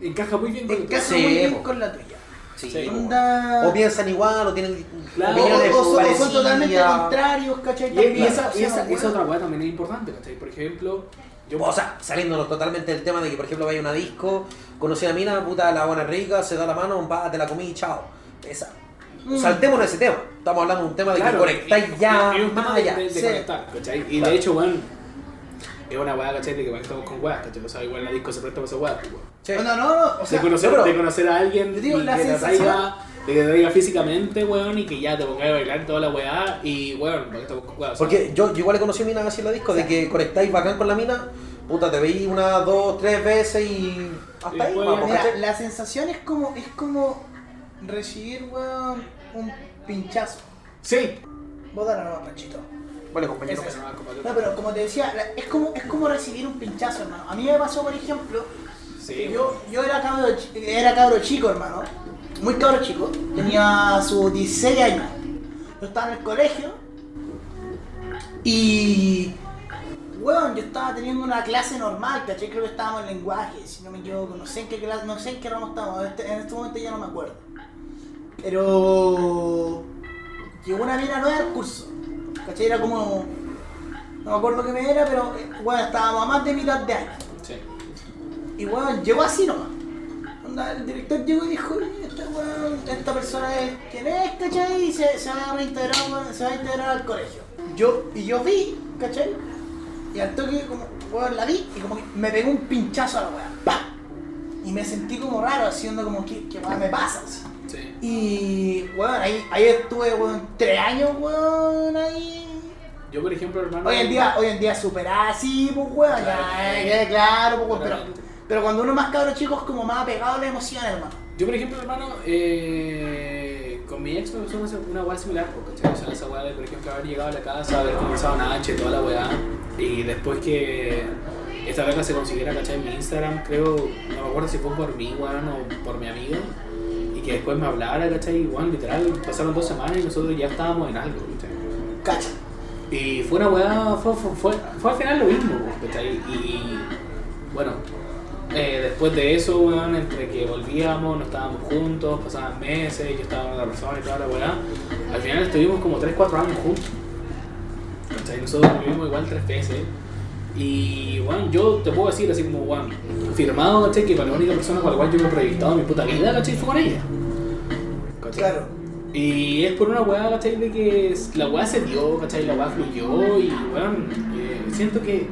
Speaker 1: Encaja muy bien con el
Speaker 2: encaja
Speaker 3: Sí,
Speaker 2: muy bien
Speaker 3: po.
Speaker 2: con la tuya.
Speaker 3: Sí,
Speaker 1: Sí.
Speaker 3: po,
Speaker 2: Onda-
Speaker 3: weón. O piensan igual, o tienen
Speaker 1: Claro.
Speaker 3: opiniones
Speaker 2: o, o son- o
Speaker 3: parecidas.
Speaker 2: son totalmente contrarios, ¿cachai?
Speaker 1: Y, y esa,
Speaker 2: Claro.
Speaker 1: y esa,
Speaker 2: O sea,
Speaker 1: esa
Speaker 2: weón.
Speaker 1: otra weá también es importante, ¿cachai? Por ejemplo, yo.
Speaker 3: O sea, saliéndonos totalmente del tema de que, por ejemplo, vaya a una disco, conocí a mina, puta, la buena rica, se da la mano, va, te la comí y chao. Esa.
Speaker 2: Mm.
Speaker 3: Saltémonos ese tema. Estamos hablando de un tema de
Speaker 1: Claro,
Speaker 3: que conectáis
Speaker 1: y-
Speaker 3: ya.
Speaker 1: y- y un tema de,
Speaker 3: más allá.
Speaker 1: de- de
Speaker 2: sí.
Speaker 1: conectar, ¿cachai? Y
Speaker 3: Claro.
Speaker 1: de hecho, weón, es una weá, ¿cachai? De que conectamos con weá, ¿cachai? O sea, igual la disco se presta para esa weá, pues, weón.
Speaker 3: Sí.
Speaker 2: No, no, no, o sea,
Speaker 1: de, conocer,
Speaker 3: pero-
Speaker 1: de conocer a alguien
Speaker 2: Yo digo,
Speaker 1: y
Speaker 2: la
Speaker 1: que te
Speaker 2: sensación-
Speaker 1: atraiga, de que te atraiga físicamente, weón, y que ya te pongas a bailar toda la weá y, weón, porque estamos con weá. o sea,
Speaker 3: Porque yo, yo igual he conocido minas así en la disco, de que conectáis bacán con la mina, puta, te veis una, dos, tres veces y
Speaker 1: Y
Speaker 3: hasta ahí,
Speaker 1: después
Speaker 3: vamos,
Speaker 2: mira,
Speaker 3: ¿cachai?
Speaker 2: la sensación es como, es como recibir, weón, un pinchazo.
Speaker 1: Sí.
Speaker 2: Vos dale nomás, Panchito.
Speaker 3: Vale, compañero.
Speaker 1: Esa es la copa de-
Speaker 2: No, pero como te decía, la- es como, es como recibir un pinchazo, hermano. A mí me pasó, por ejemplo,
Speaker 1: Sí,
Speaker 2: yo, yo era, cabro, chi- era cabro chico, hermano. Muy cabro chico. Tenía sus 16 años. Yo estaba en el colegio. Y. Weón, yo estaba teniendo una clase normal, ¿cachai? Creo que estábamos en lenguaje, si no me equivoco. No sé en qué clase, no sé en qué ramo estábamos. este- en este momento ya no me acuerdo. Pero. Llegó una mina nueva al curso. ¿cachai? Era como. No me acuerdo qué me era, pero. eh, Weón, estábamos a más de mitad de año.
Speaker 1: sí.
Speaker 2: Y weón, llegó así nomás. Onda, el director llegó y dijo, "Oye, esta, weón, esta persona es quien es, ¿cachai? Y se, se va a reintegrar, weón, se va a integrar al colegio. Yo, y yo vi, ¿cachai? Y al toque como, weón, la vi y como que me pegó un pinchazo a la weón. ¡Pah! Y me sentí como raro, haciendo como que, que weón me pasa. así.
Speaker 1: Sí.
Speaker 2: Y weón, ahí, ahí estuve, weón, tres años, weón, ahí
Speaker 1: Yo, por ejemplo, hermano.
Speaker 2: Hoy en día, hoy en día superar así, pues weón, ya, eh, que claro, pues weón, pero,
Speaker 1: Claramente.
Speaker 2: pero cuando uno es más cabro chico es como más apegado a la emoción, hermano.
Speaker 1: Yo, por ejemplo, hermano, eh, con mi ex me pasó una- una weá similar, po, ¿cachai? O sea, esa weá de, por ejemplo, haber llegado a la casa, haber comenzado una H, toda la weá, y después que esta verga se consiguiera, ¿cachai? En mi Instagram, creo, no me acuerdo si fue por mí, weón, o por mi amigo, y que después me hablara, ¿cachai? Y, weón, literal, pasaron dos semanas y nosotros ya estábamos en algo, ¿cachai?
Speaker 2: Cacha.
Speaker 1: Y fue una weá, fue, fue, fue, fue al final lo mismo, pues, ¿cachai? Y bueno, eh, después de eso, weón, entre que volvíamos, no estábamos juntos, pasaban meses, yo estaba con otra persona y toda la weá, al final estuvimos como 3-4 años juntos. ¿cachai? Nosotros vivimos igual tres veces. Y bueno, yo te puedo decir así como, bueno, firmado, ¿cachai? Que fue la única persona con la cual yo me he proyectado mi puta vida, ¿cachai? Fue con ella. ¿Cachai?
Speaker 2: Claro.
Speaker 1: Y es por una weá, ¿cachai? De que es- la weá se dio, ¿cachai? La weá fluyó y, weón, eh, siento que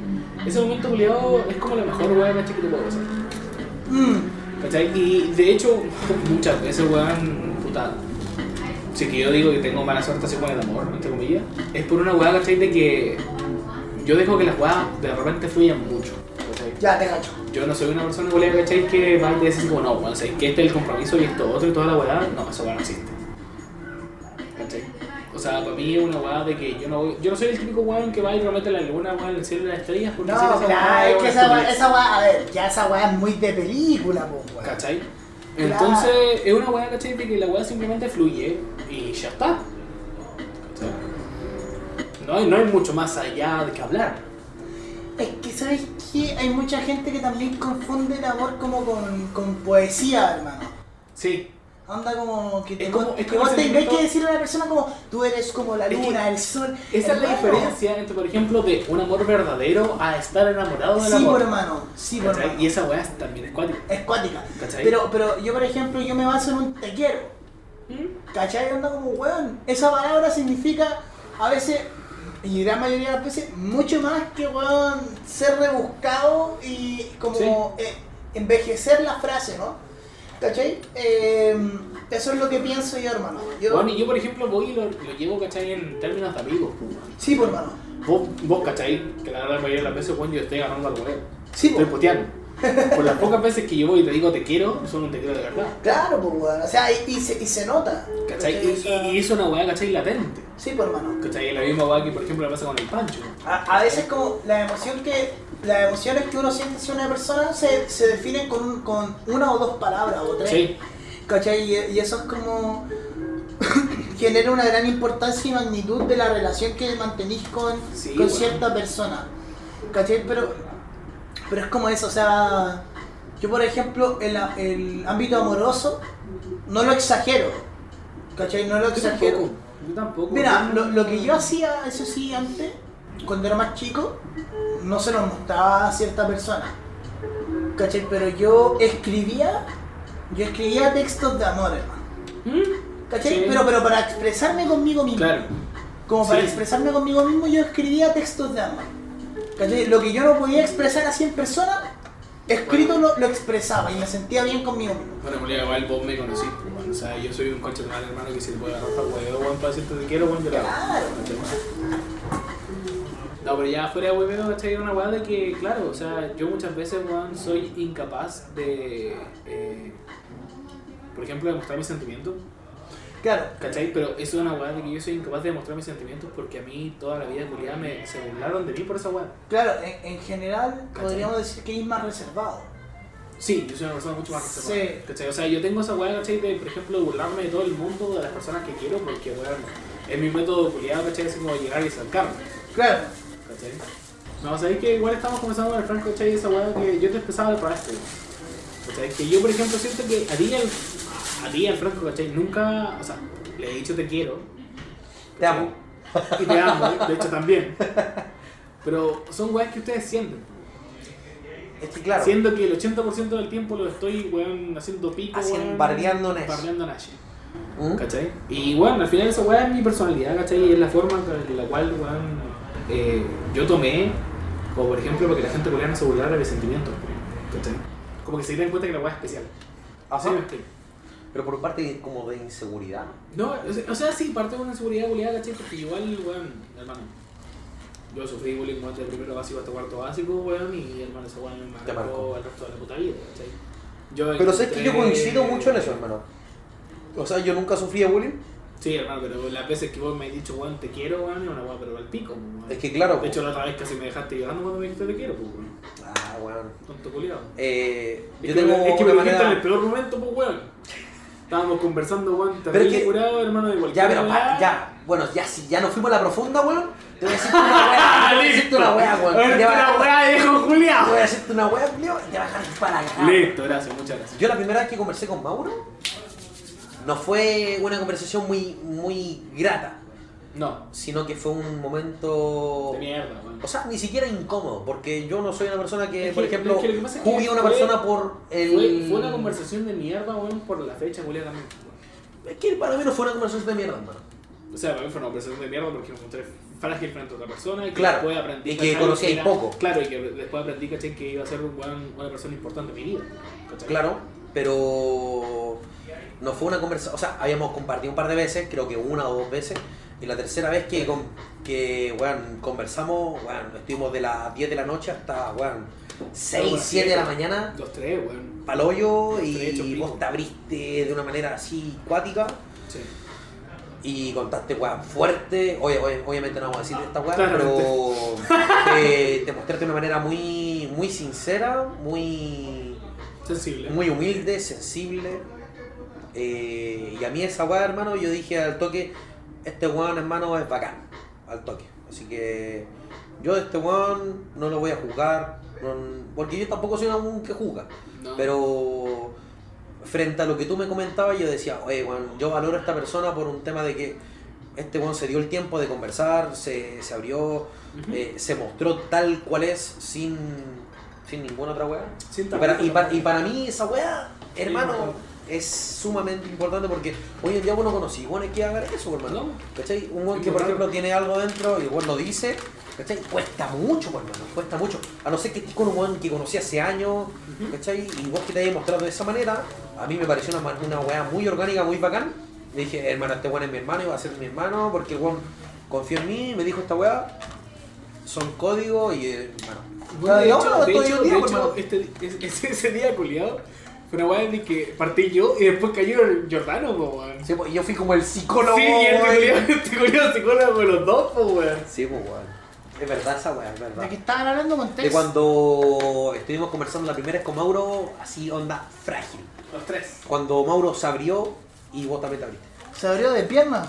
Speaker 1: ese momento culiado es como la mejor weá, ¿cachai? Que te puedo pasar.
Speaker 2: Mm,
Speaker 1: ¿Cachai? Y de hecho, muchas veces, weón, puta. Si que yo digo que tengo mala suerte así con el amor, entre comillas, es por una weá, ¿cachai? De que yo dejo que las weas de repente fluyan mucho, ¿cachai?
Speaker 2: ya te cacho.
Speaker 1: Yo no soy una persona weá, ¿cachai? Que va y te dice así como, no, bueno, ¿sabes que este es el compromiso y esto otro y toda la weá? No, esa weá no existe. ¿Cachai? O sea, para mí es una weá de que yo no, voy- yo no soy el típico weón que va y promete la luna, weá, en el cielo y las estrellas, porque si
Speaker 2: No, claro, es que esa
Speaker 1: estupidez.
Speaker 2: weá, esa weá, a ver, ya esa weá es muy de película, pues weón.
Speaker 1: ¿Cachai?
Speaker 2: Claro.
Speaker 1: Entonces, es una weá, ¿cachai? De que la weá simplemente fluye y ya está. ¿Cachai? No hay, no hay mucho más allá de que hablar.
Speaker 2: Es que, ¿sabes qué? Hay mucha gente que también confunde el amor como con, con poesía, hermano.
Speaker 1: Sí.
Speaker 2: Anda como que, te,
Speaker 1: Es como-
Speaker 2: con-
Speaker 1: es
Speaker 2: que
Speaker 1: como
Speaker 2: vos
Speaker 1: el
Speaker 2: tenés que
Speaker 1: sentimiento-
Speaker 2: decirle a la persona como tú eres como la
Speaker 1: Es que
Speaker 2: luna, el sol.
Speaker 1: Esa es la
Speaker 2: Hermano,
Speaker 1: diferencia entre, por ejemplo, de un amor verdadero a estar enamorado del
Speaker 2: Sí,
Speaker 1: amor.
Speaker 2: por hermano, sí, por
Speaker 1: ¿Cachai?
Speaker 2: hermano.
Speaker 1: Y esa weá es- también es cuática.
Speaker 2: es cuática.
Speaker 1: ¿Cachai?
Speaker 2: Pero, pero yo, por ejemplo, yo me baso en un te quiero. ¿Cachai? Anda como weón. Esa palabra significa a veces, y la mayoría de las veces, mucho más que weón ser rebuscado y como
Speaker 1: Sí.
Speaker 2: eh, envejecer la frase, ¿no? ¿Cachai? Eh, eso es lo que pienso yo, hermano. Yo-
Speaker 1: Bueno, y yo, por ejemplo, voy y lo, lo llevo, ¿cachai? En términos de amigos, pues, weón.
Speaker 2: Sí, por hermano.
Speaker 1: Vos, vos, ¿cachai? Que la gran mayoría de las veces, bueno, yo estoy ganando al weón.
Speaker 2: Sí, pues.
Speaker 1: Estoy
Speaker 2: po.
Speaker 1: puteando. Por las pocas veces que yo voy y te digo te quiero, son un te quiero de verdad.
Speaker 2: Claro, pues weón. O sea, y, y se, y se nota.
Speaker 1: ¿Cachai?
Speaker 2: ¿Cachai?
Speaker 1: Y,
Speaker 2: O sea,
Speaker 1: y- y es una weá, ¿cachai? Latente.
Speaker 2: Sí, por hermano.
Speaker 1: ¿Cachai? La misma weá que, por ejemplo, la pasa con el Pancho.
Speaker 2: A, a veces como la emoción que las emociones que uno siente hacia una persona se, se definen con, un- con una o dos palabras o tres.
Speaker 1: Sí,
Speaker 2: ¿Cachai? Y, y eso es como genera una gran importancia y magnitud de la relación que mantenís con,
Speaker 1: Sí,
Speaker 2: con
Speaker 1: bueno.
Speaker 2: cierta persona. ¿Cachai? Pero, pero es como eso, o sea, Yo, por ejemplo, el, a- el ámbito amoroso no lo exagero. ¿Cachai? No lo
Speaker 1: Yo tampoco.
Speaker 2: exagero.
Speaker 1: Yo tampoco.
Speaker 2: Mira, lo, lo que yo hacía, eso sí, antes, cuando era más chico, no se lo mostraba a cierta persona. ¿Cachai? Pero yo escribía, yo escribía textos de amor, hermano.
Speaker 1: ¿Mm?
Speaker 2: ¿Cachai?
Speaker 1: Sí.
Speaker 2: Pero, pero para expresarme conmigo mismo.
Speaker 1: Claro.
Speaker 2: Como para
Speaker 1: Sí.
Speaker 2: expresarme conmigo mismo, yo escribía textos de amor. ¿Cachai? Lo que yo no podía expresar así en persona, escrito lo, lo expresaba y me sentía bien conmigo mismo.
Speaker 1: Bueno, Julia, igual vos me conociste, weón. O sea, yo soy un concha de mal hermano que si te puede agarrar para hueveo, weón, para decirte te quiero, weón, yo la
Speaker 2: Claro.
Speaker 1: No, pero ya fuera de hueveo, ¿cachai? Era una weá de que, claro, o sea, yo muchas veces, weón, soy incapaz de. eh, por ejemplo, de mostrar mis sentimientos,
Speaker 2: Claro.
Speaker 1: ¿cachai? Pero eso es una weá de que yo soy incapaz de mostrar mis sentimientos porque a mí toda la vida, Julia, me, se burlaron de mí por esa weá.
Speaker 2: Claro, en, en general
Speaker 1: ¿Cachai?
Speaker 2: podríamos decir que es más reservado.
Speaker 1: Sí, yo soy una persona mucho más reservada.
Speaker 2: Sí.
Speaker 1: ¿cachai? O sea, yo tengo esa weá, ¿cachai? De, por ejemplo, burlarme de todo el mundo, de las personas que quiero, porque, weón, es mi método culiado, ¿cachai? Es como llegar y salcarme,
Speaker 2: Claro.
Speaker 1: ¿cachai? No, sabéis que igual estamos comenzando con el Franco, ¿cachai? Esa weá que yo te empezaba de paraste, ¿cachai? Que yo, por ejemplo, siento que a ti, al, a ti, al Franco, ¿cachai? Nunca, o sea, le he dicho te quiero,
Speaker 3: Te amo.
Speaker 1: y te amo, ¿eh? de hecho también. Pero son weas que ustedes sienten.
Speaker 3: pues, Es que claro,
Speaker 1: Siendo que el 80% del tiempo lo estoy, weón, haciendo pico,
Speaker 3: Haciendo-
Speaker 1: weón.
Speaker 3: bardeando Nash.
Speaker 1: Bardeando a Nash.
Speaker 3: ¿Mm?
Speaker 1: ¿Cachai? Y bueno, al final esa weá es mi personalidad, ¿cachai? Y es la forma en la cual, weón, eh, yo tomé, como por ejemplo, porque la gente coreana se burlara de mis sentimientos, ¿cachai? Como que se dieron cuenta que la weá es especial.
Speaker 3: Ajá.
Speaker 1: ¿Sí me explico?
Speaker 3: pero por parte de- como de inseguridad.
Speaker 1: No, o sea- o sea, sí, parte de una inseguridad culiada, ¿cachai? Porque igual, weón, hermano, yo sufrí bullying weón, desde primero básico hasta cuarto básico, weón, y hermano, esa weón me
Speaker 3: Te marcó.
Speaker 1: marcó el resto de la puta vida, ¿cachai? Yo
Speaker 3: Pero sé que yo
Speaker 1: encontré-
Speaker 3: coincido mucho en eso, hermano. O sea, yo nunca sufrí de bullying.
Speaker 1: Sí, hermano, pero las veces que vos me has dicho, weón, te quiero, weón, es una weón, pero al pico, weón.
Speaker 3: Es que claro.
Speaker 1: De hecho, la otra vez casi me dejaste llorando cuando me dijiste te quiero, pues, weón.
Speaker 3: Ah, weón.
Speaker 1: Tonto culiado.
Speaker 3: Eh,
Speaker 1: Es
Speaker 3: yo
Speaker 1: que,
Speaker 3: tengo
Speaker 1: es que me lo
Speaker 3: una
Speaker 1: dijiste en el
Speaker 3: manera.
Speaker 1: peor momento, pues, weón. Estábamos conversando, weón,
Speaker 3: Pero es
Speaker 1: terrible
Speaker 3: que-
Speaker 1: curado, hermano, de cualquier
Speaker 3: Ya, pero pa-
Speaker 1: weá.
Speaker 3: ya. Bueno, ya si ya nos fuimos a la profunda, weón. Te voy a decirte una
Speaker 1: Ah,
Speaker 3: weá. Te voy a decirte una weá, weón.
Speaker 1: A ver,
Speaker 3: Te va-
Speaker 1: la weá, viejo
Speaker 3: Te voy
Speaker 1: culiado.
Speaker 3: a decirte una weá, Leo, y te vas a dejar para acá.
Speaker 1: Listo, gracias, muchas gracias.
Speaker 3: Yo la primera vez que conversé con Mauro no fue una conversación muy, muy grata,
Speaker 1: No,
Speaker 3: sino que fue un momento...
Speaker 1: de mierda, weón.
Speaker 3: O sea, ni siquiera incómodo, porque yo no soy una persona que,
Speaker 1: Es que-
Speaker 3: por ejemplo,
Speaker 1: es que lo que pasa es que
Speaker 3: juzgue a una
Speaker 1: fue-
Speaker 3: persona por el...
Speaker 1: Fue, fue una conversación de mierda, weón, por la fecha, culiado también. weón.
Speaker 3: Es que para mí no fue una conversación de mierda, hermano.
Speaker 1: O sea, para mí fue una conversación de mierda porque me encontré frágil frente a otra persona. Que
Speaker 3: Claro,
Speaker 1: después aprendí,
Speaker 3: y que
Speaker 1: ¿cachai?
Speaker 3: conocí
Speaker 1: era-
Speaker 3: poco.
Speaker 1: Claro, y que después aprendí, caché, que iba a ser un weón- una persona importante en mi vida. ¿cachai?
Speaker 3: Claro, pero no fue una conversación, o sea, habíamos compartido un par de veces, creo que una o dos veces, y la tercera vez que, con- que weón, conversamos, weón, estuvimos de las 10 de la noche hasta weón, 6,
Speaker 1: Bueno,
Speaker 3: 7 de la mañana,
Speaker 1: Los tres, weón.
Speaker 3: paloyo,
Speaker 1: Tres hechos
Speaker 3: y
Speaker 1: pico.
Speaker 3: vos te abriste de una manera así cuática,
Speaker 1: Sí.
Speaker 3: y contaste weón fuerte, oye, oye, obviamente no vamos a decir esta weón,
Speaker 1: Claramente.
Speaker 3: pero eh, te mostraste de una manera muy, muy sincera, muy
Speaker 1: Sensible.
Speaker 3: muy humilde, sensible. eh, y a mí esa weá, hermano, yo dije al toque, este weón, hermano, es bacán. Al toque. Así que yo de este weón no lo voy a juzgar. no- porque yo tampoco soy un que juzga.
Speaker 1: No.
Speaker 3: Pero frente a lo que tú me comentabas, yo decía, oye, weón, yo valoro a esta persona por un tema de que este weón se dio el tiempo de conversar, se, se abrió,
Speaker 1: Ujú.
Speaker 3: eh, se mostró tal cual es, sin, sin ninguna otra weá.
Speaker 1: Sin
Speaker 3: Y para, y,
Speaker 1: tapujos.
Speaker 3: para, y para mí esa weá, hermano,
Speaker 1: importante.
Speaker 3: es sumamente importante porque hoy en día uno conocí weones que hagan eso, hermano.
Speaker 1: No.
Speaker 3: ¿Cachai? Un weón
Speaker 1: Es
Speaker 3: que por
Speaker 1: importante.
Speaker 3: ejemplo tiene algo dentro y el weón lo dice, ¿cachai? Cuesta mucho, pues, hermano, cuesta mucho. A no ser que estés con un weón que conocí hace años, ¿cachai? Y vos que te hayas mostrado de esa manera, a mí me pareció una, una weá muy orgánica, muy bacán. Le dije, hermano, este weón es mi hermano y va a ser mi hermano porque el weón confió en mí, me dijo esta weá, son códigos y eh, hermano.
Speaker 1: Bueno, de
Speaker 3: Y
Speaker 1: hecho,
Speaker 3: ahora
Speaker 1: de
Speaker 3: estoy
Speaker 1: hecho-
Speaker 3: hoy día,
Speaker 1: de
Speaker 3: pues, hermano.
Speaker 1: hecho, este- es- es- ese día culiado fue una weá de que partí yo y después cayó el Jordano, po, weón.
Speaker 3: Sí, pues, yo fui como el psicólogo.
Speaker 1: sí, y este
Speaker 3: güey.
Speaker 1: culiado, este culiado psicólogo de los dos, po, weón.
Speaker 3: Sí, pues, weón. Es verdad esa weá, es
Speaker 2: De
Speaker 3: verdad.
Speaker 2: que estaban hablando con
Speaker 3: De
Speaker 2: Tex.
Speaker 3: cuando estuvimos conversando la primera vez con Mauro, así onda frágil.
Speaker 1: Los tres.
Speaker 3: Cuando Mauro se abrió y vos también te abriste.
Speaker 2: Se abrió de pierna.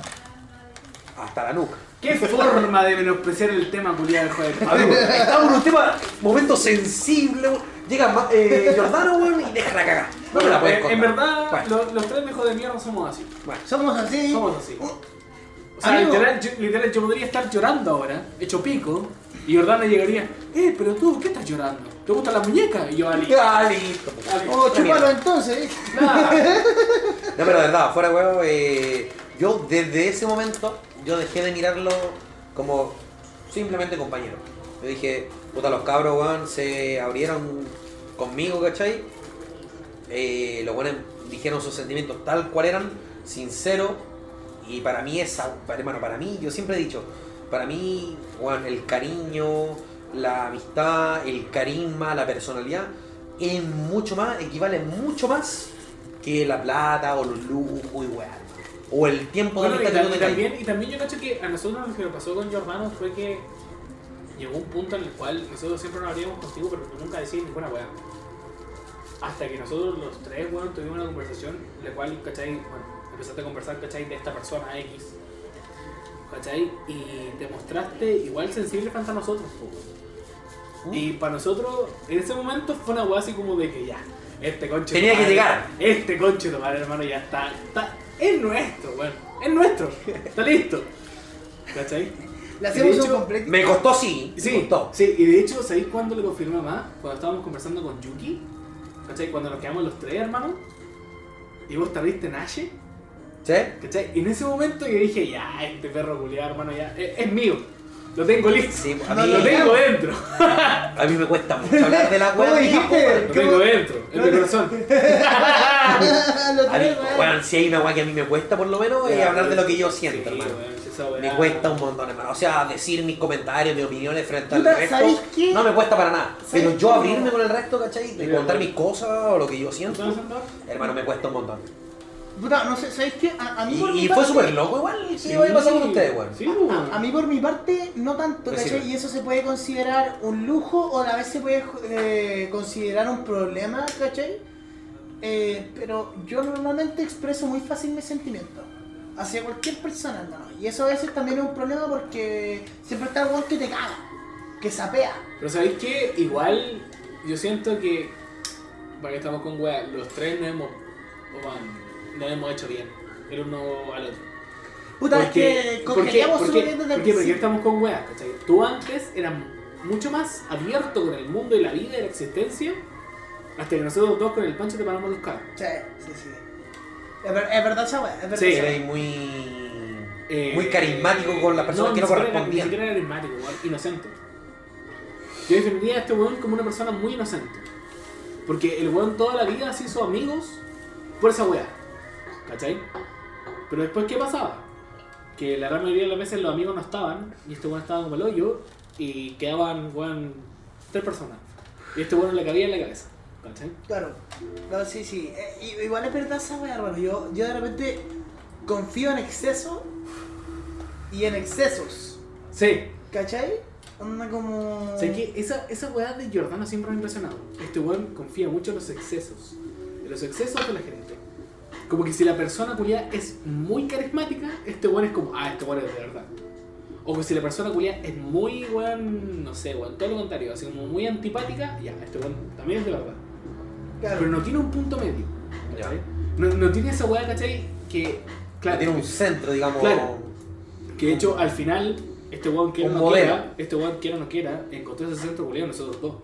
Speaker 3: Hasta la nuca.
Speaker 1: Qué forma de menospreciar el tema culiado del juego.
Speaker 3: Estamos en un tema, momento sensible. weón. Llega Ma- eh, Giordano, weón, y deja la cagada. No me la puedes
Speaker 1: en,
Speaker 3: contar.
Speaker 1: Eh, en verdad,
Speaker 3: Bueno,
Speaker 1: lo- los tres viejos de mierda somos así.
Speaker 3: bueno.
Speaker 2: Somos así.
Speaker 1: Somos así.
Speaker 2: Uh,
Speaker 1: O sea,
Speaker 2: Amigo.
Speaker 1: literal yo, literal, yo podría estar llorando ahora, hecho pico, y Jordana llegaría, eh, pero tú, ¿qué estás llorando? ¿Te gustan las muñecas? Y yo, Ali.
Speaker 3: Ah, listo.
Speaker 1: Ali.
Speaker 2: Oh,
Speaker 3: Otra
Speaker 2: chúpalo
Speaker 3: mierda.
Speaker 2: entonces. eh.
Speaker 1: Nada.
Speaker 3: No, pero de verdad, fuera de huevo, eh, yo desde ese momento, yo dejé de mirarlo como simplemente compañero. Yo dije, puta, los cabros, weón, se abrieron conmigo, ¿cachai? Eh, los weones dijeron sus sentimientos tal cual eran, sincero, y para mí esa, para- hermano, para mí, yo siempre he dicho, para mí, weón, el cariño, la amistad, el carisma, la personalidad, es mucho más, equivale mucho más que la plata o los lujos y weá. O el tiempo de
Speaker 1: Bueno, y,
Speaker 3: amistad que
Speaker 1: tam-
Speaker 3: tú
Speaker 1: y
Speaker 3: tengas.
Speaker 1: también, y también yo cacho que a nosotros lo que nos pasó con Jordano fue que llegó un punto en el cual nosotros siempre nos habríamos contigo, pero tú nunca decías ninguna weá. Hasta que nosotros los tres, weón, tuvimos una conversación, la cual, ¿cachai? Bueno, empezaste a conversar, ¿cachai? De esta persona X. ¿Cachai? Y te mostraste igual sensible frente a nosotros, po,
Speaker 3: ¿Mm?
Speaker 1: weón. Y para nosotros, en ese momento fue una weá así como de que ya, este conche.
Speaker 3: Tenía
Speaker 1: tu
Speaker 3: que
Speaker 1: madre,
Speaker 3: llegar.
Speaker 1: Este conche tu madre, hermano, ya está. está es nuestro, weón. Es nuestro. Está listo. ¿Cachai?
Speaker 2: Le hacemos
Speaker 1: De
Speaker 2: un
Speaker 1: hecho,
Speaker 2: completo.
Speaker 3: Me costó sí,
Speaker 1: Sí,
Speaker 3: me costó.
Speaker 1: sí, y de hecho, ¿sabéis cuándo lo confirmó más? Cuando estábamos conversando con Yuki, ¿cachai? Cuando nos quedamos los tres, hermano, y vos te riste Nashi,
Speaker 3: ¿Sí?
Speaker 1: ¿cachai? Y en ese momento yo dije, ya, este perro culiado, hermano, ya, eh, es, es mío, lo tengo listo,
Speaker 3: Sí, a
Speaker 2: No,
Speaker 3: mí,
Speaker 1: lo tengo dentro,
Speaker 3: a mí me cuesta mucho hablar de la
Speaker 2: ¿Cómo
Speaker 3: weá.
Speaker 2: dijiste?
Speaker 1: lo tengo dentro, en mi
Speaker 2: no,
Speaker 1: corazón.
Speaker 2: Lo
Speaker 3: A mí,
Speaker 2: tenés, weón.
Speaker 3: weón, si hay una weá que a mí me cuesta por lo menos es
Speaker 1: Ya,
Speaker 3: hablar de lo que yo
Speaker 1: sí,
Speaker 3: siento, hermano.
Speaker 1: weón, esa
Speaker 3: Me
Speaker 1: weá.
Speaker 3: cuesta un montón, hermano. O sea, decir mis comentarios, mis opiniones frente al
Speaker 2: Puta,
Speaker 3: resto.
Speaker 2: ¿sabéis qué?
Speaker 3: No me cuesta para nada.
Speaker 2: ¿Sabéis
Speaker 3: Pero yo
Speaker 2: qué?
Speaker 3: abrirme con el resto, ¿cachai? De
Speaker 1: Sí,
Speaker 3: contar
Speaker 1: weón.
Speaker 3: mis cosas o lo que yo
Speaker 1: ¿No
Speaker 3: siento.
Speaker 1: estás sentado?
Speaker 3: Hermano, me cuesta un montón.
Speaker 2: Puta, no sé, ¿sabéis qué? A, a mí por
Speaker 3: Y,
Speaker 2: mi
Speaker 3: y fue
Speaker 2: parte-
Speaker 3: súper loco igual. Sí, a pasar con ustedes, weón.
Speaker 1: Sí, weón.
Speaker 2: A, a mí por mi parte no tanto,
Speaker 3: Pues sí,
Speaker 2: ¿cachai?
Speaker 3: güey.
Speaker 2: Y eso se puede considerar un lujo o a la vez se puede eh, considerar un problema, ¿cachai? Eh, pero yo normalmente expreso muy fácil mis sentimientos hacia cualquier persona, hermano. Y eso a veces también es un problema porque siempre está el weón que te caga, que sapea.
Speaker 1: Pero sabéis que igual yo siento que, para que estamos con weá, los tres no hemos, o van, no hemos hecho bien, el uno al otro.
Speaker 2: Puta, es
Speaker 1: Porque-
Speaker 2: que
Speaker 1: porque,
Speaker 2: coqueteamos
Speaker 1: porque-
Speaker 2: súper bien desde el
Speaker 1: porque, porque
Speaker 2: principio.
Speaker 1: estamos con weas, ¿cachai? Tú antes eras mucho más abierto con el mundo y la vida y la existencia, hasta que nosotros dos con el pancho te paramos los carros.
Speaker 2: Sí, sí, sí. Es, ver- es verdad esa weá, es verdad
Speaker 1: Sí,
Speaker 2: esa weá.
Speaker 3: Eres muy.
Speaker 1: Eh,
Speaker 3: muy carismático con las personas
Speaker 1: no, ni
Speaker 3: que
Speaker 1: siquiera era-
Speaker 3: no
Speaker 1: Ni
Speaker 3: correspondían.
Speaker 1: siquiera era carismático, weón, inocente. Yo definiría a este weón como una persona muy inocente. Porque el weón toda la vida se hizo amigos por esa weá. ¿Cachai? Pero después, ¿qué pasaba? Que la gran mayoría de las veces los amigos no estaban y este weón estaba como el hoyo y quedaban, weón, tres personas. Y este weón le cabía en la cabeza. ¿Cachai?
Speaker 2: Claro, no, sí, sí. Eh, i- igual es verdad esa weá, hermano. Yo, yo de repente confío en exceso y en excesos.
Speaker 1: Sí,
Speaker 2: ¿Cachai? Onda como.
Speaker 1: O sea, que esa, esa weá de Giordano siempre me ha impresionado. Este weón confía mucho en los excesos. En los excesos de la gente. Como que si la persona culiada es muy carismática, este weón es como, ah, este weón es de verdad. O que si la persona culiada es muy weón, no sé, weón, todo lo contrario, así como muy antipática, ya, este weón también es de verdad.
Speaker 2: Claro.
Speaker 1: Pero no tiene un punto medio.
Speaker 3: Ya.
Speaker 1: ¿cachai? No, no tiene esa weá, ¿cachai? Que, claro,
Speaker 3: Tiene un centro, digamos.
Speaker 1: Claro. que de hecho al final, este weón quiera o
Speaker 3: Un
Speaker 1: no
Speaker 3: modelo.
Speaker 1: quiera, este weón quiera o no quiera, encontró ese centro culiado nosotros dos.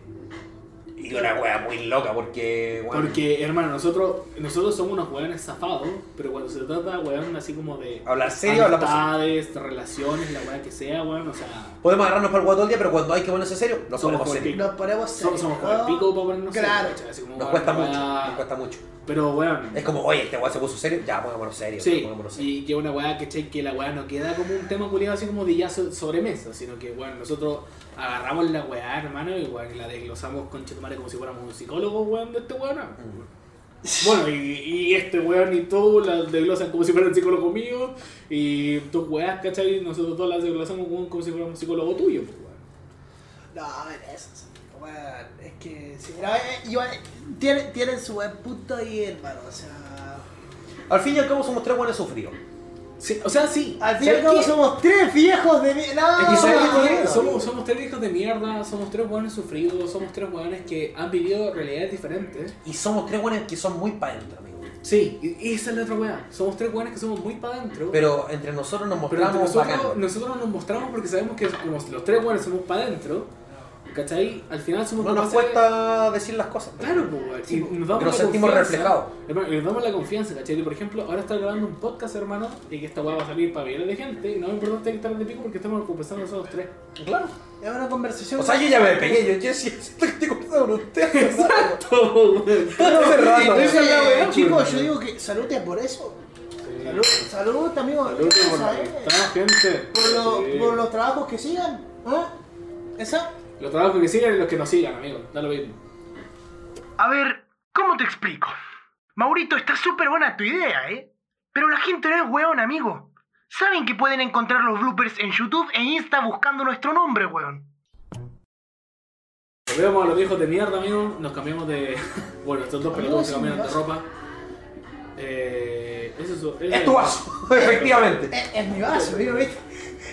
Speaker 3: Y una wea muy loca porque. weón,
Speaker 1: Porque, hermano, nosotros, nosotros somos unos hueones zafados, pero cuando se trata, hueón, así como de
Speaker 3: Hablar serio, hablamos serio.
Speaker 1: amistades, relaciones, la hueá que sea, hueón, o sea,
Speaker 3: Podemos agarrarnos para el guato todo el día, pero cuando hay que ponerse serio, nos
Speaker 1: Somos
Speaker 3: ponemos
Speaker 1: como
Speaker 3: serio.
Speaker 1: el
Speaker 2: Nos ponemos
Speaker 1: somos, somos como el
Speaker 2: serios.
Speaker 1: pico para ponernos
Speaker 2: Claro.
Speaker 1: serios, ¿cachai? Así como,
Speaker 3: Nos
Speaker 1: hueón,
Speaker 3: cuesta
Speaker 1: una
Speaker 3: mucho,
Speaker 1: hueá-
Speaker 3: nos cuesta mucho.
Speaker 1: Pero, hueón,
Speaker 3: Es como, oye, este weá se puso serio, ya pongámonos serio,
Speaker 1: sí,
Speaker 3: pongámonos serio.
Speaker 1: y que una hueá, ¿cachai? Que la hueá no queda como un tema culiado así como de ya so- sobremesa, sino que, hueón, nosotros agarramos la hueá, hermano, y, hueón, la desglosamos con chetumare como si fuéramos un psicólogo, hueón, de este hueón. ¿no?
Speaker 3: Mm.
Speaker 1: Bueno, y, y este weón y tú las desglosan como si fueran psicólogo mío. Y tus weas, ¿cachai? Nosotros todas las desglosamos como, como si fuéramos psicólogo tuyo. pues, weón.
Speaker 2: No, a ver, eso es. weón, es que. Sí, no, eh, igual, tienen, tienen su buen punto ahí, hermano. O sea.
Speaker 3: Al fin y al cabo somos tres buenos sufridos.
Speaker 1: Sí, o sea, sí.
Speaker 2: Al fin y
Speaker 1: ¿Sabes
Speaker 2: al cabo
Speaker 1: qué?
Speaker 2: somos Ah, tres viejos de mi- No,
Speaker 1: Es que ¿sabes
Speaker 2: no,
Speaker 1: qué?
Speaker 2: no.
Speaker 1: somos, somos tres viejos de mierda, somos tres hueones sufridos, somos tres hueones que han vivido realidades diferentes.
Speaker 3: Y somos tres buenos que son muy para adentro, amigo.
Speaker 1: Sí, y esa es la otra hueá. Somos tres hueones que somos muy para adentro.
Speaker 3: Pero entre nosotros nos
Speaker 1: Pero entre
Speaker 3: mostramos
Speaker 1: nosotros,
Speaker 3: bacán.
Speaker 1: nosotros nos mostramos porque sabemos que como los tres buenos somos para adentro, ¿cachai? Al final somos
Speaker 3: No nos
Speaker 1: capaces-
Speaker 3: cuesta decir las cosas.
Speaker 1: Claro, pues, güey,
Speaker 3: Sí,
Speaker 1: y
Speaker 3: pues,
Speaker 1: nos damos
Speaker 3: pero
Speaker 1: la
Speaker 3: sentimos
Speaker 1: confianza,
Speaker 3: reflejado.
Speaker 1: hermano, y nos damos la confianza, ¿cachai? Y, por ejemplo, ahora está grabando un podcast, hermano, y que esta weá va a salir para millones de gente, y no me importa que estar de pico porque estamos conversando nosotros tres.
Speaker 3: Claro.
Speaker 2: Es una conversación.
Speaker 3: O sea, yo ya me pegué. Yo, yo sí estoy estoy conversando con ustedes.
Speaker 1: Pero
Speaker 3: hace rato.
Speaker 2: Entonces,
Speaker 1: Esa es la weá,
Speaker 2: chicos,
Speaker 1: pues.
Speaker 2: yo digo que salute por eso. Salud, salud, amigos.
Speaker 1: Salud por la
Speaker 2: ¿sabes?
Speaker 1: amistad, gente.
Speaker 2: Por, los-
Speaker 1: Sí.
Speaker 2: por los trabajos que sigan. ¿eh? ¿Esa?
Speaker 1: Los trabajos que sigan y los que nos sigan, amigo. Da lo mismo.
Speaker 6: A ver, ¿cómo te explico? Maurito, está súper buena tu idea, ¿eh? Pero la gente no es weón, amigo. Saben que pueden encontrar los bloopers en YouTube e Insta buscando nuestro nombre, weón.
Speaker 1: Volvemos a los viejos de mierda, amigo. Nos cambiamos de. Bueno, estos dos pelotudos se cambiaron
Speaker 2: Amigos,
Speaker 1: de
Speaker 2: amigos.
Speaker 1: ropa. Eh. Eso es. eso
Speaker 3: Es tu vaso, efectivamente.
Speaker 2: Es, es mi vaso, amigo, ¿viste?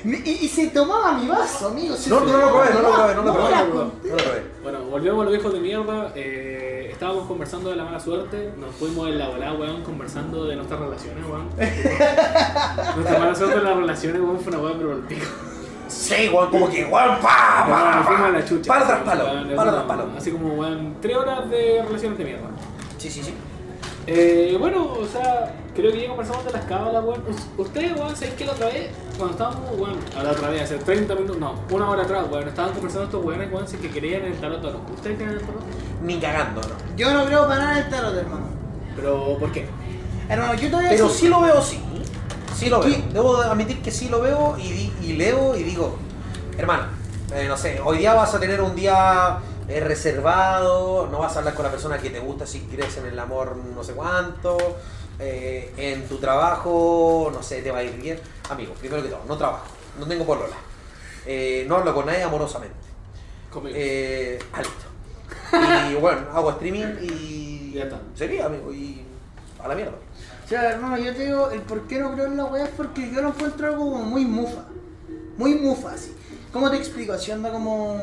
Speaker 2: Y, y se tomaba mi vaso, amigo. se-
Speaker 3: No, no lo probé, no lo probé, no lo probé.
Speaker 2: la-
Speaker 1: No lo
Speaker 3: No lo probé.
Speaker 1: Bueno, volvemos a los viejos de mierda. Eh, estábamos conversando de la mala suerte. Nos fuimos en la volada, weón, conversando de nuestras relaciones, weón. Nuestra mala suerte en las relaciones, weón, fue una weá, pero el pico.
Speaker 3: Sí, weón, como que weón, Ah, pa,
Speaker 1: Weón,
Speaker 3: pa,
Speaker 1: nos fuimos a
Speaker 3: pa.
Speaker 1: la chucha.
Speaker 3: Palo tras palo,
Speaker 1: Weón,
Speaker 3: palo
Speaker 1: así
Speaker 3: tras
Speaker 1: como-
Speaker 3: palo.
Speaker 1: Así como, weón, tres horas de relaciones de mierda.
Speaker 3: Sí, sí, sí.
Speaker 1: Eh, bueno, o sea, creo que ya conversamos de las cábalas, weón. Us- Ustedes, weón, ¿sabéis que la otra vez, cuando estábamos, weón, a la otra vez, hace 30 minutos, no, una hora atrás, weón, estaban conversando estos weones, weón, si es que querían el tarot o no. ¿Ustedes tienen el tarot?
Speaker 3: Ni cagando, ¿no?
Speaker 2: Yo no creo para nada en el tarot, hermano.
Speaker 1: Pero, ¿por qué?
Speaker 2: Hermano, yo te voy a
Speaker 3: Pero
Speaker 2: decir-
Speaker 3: sí lo veo, sí. Sí lo veo.
Speaker 2: ¿Qué?
Speaker 3: Debo admitir que sí lo veo y, di- y leo y digo, hermano, eh, no sé, hoy día vas a tener un día eh, reservado, no vas a hablar con la persona que te gusta si crees en el amor no sé cuánto, eh, en tu trabajo, no sé, te va a ir bien. Amigo, primero que todo, no trabajo, no tengo polola, eh, no hablo con nadie amorosamente.
Speaker 1: Conmigo.
Speaker 3: Eh, ah, listo. Y bueno, hago streaming y...
Speaker 1: Ya está.
Speaker 3: Sería, amigo, y a la mierda.
Speaker 2: O sea, hermano, yo te digo, el por qué no creo en la weá es porque yo lo encuentro algo como muy mufa. Muy mufa, así. ¿Cómo te explico? Así anda como.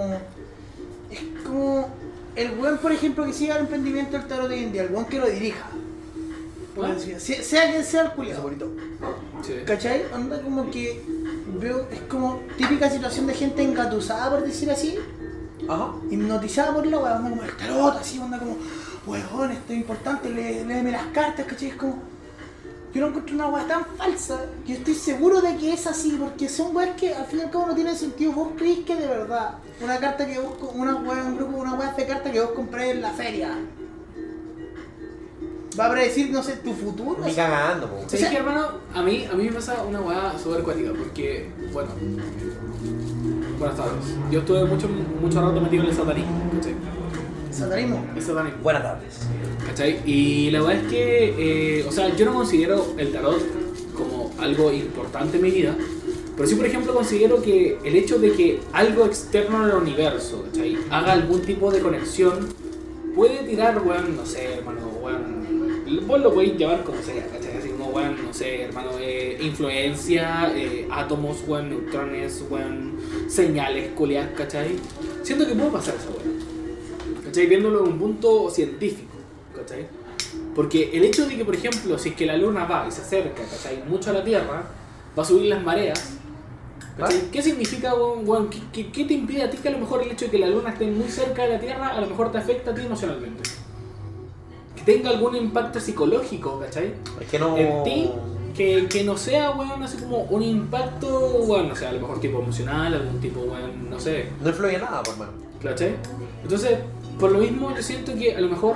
Speaker 2: Es como. El weón, por ejemplo, que siga el emprendimiento del tarot de hoy en día, el weón que lo dirija. Por
Speaker 1: Bueno.
Speaker 2: decir, sea, sea quien sea el culiado.
Speaker 1: Sí.
Speaker 2: ¿Cachai? Anda como que. Veo, es como típica situación de gente engatusada, por decir así,
Speaker 3: Ajá.
Speaker 2: hipnotizada por la weá, onda como el tarot, así, onda como, weón, esto es importante, lé- léeme las cartas, ¿cachai? Es como, yo no encuentro una weá tan falsa, yo estoy seguro de que es así, porque son weas que al fin y al cabo no tienen sentido, vos creís que de verdad, una carta que vos, co- una weá, un grupo, una weá de cartas que vos compráis en la feria, va a predecir, no sé, tu futuro,
Speaker 3: Ni
Speaker 2: así.
Speaker 3: cagando, po.
Speaker 1: Sí,
Speaker 2: O sea-
Speaker 1: que hermano, a mí, a mí me pasa una weá súper cuática, porque, bueno, buenas tardes. Yo estuve mucho, mucho rato metido en el satanismo, ¿cachai?
Speaker 2: satanismo.
Speaker 1: El satanismo.
Speaker 3: Buenas tardes.
Speaker 1: ¿Cachai? Y la verdad es que, eh, o sea, yo no considero el tarot como algo importante en mi vida, pero sí, por ejemplo, considero que el hecho de que algo externo al universo, ¿cachai? Haga algún tipo de conexión, puede tirar, weón, no sé, hermano, weón, vos lo podéis llevar como sea, ¿cachai? Así como, weón, no sé, hermano, eh, influencia, eh, átomos, weón, neutrones, weón, señales, culiadas, ¿cachai? Siento que puede pasar esa weón. ¿cachai? Viéndolo en un punto científico, ¿cachai? Porque el hecho de que, por ejemplo, si es que la luna va y se acerca, ¿cachai? Mucho a la Tierra, va a subir las mareas, ¿cachai? ¿Qué significa, weón? weón? ¿Qué- qué, qué te impide a ti que a lo mejor el hecho de que la luna esté muy cerca de la Tierra, a lo mejor te afecta a ti emocionalmente? Que tenga algún impacto psicológico, ¿cachai?
Speaker 3: Es que no.
Speaker 1: en ti que, que no sea, weón, así como un impacto, weón, no sé, a lo mejor tipo emocional, algún tipo, weón, no sé,
Speaker 3: No influye nada, por mano.
Speaker 1: ¿Cachai? Entonces, por lo mismo, yo siento que a lo mejor,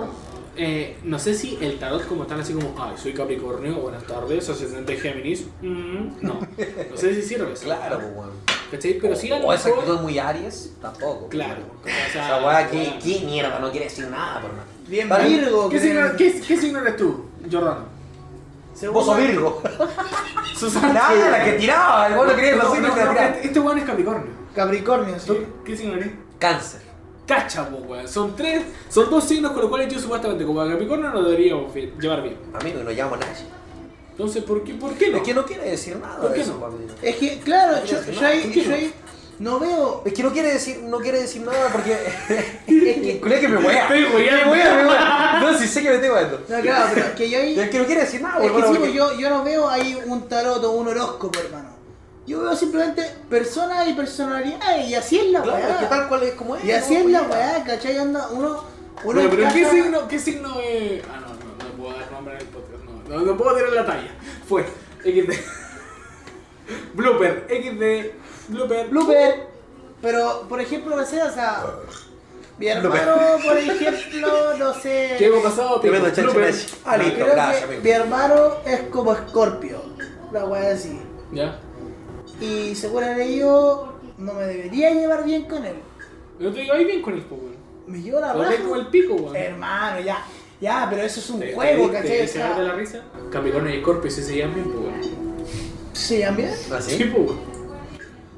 Speaker 1: eh, no sé si el tarot como tal, así como, ay, soy Capricornio, buenas tardes, ascendente Géminis, mm, no, no sé si sirve eso,
Speaker 3: Claro, po, weón.
Speaker 1: ¿cachai? Pero sí a lo
Speaker 3: O esa actitud
Speaker 1: mejor,
Speaker 3: muy Aries, tampoco.
Speaker 1: claro, o sea,
Speaker 3: Esa weá, ¿qué,
Speaker 1: weón.
Speaker 3: qué mierda, no quiere decir nada, por mano.
Speaker 2: Bien,
Speaker 3: Para-
Speaker 2: Virgo,
Speaker 1: ¿Qué
Speaker 2: que-
Speaker 1: signo, qué- qué signo eres tú, Jordano?
Speaker 2: según-
Speaker 3: Vos sos Virgo.
Speaker 1: Susana.
Speaker 3: nada, la que tiraba, el weón no quería
Speaker 1: No,
Speaker 3: decir
Speaker 1: no,
Speaker 3: nada.
Speaker 1: no, este- este weón es Capricornio.
Speaker 2: Capricornio, sí.
Speaker 1: ¿Tú qué signo eres?
Speaker 3: Cáncer.
Speaker 1: Cacha, po, weón. Son tres, son dos signos con los cuales yo supuestamente como a Capricornio nos deberíamos fi- llevar bien.
Speaker 3: Amigo, y no llamo a nadie.
Speaker 1: Entonces, ¿por qué, por qué no?
Speaker 3: Es que no quiere decir nada
Speaker 1: ¿Por
Speaker 3: de
Speaker 1: qué
Speaker 3: eso,
Speaker 1: no?
Speaker 3: Pablito.
Speaker 2: Es que, claro, yo,
Speaker 3: No,
Speaker 2: yo ahí,
Speaker 1: ¿por qué
Speaker 2: yo ahí no veo.
Speaker 3: Es que no quiere decir, no quiere decir nada porque.
Speaker 2: Es que,
Speaker 3: Creo que me voy a.
Speaker 1: Estoy
Speaker 3: Me
Speaker 1: weyando.
Speaker 3: wea, me wea. No, si sé que me tengo esto.
Speaker 2: no, claro, pero es que yo ahí.
Speaker 3: Es que no quiere decir nada,
Speaker 2: Es que
Speaker 3: bueno,
Speaker 2: sí,
Speaker 3: porque-
Speaker 2: pues, yo, yo no veo ahí un tarot o un horóscopo, hermano. Yo veo simplemente personas y personalidades, y así es la
Speaker 3: Claro, es que
Speaker 2: weá.
Speaker 3: tal cual es como es.
Speaker 2: Y así
Speaker 3: ¿no?
Speaker 2: es la
Speaker 3: Pues,
Speaker 2: weá, ¿cachai? Anda, uno. uno
Speaker 1: Bueno, pero ¿qué
Speaker 2: encaja-
Speaker 1: signo, ¿qué signo es...? Ah, no, no, no puedo dar nombre en el podcast, no, no, no puedo tirar la talla. Fue, XD. Blooper, XD, blooper.
Speaker 2: Blooper. Pero, por ejemplo, no sé, o sea. Mi hermano, por ejemplo, no sé.
Speaker 1: ¿Qué hemos pasado?
Speaker 3: Tremendo
Speaker 1: Pico,
Speaker 3: chancho
Speaker 1: blooper.
Speaker 3: Messi. Ah, listo,
Speaker 2: creo
Speaker 3: gracias,
Speaker 2: que
Speaker 3: amigo.
Speaker 2: mi hermano es como Scorpio. La weá así.
Speaker 1: Ya.
Speaker 2: Y seguramente yo no me debería llevar bien con él.
Speaker 1: Yo te digo, ahí bien con el poco, weón.
Speaker 2: Me llevo la
Speaker 1: Lo tengo
Speaker 2: raja.
Speaker 1: el pico, weón.
Speaker 2: Hermano, ya. Ya, pero eso es un
Speaker 1: Te-
Speaker 2: juego,
Speaker 1: te-
Speaker 2: ¿cachai?
Speaker 1: te-
Speaker 2: O
Speaker 1: ¿Se de la
Speaker 2: sea,
Speaker 1: risa? Capricornio y Scorpio sí se llaman bien, pues, weón.
Speaker 2: ¿Se llaman bien?
Speaker 3: Así.
Speaker 1: Sí, pues, weón.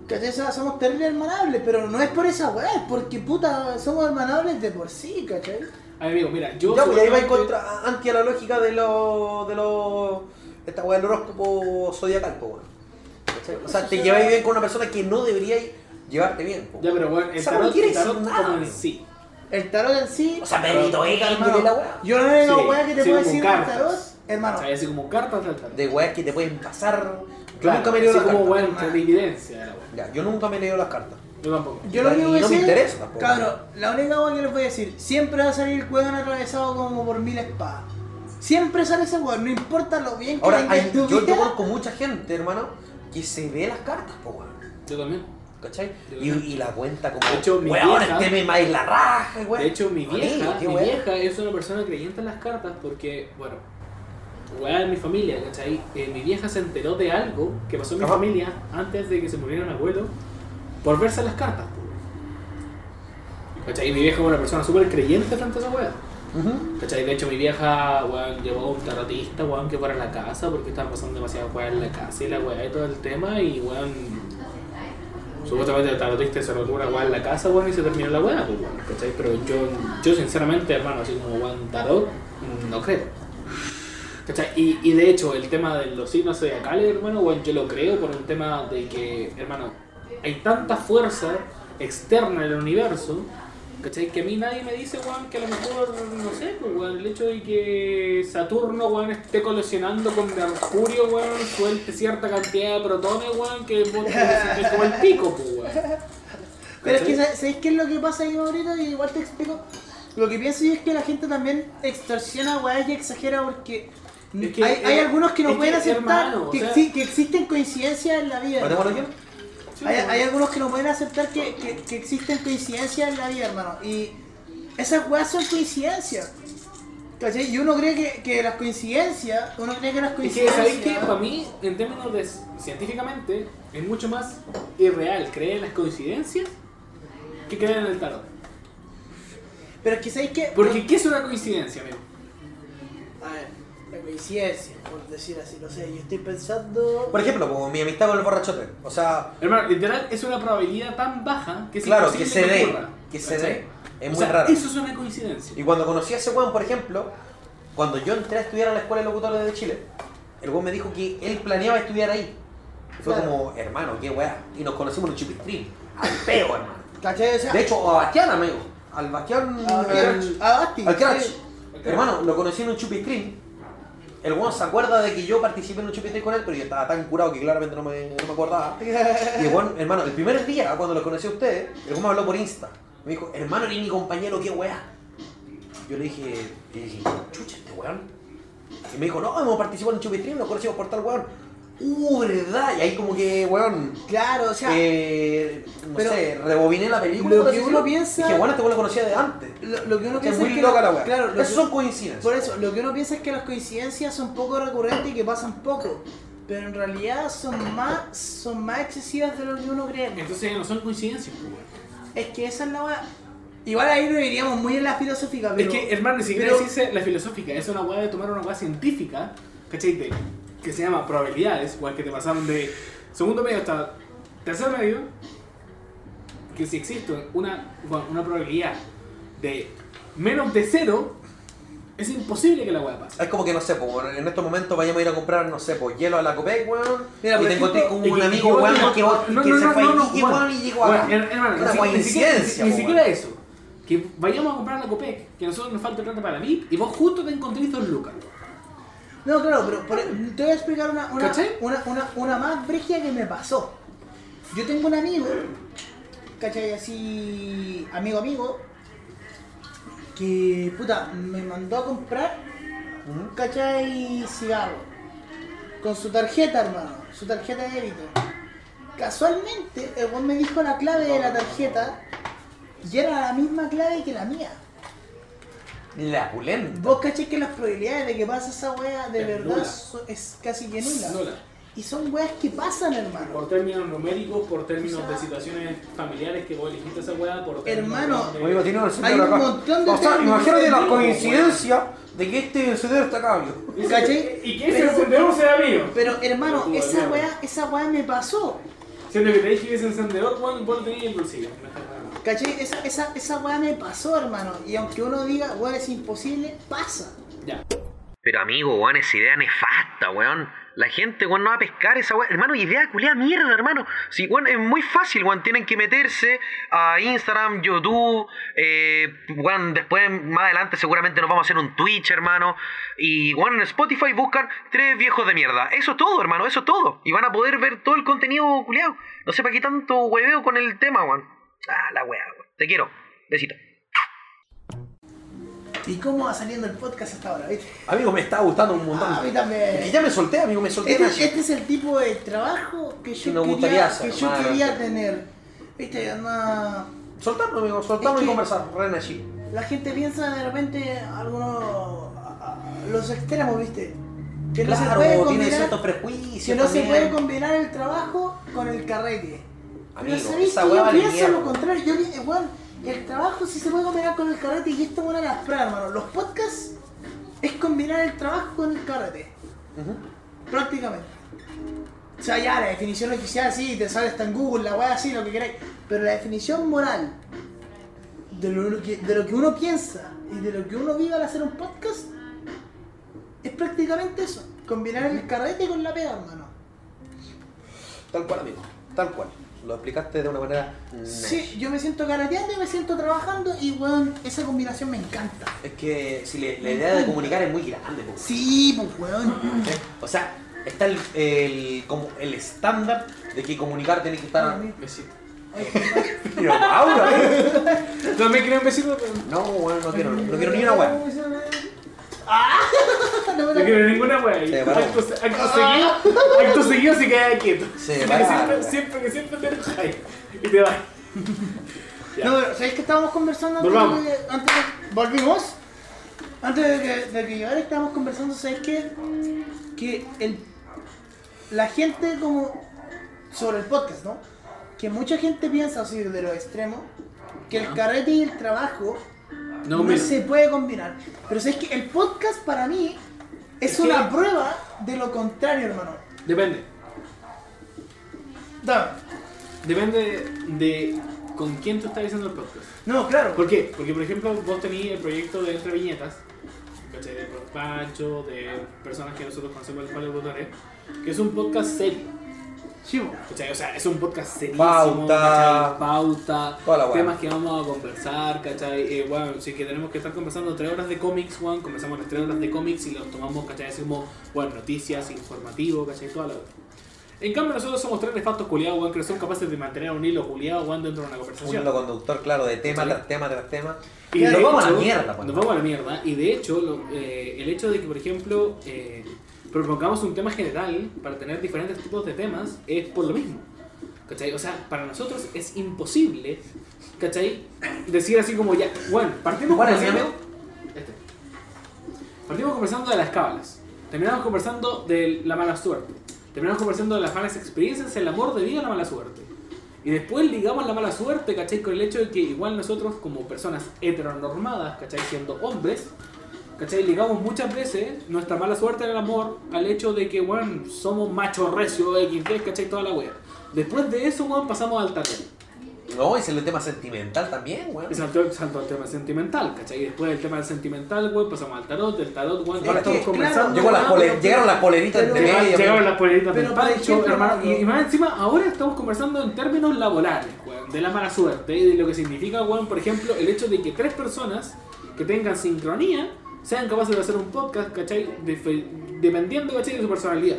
Speaker 2: ¿Cachai? O sea, somos terribles hermanables, pero no es por esa weá, es porque puta, somos hermanables de por sí, ¿cachai?
Speaker 1: A ver, amigo, mira, yo...
Speaker 3: Ya, pues ahí va en
Speaker 1: seguramente-
Speaker 3: contra, anti a la lógica de los. de los. esta weá del horóscopo zodiacal, po, weón. ¿Cachai? O sea, te lleváis bien con una persona que no debería llevarte bien, pues. po.
Speaker 1: Ya, pero weón, el
Speaker 3: O sea, no
Speaker 1: tarot,
Speaker 3: quiere
Speaker 1: el tarot
Speaker 3: decir nada,
Speaker 1: como en
Speaker 3: amigo.
Speaker 1: sí.
Speaker 2: El tarot en sí.
Speaker 3: O sea, Pedrito X,
Speaker 2: hermano,
Speaker 3: de la weá.
Speaker 2: Yo no veo
Speaker 1: Sí,
Speaker 2: weá que te
Speaker 1: sí,
Speaker 2: puedo
Speaker 1: como
Speaker 2: decir del
Speaker 1: cartas.
Speaker 2: tarot,
Speaker 1: O
Speaker 2: hermano.
Speaker 1: sea, así como cartas del tarot.
Speaker 3: De weas que te pueden pasar. Yo
Speaker 1: Claro,
Speaker 3: nunca me leo
Speaker 1: así
Speaker 3: las
Speaker 1: como,
Speaker 3: cartas.
Speaker 1: weón, entre dividencia de la weón.
Speaker 3: Ya, yo nunca me leo las cartas.
Speaker 1: Yo tampoco.
Speaker 2: Yo lo
Speaker 3: Y
Speaker 2: único
Speaker 3: no
Speaker 2: que
Speaker 3: me
Speaker 2: sé,
Speaker 3: interesa pues, tampoco.
Speaker 2: cabrón, la única cosa que les voy a decir, siempre va a salir el hueón atravesado como por mil espadas. Siempre sale ese hueón, no importa lo bien que
Speaker 3: Ahora,
Speaker 2: tenga
Speaker 3: hay,
Speaker 2: en tu
Speaker 3: yo, yo
Speaker 2: vida.
Speaker 3: conozco mucha gente, hermano, que se ve las cartas, po, weón.
Speaker 1: Yo también.
Speaker 3: ¿Cachai?
Speaker 1: Yo
Speaker 3: Y,
Speaker 1: también.
Speaker 3: y la cuenta como.
Speaker 1: De hecho, mi
Speaker 3: weón,
Speaker 1: vieja-
Speaker 3: este me maíz la raja, weón.
Speaker 1: De hecho, mi
Speaker 3: Amigo,
Speaker 1: vieja,
Speaker 3: Pues, qué
Speaker 1: mi
Speaker 3: weón.
Speaker 1: vieja es una persona creyente en las cartas porque, bueno, weá de mi familia, ¿cachai? Eh, mi vieja se enteró de algo que pasó en mi
Speaker 3: Ajá.
Speaker 1: familia antes de que se muriera mi abuelo por verse las cartas, pues, weón. ¿cachai? Y mi vieja es una persona súper creyente frente a esa weá.
Speaker 3: Ujú.
Speaker 1: ¿Cachai? De hecho, mi vieja, weón, llevó a un tarotista, weón, que fuera a la casa porque estaba pasando demasiadas weas en la casa y la weá y todo el tema. Y, weón, supuestamente el tarotista se robó una weá en la casa, weón, y se terminó la weá, pues, weón, ¿cachai? Pero yo, yo sinceramente, hermano, así como weón tarot, no creo. ¿Cachai? Y, y de hecho, el tema de los signos zodiacales, hermano, weón, yo lo creo por un tema de que, hermano, hay tanta fuerza externa en el universo, ¿cachai? Que a mí nadie me dice, weón, que a lo mejor, no sé, pues, weón, el hecho de que Saturno, weón, esté colisionando con Mercurio, weón, suelte cierta cantidad de protones, weón, que vos te sientes como el pico, pues, weón.
Speaker 2: Pero es que,
Speaker 1: ¿Cachai?
Speaker 2: ¿sabes sabéis qué es lo que pasa ahí, Maurito? Y igual te explico. Lo que pienso yo es que la gente también extorsiona weá y exagera porque
Speaker 1: Es que,
Speaker 2: hay, hay
Speaker 1: eh,
Speaker 2: algunos que
Speaker 1: es
Speaker 2: no
Speaker 1: que,
Speaker 2: pueden aceptar
Speaker 1: hermano, o
Speaker 2: que,
Speaker 1: sea-
Speaker 2: exi- que existen coincidencias en la vida.
Speaker 3: ¿Ponemos
Speaker 2: hermano.
Speaker 3: la llave?
Speaker 2: Hay, hay algunos que no pueden aceptar que, que- que existen coincidencias en la vida, hermano. Y esas weas son coincidencias. ¿Cachai? Y uno cree que, que las coincidencias, uno cree que las
Speaker 1: Es que,
Speaker 2: coincidencias.
Speaker 1: ¿sabéis qué? Para mí, en términos de científicamente, es mucho más irreal creer en las coincidencias que creer en el tarot.
Speaker 2: Pero es que sabéis qué?
Speaker 1: Porque, ¿qué es una coincidencia, amigo?
Speaker 2: A ver, la coincidencia, por decir así, no sé, yo estoy pensando.
Speaker 3: Por ejemplo, como mi amistad con el borrachote. O sea,
Speaker 1: Hermano, literal, es una probabilidad tan baja que es
Speaker 3: Claro,
Speaker 1: imposible
Speaker 3: que se dé,
Speaker 1: ocurra,
Speaker 3: que se
Speaker 1: ¿cachai?
Speaker 3: dé. Es
Speaker 1: O
Speaker 3: muy
Speaker 1: sea,
Speaker 3: raro.
Speaker 1: Eso es una coincidencia.
Speaker 3: Y cuando conocí a ese weón, por ejemplo, cuando yo entré a estudiar a la Escuela de Locutores de Chile, el weón me dijo que él planeaba estudiar ahí. Fue
Speaker 2: Claro.
Speaker 3: como, hermano, qué weá. Y nos conocimos en un chipistrín. Al peo, hermano.
Speaker 2: ¿Cachai? O sea,
Speaker 3: De hecho, a Bastián, amigo. Al Bastián.
Speaker 2: a-
Speaker 3: al-
Speaker 2: a- a Basti,
Speaker 3: Al Crash.
Speaker 2: sí.
Speaker 3: Hermano, lo conocí en un chupistrín. El weón se acuerda de que yo participé en un chupistrín con él, pero yo estaba tan curado que claramente no me, no me acordaba. Y el weón, hermano, el primer día, cuando lo conocí a ustedes, el weón me habló por Insta. Me dijo, hermano, eres mi compañero, qué weá. Yo le dije, le dije, chucha este weón. Y me dijo, no, hemos participado en un chupistrín, lo conocimos por tal weón. Uh, verdad. Y ahí como que, weón,
Speaker 2: Claro, o sea.
Speaker 3: eh, no
Speaker 2: pero-
Speaker 3: sé, rebobiné la película.
Speaker 2: Lo
Speaker 3: por
Speaker 2: que
Speaker 3: así
Speaker 2: uno
Speaker 3: decirlo.
Speaker 2: piensa-
Speaker 3: Dije, bueno, este weón lo conocía de antes.
Speaker 2: Lo, lo que uno
Speaker 3: Que es
Speaker 2: piensa
Speaker 3: muy
Speaker 2: que
Speaker 3: loca
Speaker 2: la-
Speaker 3: la weá.
Speaker 2: Claro, lo
Speaker 3: Esas
Speaker 2: que-
Speaker 3: son coincidencias.
Speaker 2: Por eso, lo que uno piensa es que las coincidencias son poco recurrentes y que pasan poco. Pero en realidad son más, son más excesivas de lo que uno cree.
Speaker 1: Entonces no son coincidencias, pues, weón.
Speaker 2: Es que esa es la weá. Igual ahí nos iríamos muy en la filosófica, pero.
Speaker 1: Es que, hermano, ni siquiera
Speaker 2: pero-
Speaker 1: existe la filosófica, es una weá de tomar una weá científica, ¿cachai? De- que se llama probabilidades, weá, que te pasaron de segundo medio hasta tercer medio, que si existe una, weón, una probabilidad de menos de cero, Es imposible que la weá pase.
Speaker 3: Es como que no sé, po, en estos momentos vayamos a ir a comprar, no sé, po, hielo a la Copec, weón.
Speaker 1: Mira,
Speaker 3: y
Speaker 1: por ejemplo,
Speaker 3: te encontré con
Speaker 1: y
Speaker 3: un
Speaker 1: que-
Speaker 3: amigo,
Speaker 1: y que-
Speaker 3: weón,
Speaker 1: no,
Speaker 3: que, que
Speaker 1: no, no,
Speaker 3: se fue
Speaker 1: no,
Speaker 3: a
Speaker 1: no,
Speaker 3: Iquique, weón,
Speaker 1: weón.
Speaker 3: y llegó acá.
Speaker 1: Bueno, her- hermano,
Speaker 3: Una
Speaker 1: ni
Speaker 3: weá
Speaker 1: si- ni siquiera-
Speaker 3: incidencia,
Speaker 1: Ni
Speaker 3: po,
Speaker 1: siquiera
Speaker 3: weón.
Speaker 1: eso. Que vayamos a comprar la Copec, que a nosotros nos falta plata para la VIP, y vos justo te encontréis dos lucas.
Speaker 2: No, claro, pero por- e-, te voy a explicar una, una,
Speaker 1: ¿Cachai?
Speaker 2: una, una, una más brígida que me pasó. Yo tengo un amigo, ¿cachai? Así, amigo, amigo, que, puta, me mandó a comprar, ¿cachai? Cigarro. Con su tarjeta, hermano, su tarjeta de débito. Casualmente, el weón me dijo la clave de la tarjeta y era la misma clave que la mía.
Speaker 3: La pulenta.
Speaker 2: Vos cachés que las probabilidades de que pase esa wea de
Speaker 1: Es
Speaker 2: verdad
Speaker 1: nula.
Speaker 2: so- es casi que nula.
Speaker 1: Nula.
Speaker 2: Y son weas que pasan, hermano.
Speaker 1: Por términos numéricos, por términos de situaciones familiares que vos elegiste esa weá, por términos
Speaker 2: Hermano,
Speaker 1: de-
Speaker 3: Oye, tiene una
Speaker 2: Hay un
Speaker 3: acá.
Speaker 2: montón de
Speaker 3: O sea,
Speaker 2: temas
Speaker 3: imagínate la
Speaker 1: diferentes, po,
Speaker 3: coincidencia de que este encendedor está acá, viejo.
Speaker 2: ¿Cachai?
Speaker 4: Y que ese encendedor sea mío.
Speaker 2: Pero hermano,
Speaker 1: Pero tú,
Speaker 2: esa
Speaker 1: Adrián.
Speaker 2: wea, esa wea me pasó.
Speaker 1: Siento que te dije que ese encendedor, weón, vos lo tenías en el bolsillo.
Speaker 2: ¿Cachai? Esa, esa, esa wea me pasó, hermano. Y aunque uno diga, wea, es imposible, pasa.
Speaker 1: Ya.
Speaker 7: Pero amigo, weón, esa idea nefasta, weón. La gente, weón, no va a pescar esa weón. Hermano, idea culia mierda, hermano. Sí, weón, es muy fácil, weón. Tienen que meterse a Instagram, YouTube. Eh, weón, después, más adelante, seguramente nos vamos a hacer un Twitch, hermano. Y, weón, en Spotify buscan tres viejos de mierda. Eso es todo, hermano, eso es todo. Y van a poder ver todo el contenido culiao. No sé para qué tanto hueveo con el tema, weón. Ah, la weá, weón. Te quiero. Besito.
Speaker 2: ¿Y cómo va saliendo el podcast hasta ahora? Este, ¿viste?
Speaker 3: Amigo, me está gustando un montón.
Speaker 2: Ah, a mí también.
Speaker 3: Y ya me solté, amigo, me solté.
Speaker 2: Este,
Speaker 3: macho.
Speaker 2: este es el tipo de trabajo que yo,
Speaker 3: nos gustaría
Speaker 2: quería,
Speaker 3: hacer,
Speaker 2: que yo
Speaker 3: hermano.
Speaker 2: quería tener. Viste, anda.
Speaker 3: Soltamos, amigo, soltamos
Speaker 2: Es que-
Speaker 3: y conversamos. Ren allí.
Speaker 2: La gente piensa de repente algunos a- a- los extremos, ¿viste? Que no se puede
Speaker 3: Claro, tiene
Speaker 2: combinar,
Speaker 3: ciertos prejuicios.
Speaker 2: que no se
Speaker 3: también.
Speaker 2: puede combinar el trabajo con el carrete.
Speaker 3: Amigo,
Speaker 2: Pero sabéis que
Speaker 3: esa hueá
Speaker 2: yo
Speaker 3: vale
Speaker 2: pienso lo
Speaker 3: mierda.
Speaker 2: contrario, yo pi- igual, el trabajo sí se puede combinar con el carrete y esto es una de las pruebas, hermano. Los podcasts es combinar el trabajo con el carrete.
Speaker 3: Ujú.
Speaker 2: Prácticamente. O sea, ya la definición oficial sí, te sale hasta en Google, la weá así, lo que queráis. Pero la definición moral de lo, que, de lo que uno piensa y de lo que uno vive al hacer un podcast es prácticamente eso. Combinar el carrete con la pega, hermano.
Speaker 3: Tal cual, amigo. Tal cual. Lo explicaste de una manera.
Speaker 2: Sí, yo me siento carreteando y me siento trabajando y weón, esa combinación me encanta.
Speaker 3: Es que si le- la idea de comunicar es muy grande, po.
Speaker 2: Sí, pues weón.
Speaker 3: ¿Eh? O sea, está el, el- como el estándar de que comunicar tiene que
Speaker 1: Ah,
Speaker 3: estar.
Speaker 1: Besito.
Speaker 3: Pero, Aura, ¿eh?
Speaker 1: También quería un besito, pero.
Speaker 3: No, weón, no quiero, no quiero ni una weá.
Speaker 2: Ah,
Speaker 1: No quiero ninguna weá.
Speaker 3: Se paró.
Speaker 1: Acto, se- acto seguido, acto seguido se queda quieto.
Speaker 3: Se
Speaker 1: Siempre
Speaker 3: paró.
Speaker 1: que siempre, siempre que siempre te enojáis. Y te vas. Ya.
Speaker 2: No, pero ¿sabéis que estábamos conversando antes
Speaker 1: Volvamos.
Speaker 2: de que. Antes de- ¿Volvimos? Antes de que, de que llegara estábamos conversando, ¿sabéis qué? Que el, la gente como. sobre el podcast, ¿no? Que mucha gente piensa así de lo extremo, que el carrete y el trabajo no,
Speaker 1: mira.
Speaker 2: se puede combinar. Pero ¿sabéis que el podcast para mí es una prueba de lo contrario, hermano.
Speaker 1: Depende.
Speaker 2: Dame.
Speaker 1: Depende de con quién tú estás haciendo el podcast.
Speaker 2: No, claro.
Speaker 1: ¿Por qué? Porque, por ejemplo, vos tenéis el proyecto de Entre Viñetas, ¿cachai? De Pancho, de personas que nosotros conocemos, el cual votaré, que es un podcast serio.
Speaker 2: Chivo.
Speaker 1: ¿cachai? O sea, es un podcast serísimo,
Speaker 3: Pauta.
Speaker 1: ¿cachai? Pauta,
Speaker 3: Toda la weá.
Speaker 1: temas que vamos a conversar, ¿cachai? Eh, bueno, sí que tenemos que estar conversando tres horas de cómics, Juan, conversamos las tres horas de cómics y los tomamos, ¿cachai? Decimos, bueno, noticias, informativo, ¿cachai? Toda la weá. En cambio, nosotros somos tres nefastos culiados, Juan, que no somos capaces de mantener un hilo culiado, Juan, dentro de una
Speaker 3: Un
Speaker 1: conversación.
Speaker 3: hilo conductor, claro, de tema
Speaker 1: Sí.
Speaker 3: tras tema tras tema.
Speaker 1: Y
Speaker 3: nos
Speaker 1: de
Speaker 3: vamos a la
Speaker 1: hecho-
Speaker 3: mierda, pues.
Speaker 1: Nos vamos a la mierda. Y de hecho, lo- eh, el hecho de que, por ejemplo, eh, propongamos un tema general para tener diferentes tipos de temas es por lo mismo. ¿Cachai? O sea, para nosotros es imposible, ¿cachai? Decir así como ya, bueno, partimos
Speaker 3: ¿Cuál es el
Speaker 1: conversando- Este. Partimos conversando de las cábalas. Terminamos conversando de la mala suerte. Terminamos conversando de las malas experiencias, el amor debido a la mala suerte. Y después ligamos la mala suerte, ¿cachai? Con el hecho de que igual nosotros como personas heteronormadas, ¿cachai? Siendo hombres, ¿cachai? Ligamos muchas veces nuestra mala suerte en el amor al hecho de que, bueno, somos macho recio, XD, ¿cachai? Toda la wea. Después de eso, weón, pasamos al tarot.
Speaker 3: No, y es el tema sentimental también, weón.
Speaker 1: Y saltó, saltó al tema sentimental, ¿cachai? Y después del tema sentimental, güey, pasamos al tarot, del tarot, güey,
Speaker 3: Es
Speaker 1: ahora
Speaker 3: que,
Speaker 1: estamos
Speaker 3: claro,
Speaker 1: conversando.
Speaker 3: llegó las
Speaker 1: güey,
Speaker 3: pole-
Speaker 1: pero-
Speaker 3: llegaron las poleritas de
Speaker 1: Llega-
Speaker 3: media.
Speaker 1: Llegaron las poleritas del
Speaker 2: Pero, por
Speaker 1: Pancho,
Speaker 2: ejemplo,
Speaker 1: hermano. Y, y
Speaker 2: no.
Speaker 1: más encima, ahora estamos conversando en términos laborales, weón, de la mala suerte y de lo que significa, weón, por ejemplo, el hecho de que tres personas que tengan sincronía sean capaces de hacer un podcast, ¿cachai? De fe- dependiendo, ¿cachai? De su personalidad.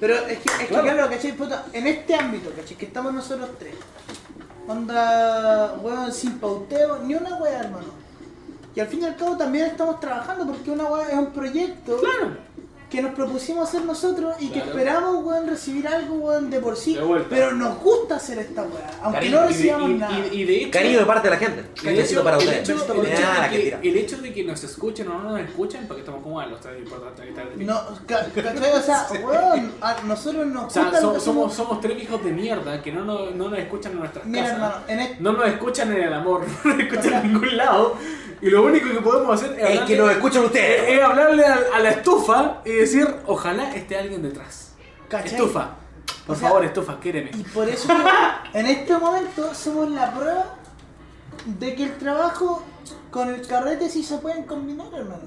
Speaker 2: Pero es que, es
Speaker 1: Claro.
Speaker 2: que claro, ¿cachai? Puta, en este ámbito, ¿cachai? Que estamos nosotros tres. Onda, weón, sin pauteo, ni una weá, hermano. Y al fin y al cabo también estamos trabajando porque una weá es un proyecto
Speaker 1: Claro.
Speaker 2: que nos propusimos hacer nosotros y
Speaker 1: Claro.
Speaker 2: que esperamos, weón, recibir algo, weón, de por sí.
Speaker 1: De vuelta.
Speaker 2: pero nos gusta hacer esta weá, aunque
Speaker 3: Cariño,
Speaker 2: no
Speaker 1: Y de,
Speaker 2: recibamos
Speaker 1: y-
Speaker 2: nada.
Speaker 1: y- y de hecho,
Speaker 3: Cariño de parte de la gente.
Speaker 1: y de
Speaker 3: Cachecito
Speaker 1: hecho,
Speaker 3: para
Speaker 1: el
Speaker 3: ustedes.
Speaker 1: hecho- el hecho
Speaker 3: Nada,
Speaker 1: de
Speaker 3: que tira.
Speaker 1: que- el hecho de que nos escuchen o no nos escuchen, ¿para qué estamos como "Ah, malos? Está importante ahorita definir.
Speaker 2: No, ca- ¿cachai? O sea, weón, a nosotros nos
Speaker 1: O sea,
Speaker 2: gusta
Speaker 1: so-
Speaker 2: lo que
Speaker 1: somos,
Speaker 2: hacemos.
Speaker 1: somos tres hijos de mierda que no nos, no nos escuchan en nuestras
Speaker 2: Mira,
Speaker 1: casas.
Speaker 2: hermano, en este.
Speaker 1: No nos escuchan en el amor, no nos escuchan en ningún lado. Y lo único que podemos hacer es,
Speaker 3: Es que nos
Speaker 1: hablarle,
Speaker 3: escuchan ustedes.
Speaker 1: es hablarle a, a la estufa y decir, ojalá esté alguien detrás.
Speaker 2: ¿Cachai?
Speaker 1: Estufa, por
Speaker 2: O sea,
Speaker 1: favor, estufa, quéreme.
Speaker 2: Y por eso que en este momento somos la prueba de que el trabajo con el carrete sí se pueden combinar, hermano.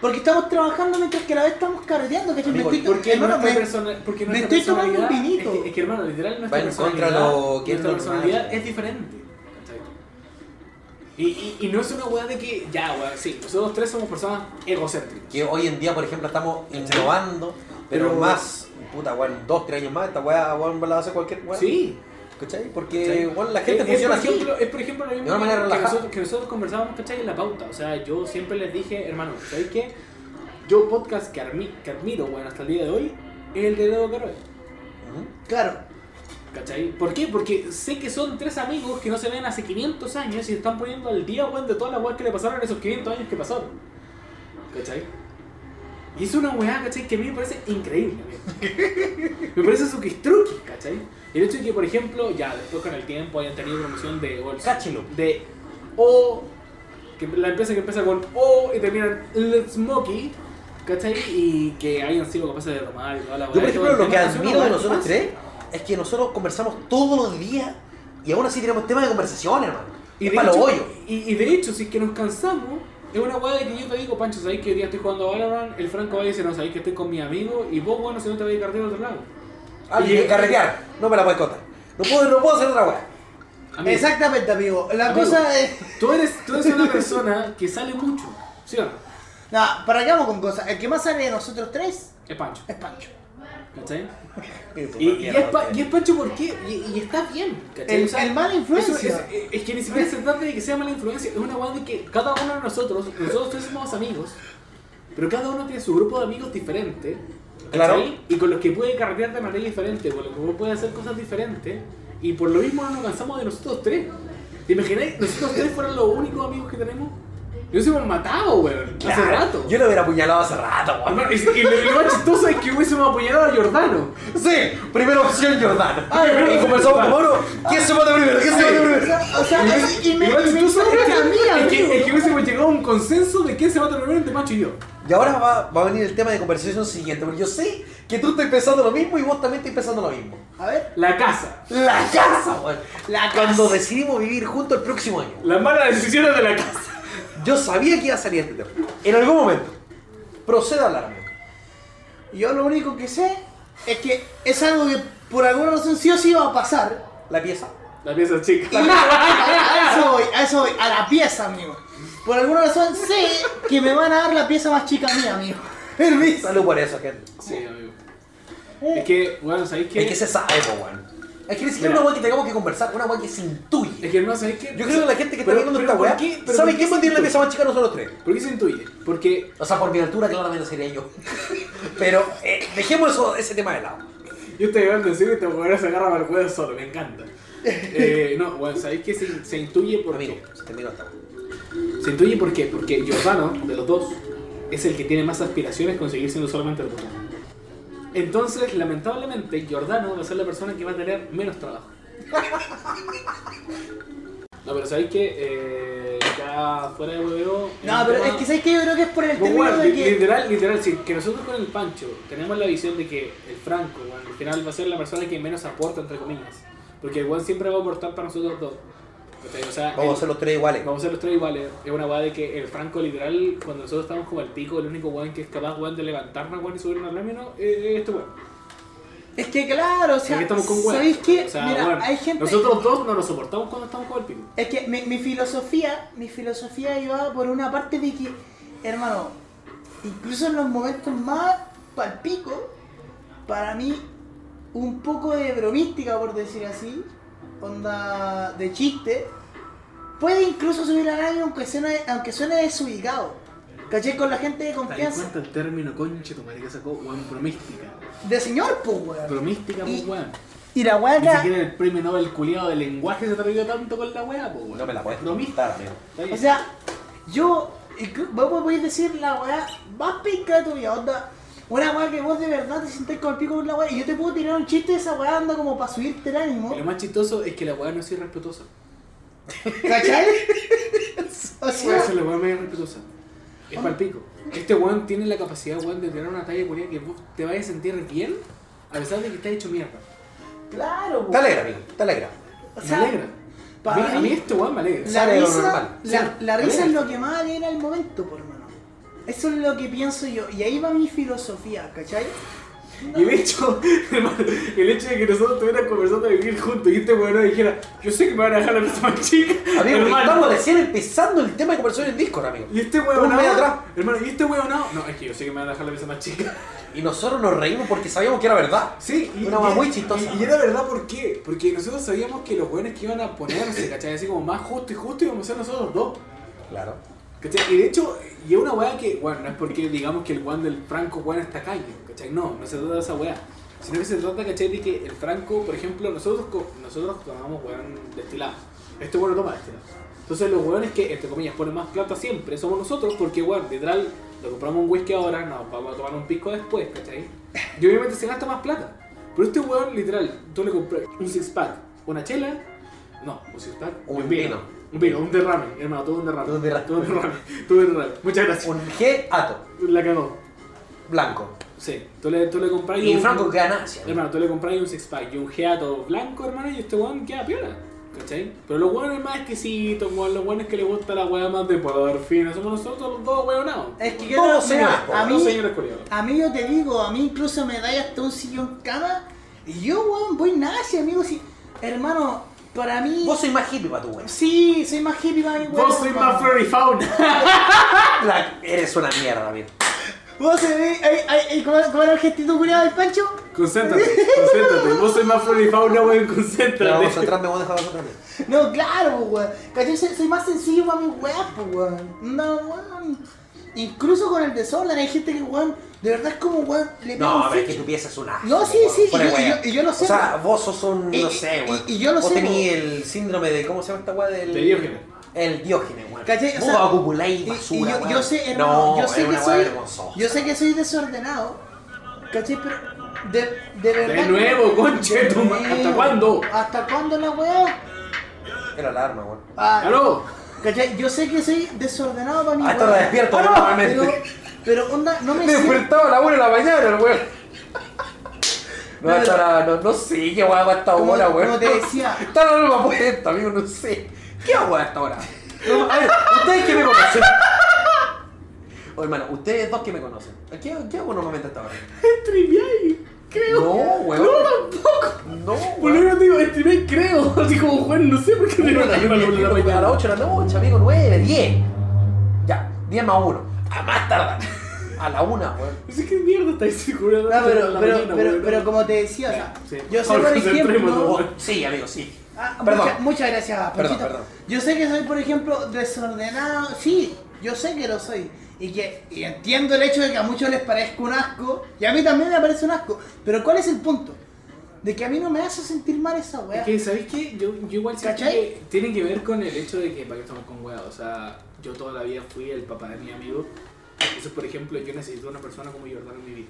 Speaker 2: Porque estamos trabajando mientras que a la vez estamos carreteando, que me
Speaker 3: Amigo,
Speaker 2: estoy,
Speaker 1: Porque
Speaker 2: hermano,
Speaker 1: nuestra
Speaker 2: me-
Speaker 1: persona- porque
Speaker 2: me
Speaker 1: nuestra
Speaker 2: estoy tomando un
Speaker 1: personalidad-
Speaker 2: vinito.
Speaker 1: Es que, es que, hermano, literal nuestra
Speaker 3: Va en contra
Speaker 1: personalidad,
Speaker 3: lo que es
Speaker 1: nuestra
Speaker 3: lo
Speaker 1: personalidad
Speaker 3: normal.
Speaker 1: es diferente. ¿cachai? Y, y, y no es una weá de que, ya, weá, sí, nosotros tres somos personas egocéntricas.
Speaker 3: Que hoy en día, por ejemplo, estamos innovando, pero
Speaker 1: Pero-
Speaker 3: más, puta, weón, dos, tres años más, esta weá, weón, la hace cualquier weá.
Speaker 1: Sí.
Speaker 3: ¿Cachai?
Speaker 1: Sí.
Speaker 3: Porque, weón, la gente
Speaker 1: Es-
Speaker 3: funciona
Speaker 1: es por
Speaker 3: así.
Speaker 1: ejemplo, Es por ejemplo lo mismo
Speaker 3: De una
Speaker 1: que-
Speaker 3: manera
Speaker 1: que,
Speaker 3: relajada.
Speaker 1: nosotros, que nosotros conversábamos, ¿cachai? En la pauta. O sea, yo siempre les dije, hermano, ¿sabéis qué? Yo podcast que, armi- que admiro, bueno, hasta el día de hoy, es el de Leo Carol.
Speaker 3: Ujú.
Speaker 2: Claro,
Speaker 1: ¿Cachai? ¿Por qué? Porque sé que son tres amigos que no se ven hace 500 años y están poniendo al día, weón, de todas las weas que le pasaron en esos 500 años que pasaron. ¿Cachai? Y es una weá, ¿cachai? Que a mí me parece increíble, amigo. Me parece su truqui, ¿cachai? El hecho de que, por ejemplo, ya después con el tiempo hayan tenido promoción de o el-
Speaker 3: Cáchelo.
Speaker 1: De O, que la empresa que empieza con O y termina en Let's Smokey, ¿cachai? Y que hayan sido capaces de tomar y toda la weá.
Speaker 3: Yo, por
Speaker 1: y todo
Speaker 3: ejemplo,
Speaker 1: el
Speaker 3: lo que
Speaker 1: tema, es una
Speaker 3: admiro
Speaker 1: weá
Speaker 3: de nosotros
Speaker 1: pasa.
Speaker 3: tres es que nosotros conversamos todos los días y aún así tenemos temas de conversación, hermano. Y es para los
Speaker 1: hecho,
Speaker 3: hoyos.
Speaker 1: Y, y de hecho, si es que nos cansamos, es una weá de que yo te digo, Pancho, ¿sabéis que hoy día estoy jugando a Valorant? El Franco va y dice, no, ¿sabéis que estoy con mi amigo? Y vos, bueno, si no te vais a cargar al otro lado.
Speaker 3: Ah,
Speaker 1: Y-
Speaker 3: y carretear, no me la puedes contar. No puedo, no puedo hacer otra weá.
Speaker 1: Amigo,
Speaker 2: exactamente, amigo. La
Speaker 1: Amigo.
Speaker 2: cosa es.
Speaker 1: Tú eres, tú eres una persona que sale mucho, ¿sí o no?
Speaker 2: Nah, para qué vamos con cosas. El que más sale de nosotros tres
Speaker 1: Es Pancho,
Speaker 2: es Pancho.
Speaker 1: ¿cachai?
Speaker 3: Puta
Speaker 1: Y, y
Speaker 3: mierda,
Speaker 1: es, pa-
Speaker 3: ustedes.
Speaker 1: y es Pancho porque, y, y está bien, ¿cachai?
Speaker 2: El,
Speaker 1: O sea,
Speaker 2: el mala
Speaker 1: Eso
Speaker 2: influencia.
Speaker 1: es, es- es que ni siquiera se trata de que sea mala influencia, es una weá de que cada uno de nosotros, nosotros tres somos amigos, pero cada uno tiene su grupo de amigos diferente, ¿cachai?
Speaker 3: Claro.
Speaker 1: y con los que puede carretear de manera diferente, con los que puede hacer cosas diferentes, y por lo mismo no nos cansamos de nosotros tres. ¿Te imagináis? Nosotros tres fueran los únicos amigos que tenemos. Y nos hemos matado, weón, hace
Speaker 3: Claro,
Speaker 1: rato.
Speaker 3: Yo lo hubiera apuñalado hace rato, weón.
Speaker 1: Hermano, Y, y lo, lo más chistoso es que hubiésemos apoyado a Jordano.
Speaker 3: Sí, primera opción Jordano.
Speaker 1: Ah,
Speaker 3: y conversamos con Mauro. ¿Quién se mata primero? ¿Quién se mata
Speaker 2: O
Speaker 3: primero?
Speaker 2: sea, o sea, es- y me,
Speaker 1: Lo
Speaker 2: y
Speaker 1: más
Speaker 2: me
Speaker 1: chistoso es
Speaker 2: encuentran a mí,
Speaker 1: que- es
Speaker 2: amigo.
Speaker 1: que, es que hubiésemos llegado a un consenso de quién se mata primero entre Macho y yo.
Speaker 3: Y ahora va, va a venir el tema de conversación siguiente, porque yo sé que tú estás pensando lo mismo y vos también estás pensando lo mismo.
Speaker 2: A ver,
Speaker 1: La casa.
Speaker 3: La casa, weón.
Speaker 2: La
Speaker 3: Cuando
Speaker 2: casa.
Speaker 3: decidimos vivir juntos el próximo año.
Speaker 1: Las malas decisiones de la casa.
Speaker 3: Yo sabía que iba a salir este tema. En algún momento. Proceda a hablarme.
Speaker 2: yo lo único que sé es que es algo que por alguna razón sí o sí va a pasar.
Speaker 3: La pieza.
Speaker 1: La pieza chica.
Speaker 2: Y- a eso voy, a eso voy, a la pieza, amigo. Por alguna razón sé que me van a dar la pieza más chica mía, amigo. Permiso.
Speaker 3: Salud por eso, gente.
Speaker 1: Sí, amigo. Es que, bueno, ¿sabéis qué?
Speaker 3: Es que se sabe, po, weón. Es que ni siquiera
Speaker 1: Mira.
Speaker 3: una weá que tengamos que conversar, una weá que se intuye.
Speaker 1: Es que, hermano, ¿sabéis qué?
Speaker 3: Yo creo que la gente que está
Speaker 1: Pero-
Speaker 3: viendo
Speaker 1: pero
Speaker 3: esta
Speaker 1: ¿por
Speaker 3: weá
Speaker 1: qué? Pero
Speaker 3: sabe
Speaker 1: ¿por qué
Speaker 3: quién mantiene la
Speaker 1: se
Speaker 3: pieza más chica, nosotros tres.
Speaker 1: intuye? ¿Por qué se intuye? Porque,
Speaker 3: O sea, por mi altura claramente sería yo. Pero eh, dejemos eso, ese tema de lado.
Speaker 1: yo estoy hablando en serio y te voy a sacar a juego solo, me encanta. Eh, no, bueno, ¿sabéis qué? Se, se intuye porque...
Speaker 3: Amigo, se terminó esta weá.
Speaker 1: Se intuye porque, porque Giordano, de los dos, es el que tiene más aspiraciones con seguir siendo solamente el botón. Entonces, lamentablemente, Giordano va a ser la persona que va a tener menos trabajo. No, pero sabéis que ya fuera de huevo.
Speaker 2: No, pero es que sabes que yo creo que es por el término de que.
Speaker 1: literal, literal, sí, que nosotros con el Pancho tenemos la visión de que el Franco, bueno, al final va a ser la persona que menos aporta, entre comillas. Porque el weón siempre va a aportar para nosotros dos. ¿Cachai? O sea,
Speaker 3: Vamos a
Speaker 1: el-
Speaker 3: hacer los tres iguales.
Speaker 1: Vamos a ser los tres iguales. Es una weá de que el Franco, literal, cuando nosotros estamos como al pico, el único weón que es capaz weón, de levantarnos weón, y subir una lámina es es este weón.
Speaker 2: Es que claro, o sea,
Speaker 1: Aquí estamos con weón.
Speaker 2: ¿sabéis qué?
Speaker 1: O sea,
Speaker 2: Mira,
Speaker 1: weón,
Speaker 2: hay gente...
Speaker 1: Nosotros dos no nos soportamos cuando estamos con el pico.
Speaker 2: Es que mi, mi filosofía, mi filosofía iba por una parte de que, hermano, incluso en los momentos más palpico, para mí, un poco de bromística, por decir así, onda de chiste, puede incluso subir al año aunque suene, aunque suene desubicado. ¿Caché? Con la gente de
Speaker 1: Dale
Speaker 2: confianza.
Speaker 1: cuenta el término conche, tu madre que sacó weón promística.
Speaker 2: De señor, pues, weón.
Speaker 1: Promística, pues
Speaker 2: Y-
Speaker 1: weón.
Speaker 2: Y la weá
Speaker 1: Ni
Speaker 2: acá-
Speaker 1: siquiera el premio Nobel culiado de lenguaje se atrevió tanto con la weá, pues weón.
Speaker 3: No me la puedes
Speaker 1: Promística.
Speaker 3: preguntar, amigo.
Speaker 1: Está bien.
Speaker 2: O sea, yo, inclu- vos me podéis decir la weá más pica de tu vida, onda. Una weá que vos de verdad te sientes con el pico con la weá. Y yo te puedo tirar un chiste de esa weá, anda como para subirte el ánimo.
Speaker 1: Y lo más chistoso es que la weá no es irrespetuosa.
Speaker 2: ¿Cachai? o
Speaker 1: Puede
Speaker 2: sea,
Speaker 1: ser la weá medio respetuosa. Es para el pico. Este weón tiene la capacidad, weón, de tener una talla culiada que vos te vayas a sentir bien a pesar de que estás hecho mierda.
Speaker 2: claro, po.
Speaker 3: Te alegra, amigo. Te alegra.
Speaker 2: O
Speaker 1: Me
Speaker 2: sea,
Speaker 1: alegra. A
Speaker 2: para
Speaker 1: mí, a mí
Speaker 2: mí-
Speaker 1: este weón me alegra.
Speaker 2: La
Speaker 3: Sale de lo
Speaker 2: risa,
Speaker 3: normal.
Speaker 2: la,
Speaker 1: Sí,
Speaker 2: la risa
Speaker 1: vale.
Speaker 2: es lo que más alegra el momento, por hermano. Eso es lo que pienso yo. Y ahí va mi filosofía, ¿cachai?
Speaker 1: Y el hecho, hermano, el hecho de que nosotros estuviéramos conversando de vivir juntos y este weón dijera, yo sé que me van a dejar la persona más chica.
Speaker 3: Amigo,
Speaker 1: hermano.
Speaker 3: estamos recién empezando el tema de conversación en Discord, amigo.
Speaker 1: Y este
Speaker 3: Estamos medio atrás.
Speaker 1: weonado, hermano, y este weonado, no, es que yo sé que me van a dejar la mesa más chica.
Speaker 3: Y nosotros nos reímos porque sabíamos que era verdad.
Speaker 1: Sí,
Speaker 3: Una hueá muy chistosa.
Speaker 1: Y, y era verdad, ¿por qué? Porque nosotros sabíamos que los weones que iban a ponerse, ¿cachai? Así como más justo y justo íbamos a ser nosotros dos.
Speaker 3: Claro.
Speaker 1: ¿Cachai? Y de hecho, y es una weá que, bueno, no es porque digamos que el weón del Franco weón está calle, ¿cachai? No, no se trata de esa weá. Sino que se trata, ¿cachai? De que el Franco, por ejemplo, nosotros, co- nosotros tomamos weón destilado. Este weón no toma destilado. Entonces los weones que, entre comillas, ponen más plata siempre somos nosotros porque, weón, literal, lo compramos un whisky ahora, nos vamos a tomar un pisco después, ¿cachai? Y obviamente se gasta más plata. Pero este weón, literal, tú le compras un six-pack, una chela, no, un six-pack,
Speaker 3: Un vino.
Speaker 1: Un vino, un derrame, hermano, todo un derrame.
Speaker 3: Todo un derrame.
Speaker 1: Todo un derrame. Todo un derrame. Muchas gracias.
Speaker 3: Un G ato,
Speaker 1: La cagó.
Speaker 3: blanco.
Speaker 1: Sí. Tú le, tú le compras
Speaker 3: Y
Speaker 1: un-
Speaker 3: Franco ganancia. amigo.
Speaker 1: Hermano, tú le compras un six pack y un geato blanco, hermano, y este weón queda piola. ¿Cachai? Pero los weones más exquisitos, weón, los weones que les gusta la weá más de porfino, somos nosotros los dos weonados.
Speaker 2: Es que
Speaker 3: No,
Speaker 2: mira,
Speaker 3: señores, po.
Speaker 2: a
Speaker 1: Los
Speaker 2: mí,
Speaker 1: señores culiados.
Speaker 2: A mí yo te digo, a mí incluso me da hasta un sillón cama y yo, weón, voy nazi, amigo. Si, hermano, para mí...
Speaker 3: Vos sois más hippie para tu weón.
Speaker 2: Sí, soy más hippie, para mi
Speaker 1: Vos sois más furry fauna.
Speaker 3: La- Eres una mierda, amigo.
Speaker 2: Vos se ve, ay, ay, ay, ¿cómo, cómo era el gestito culiado del Pancho?
Speaker 1: Concéntrate, concéntrate. Vos sois más furry fauna, weón,
Speaker 3: Pero vamos a
Speaker 1: concéntrate.
Speaker 3: entrar, me voy a dejar vosotros también.
Speaker 2: No, claro, pues, weón. ¿Cachai? Soy, soy más sencillo para mis weas, pues, weón. No, weón. Incluso con el desorden hay gente que, weón, de verdad es como, weón, le pega
Speaker 3: No,
Speaker 2: un
Speaker 3: a ver, que
Speaker 2: ficho.
Speaker 3: tu pieza es una.
Speaker 2: No, sí, sí, y yo- y yo- y yo lo sé,
Speaker 3: O sea,
Speaker 2: weón.
Speaker 3: vos sos un.
Speaker 2: Y-
Speaker 3: no sé,
Speaker 2: y-
Speaker 3: weón.
Speaker 2: y yo lo
Speaker 3: vos
Speaker 2: sé,
Speaker 3: tenías
Speaker 2: weón.
Speaker 3: el síndrome de. ¿Cómo se llama esta weá del.
Speaker 1: De Diógenes.
Speaker 3: El Diógenes, weón.
Speaker 2: ¿Cachai? O
Speaker 3: Vos
Speaker 2: sea,
Speaker 3: acumuláis
Speaker 2: Y- y
Speaker 3: basura.
Speaker 2: yo, yo
Speaker 3: weón.
Speaker 2: sé, hermano,
Speaker 3: no,
Speaker 2: yo sé
Speaker 3: es
Speaker 2: que
Speaker 3: una weá
Speaker 2: soy.
Speaker 3: vergonzosa.
Speaker 2: Yo sé que soy desordenado. ¿Cachai? Pero. De, de verdad.
Speaker 1: De nuevo, conche, tu ma-
Speaker 2: nuevo.
Speaker 1: ¿Hasta cuándo?
Speaker 2: ¿Hasta cuándo la weá?
Speaker 3: Era alarma, weón.
Speaker 2: Ah,
Speaker 1: ¿Aló?
Speaker 2: ¿Cachai? Yo sé que soy desordenado para mi
Speaker 3: Ah, estaba
Speaker 2: weá.
Speaker 3: despierto
Speaker 2: Ah, no,
Speaker 3: normalmente.
Speaker 2: Pero, pero onda, no me
Speaker 3: Me
Speaker 2: sirve.
Speaker 3: despertaba a la 1 de la mañana, el weón. No, hasta la, no, no sé qué weá va a esta
Speaker 2: Como-
Speaker 3: hora, weón.
Speaker 2: como te decía.
Speaker 3: Está la alarma puesta, amigo, no sé. ¿Qué weá a esta hora? No, a ver, ustedes que me conocen. Oye, hermano, ustedes dos que me conocen. ¿Qué, qué hago normalmente a esta hora?
Speaker 1: Streameáis, creo.
Speaker 3: No, weón.
Speaker 1: No, tampoco.
Speaker 3: No,
Speaker 1: Por lo
Speaker 3: weón.
Speaker 1: menos digo, streameáis, creo. Así como, weón, no sé por qué te
Speaker 3: Yo
Speaker 1: lo
Speaker 3: me despierto como A las 8 de la noche, amigo, 9, 10. Ya, 10 más 1. A más tardar. A la 1, weón.
Speaker 1: No sé qué mierda estáis segura.
Speaker 2: No, Ah, pero, pero, pero, pero como te decía, o sea,
Speaker 1: Sí.
Speaker 2: yo sé,
Speaker 1: Ahora
Speaker 2: por
Speaker 1: concentrémonos,
Speaker 2: ejemplo.
Speaker 1: weón.
Speaker 3: Sí, amigo, sí.
Speaker 2: Ah,
Speaker 3: Perdón.
Speaker 2: mucha- muchas gracias, Panchito.
Speaker 3: perdón.
Speaker 2: Yo sé que soy, por ejemplo, desordenado. Sí, yo sé que lo soy. Y que y entiendo el hecho de que a muchos les parezca un asco. Y a mí también me parece un asco. Pero ¿cuál es el punto? De que a mí no me hace sentir mal esa weá.
Speaker 1: Es que, ¿sabéis qué? Yo, yo igual siento
Speaker 2: ¿Cachai?
Speaker 1: que tiene que ver con el hecho de que, ¿para qué estamos con weas? O sea, yo toda la vida fui el papá de mi amigo. Entonces, por ejemplo, yo necesito una persona como Jordano en mi vida.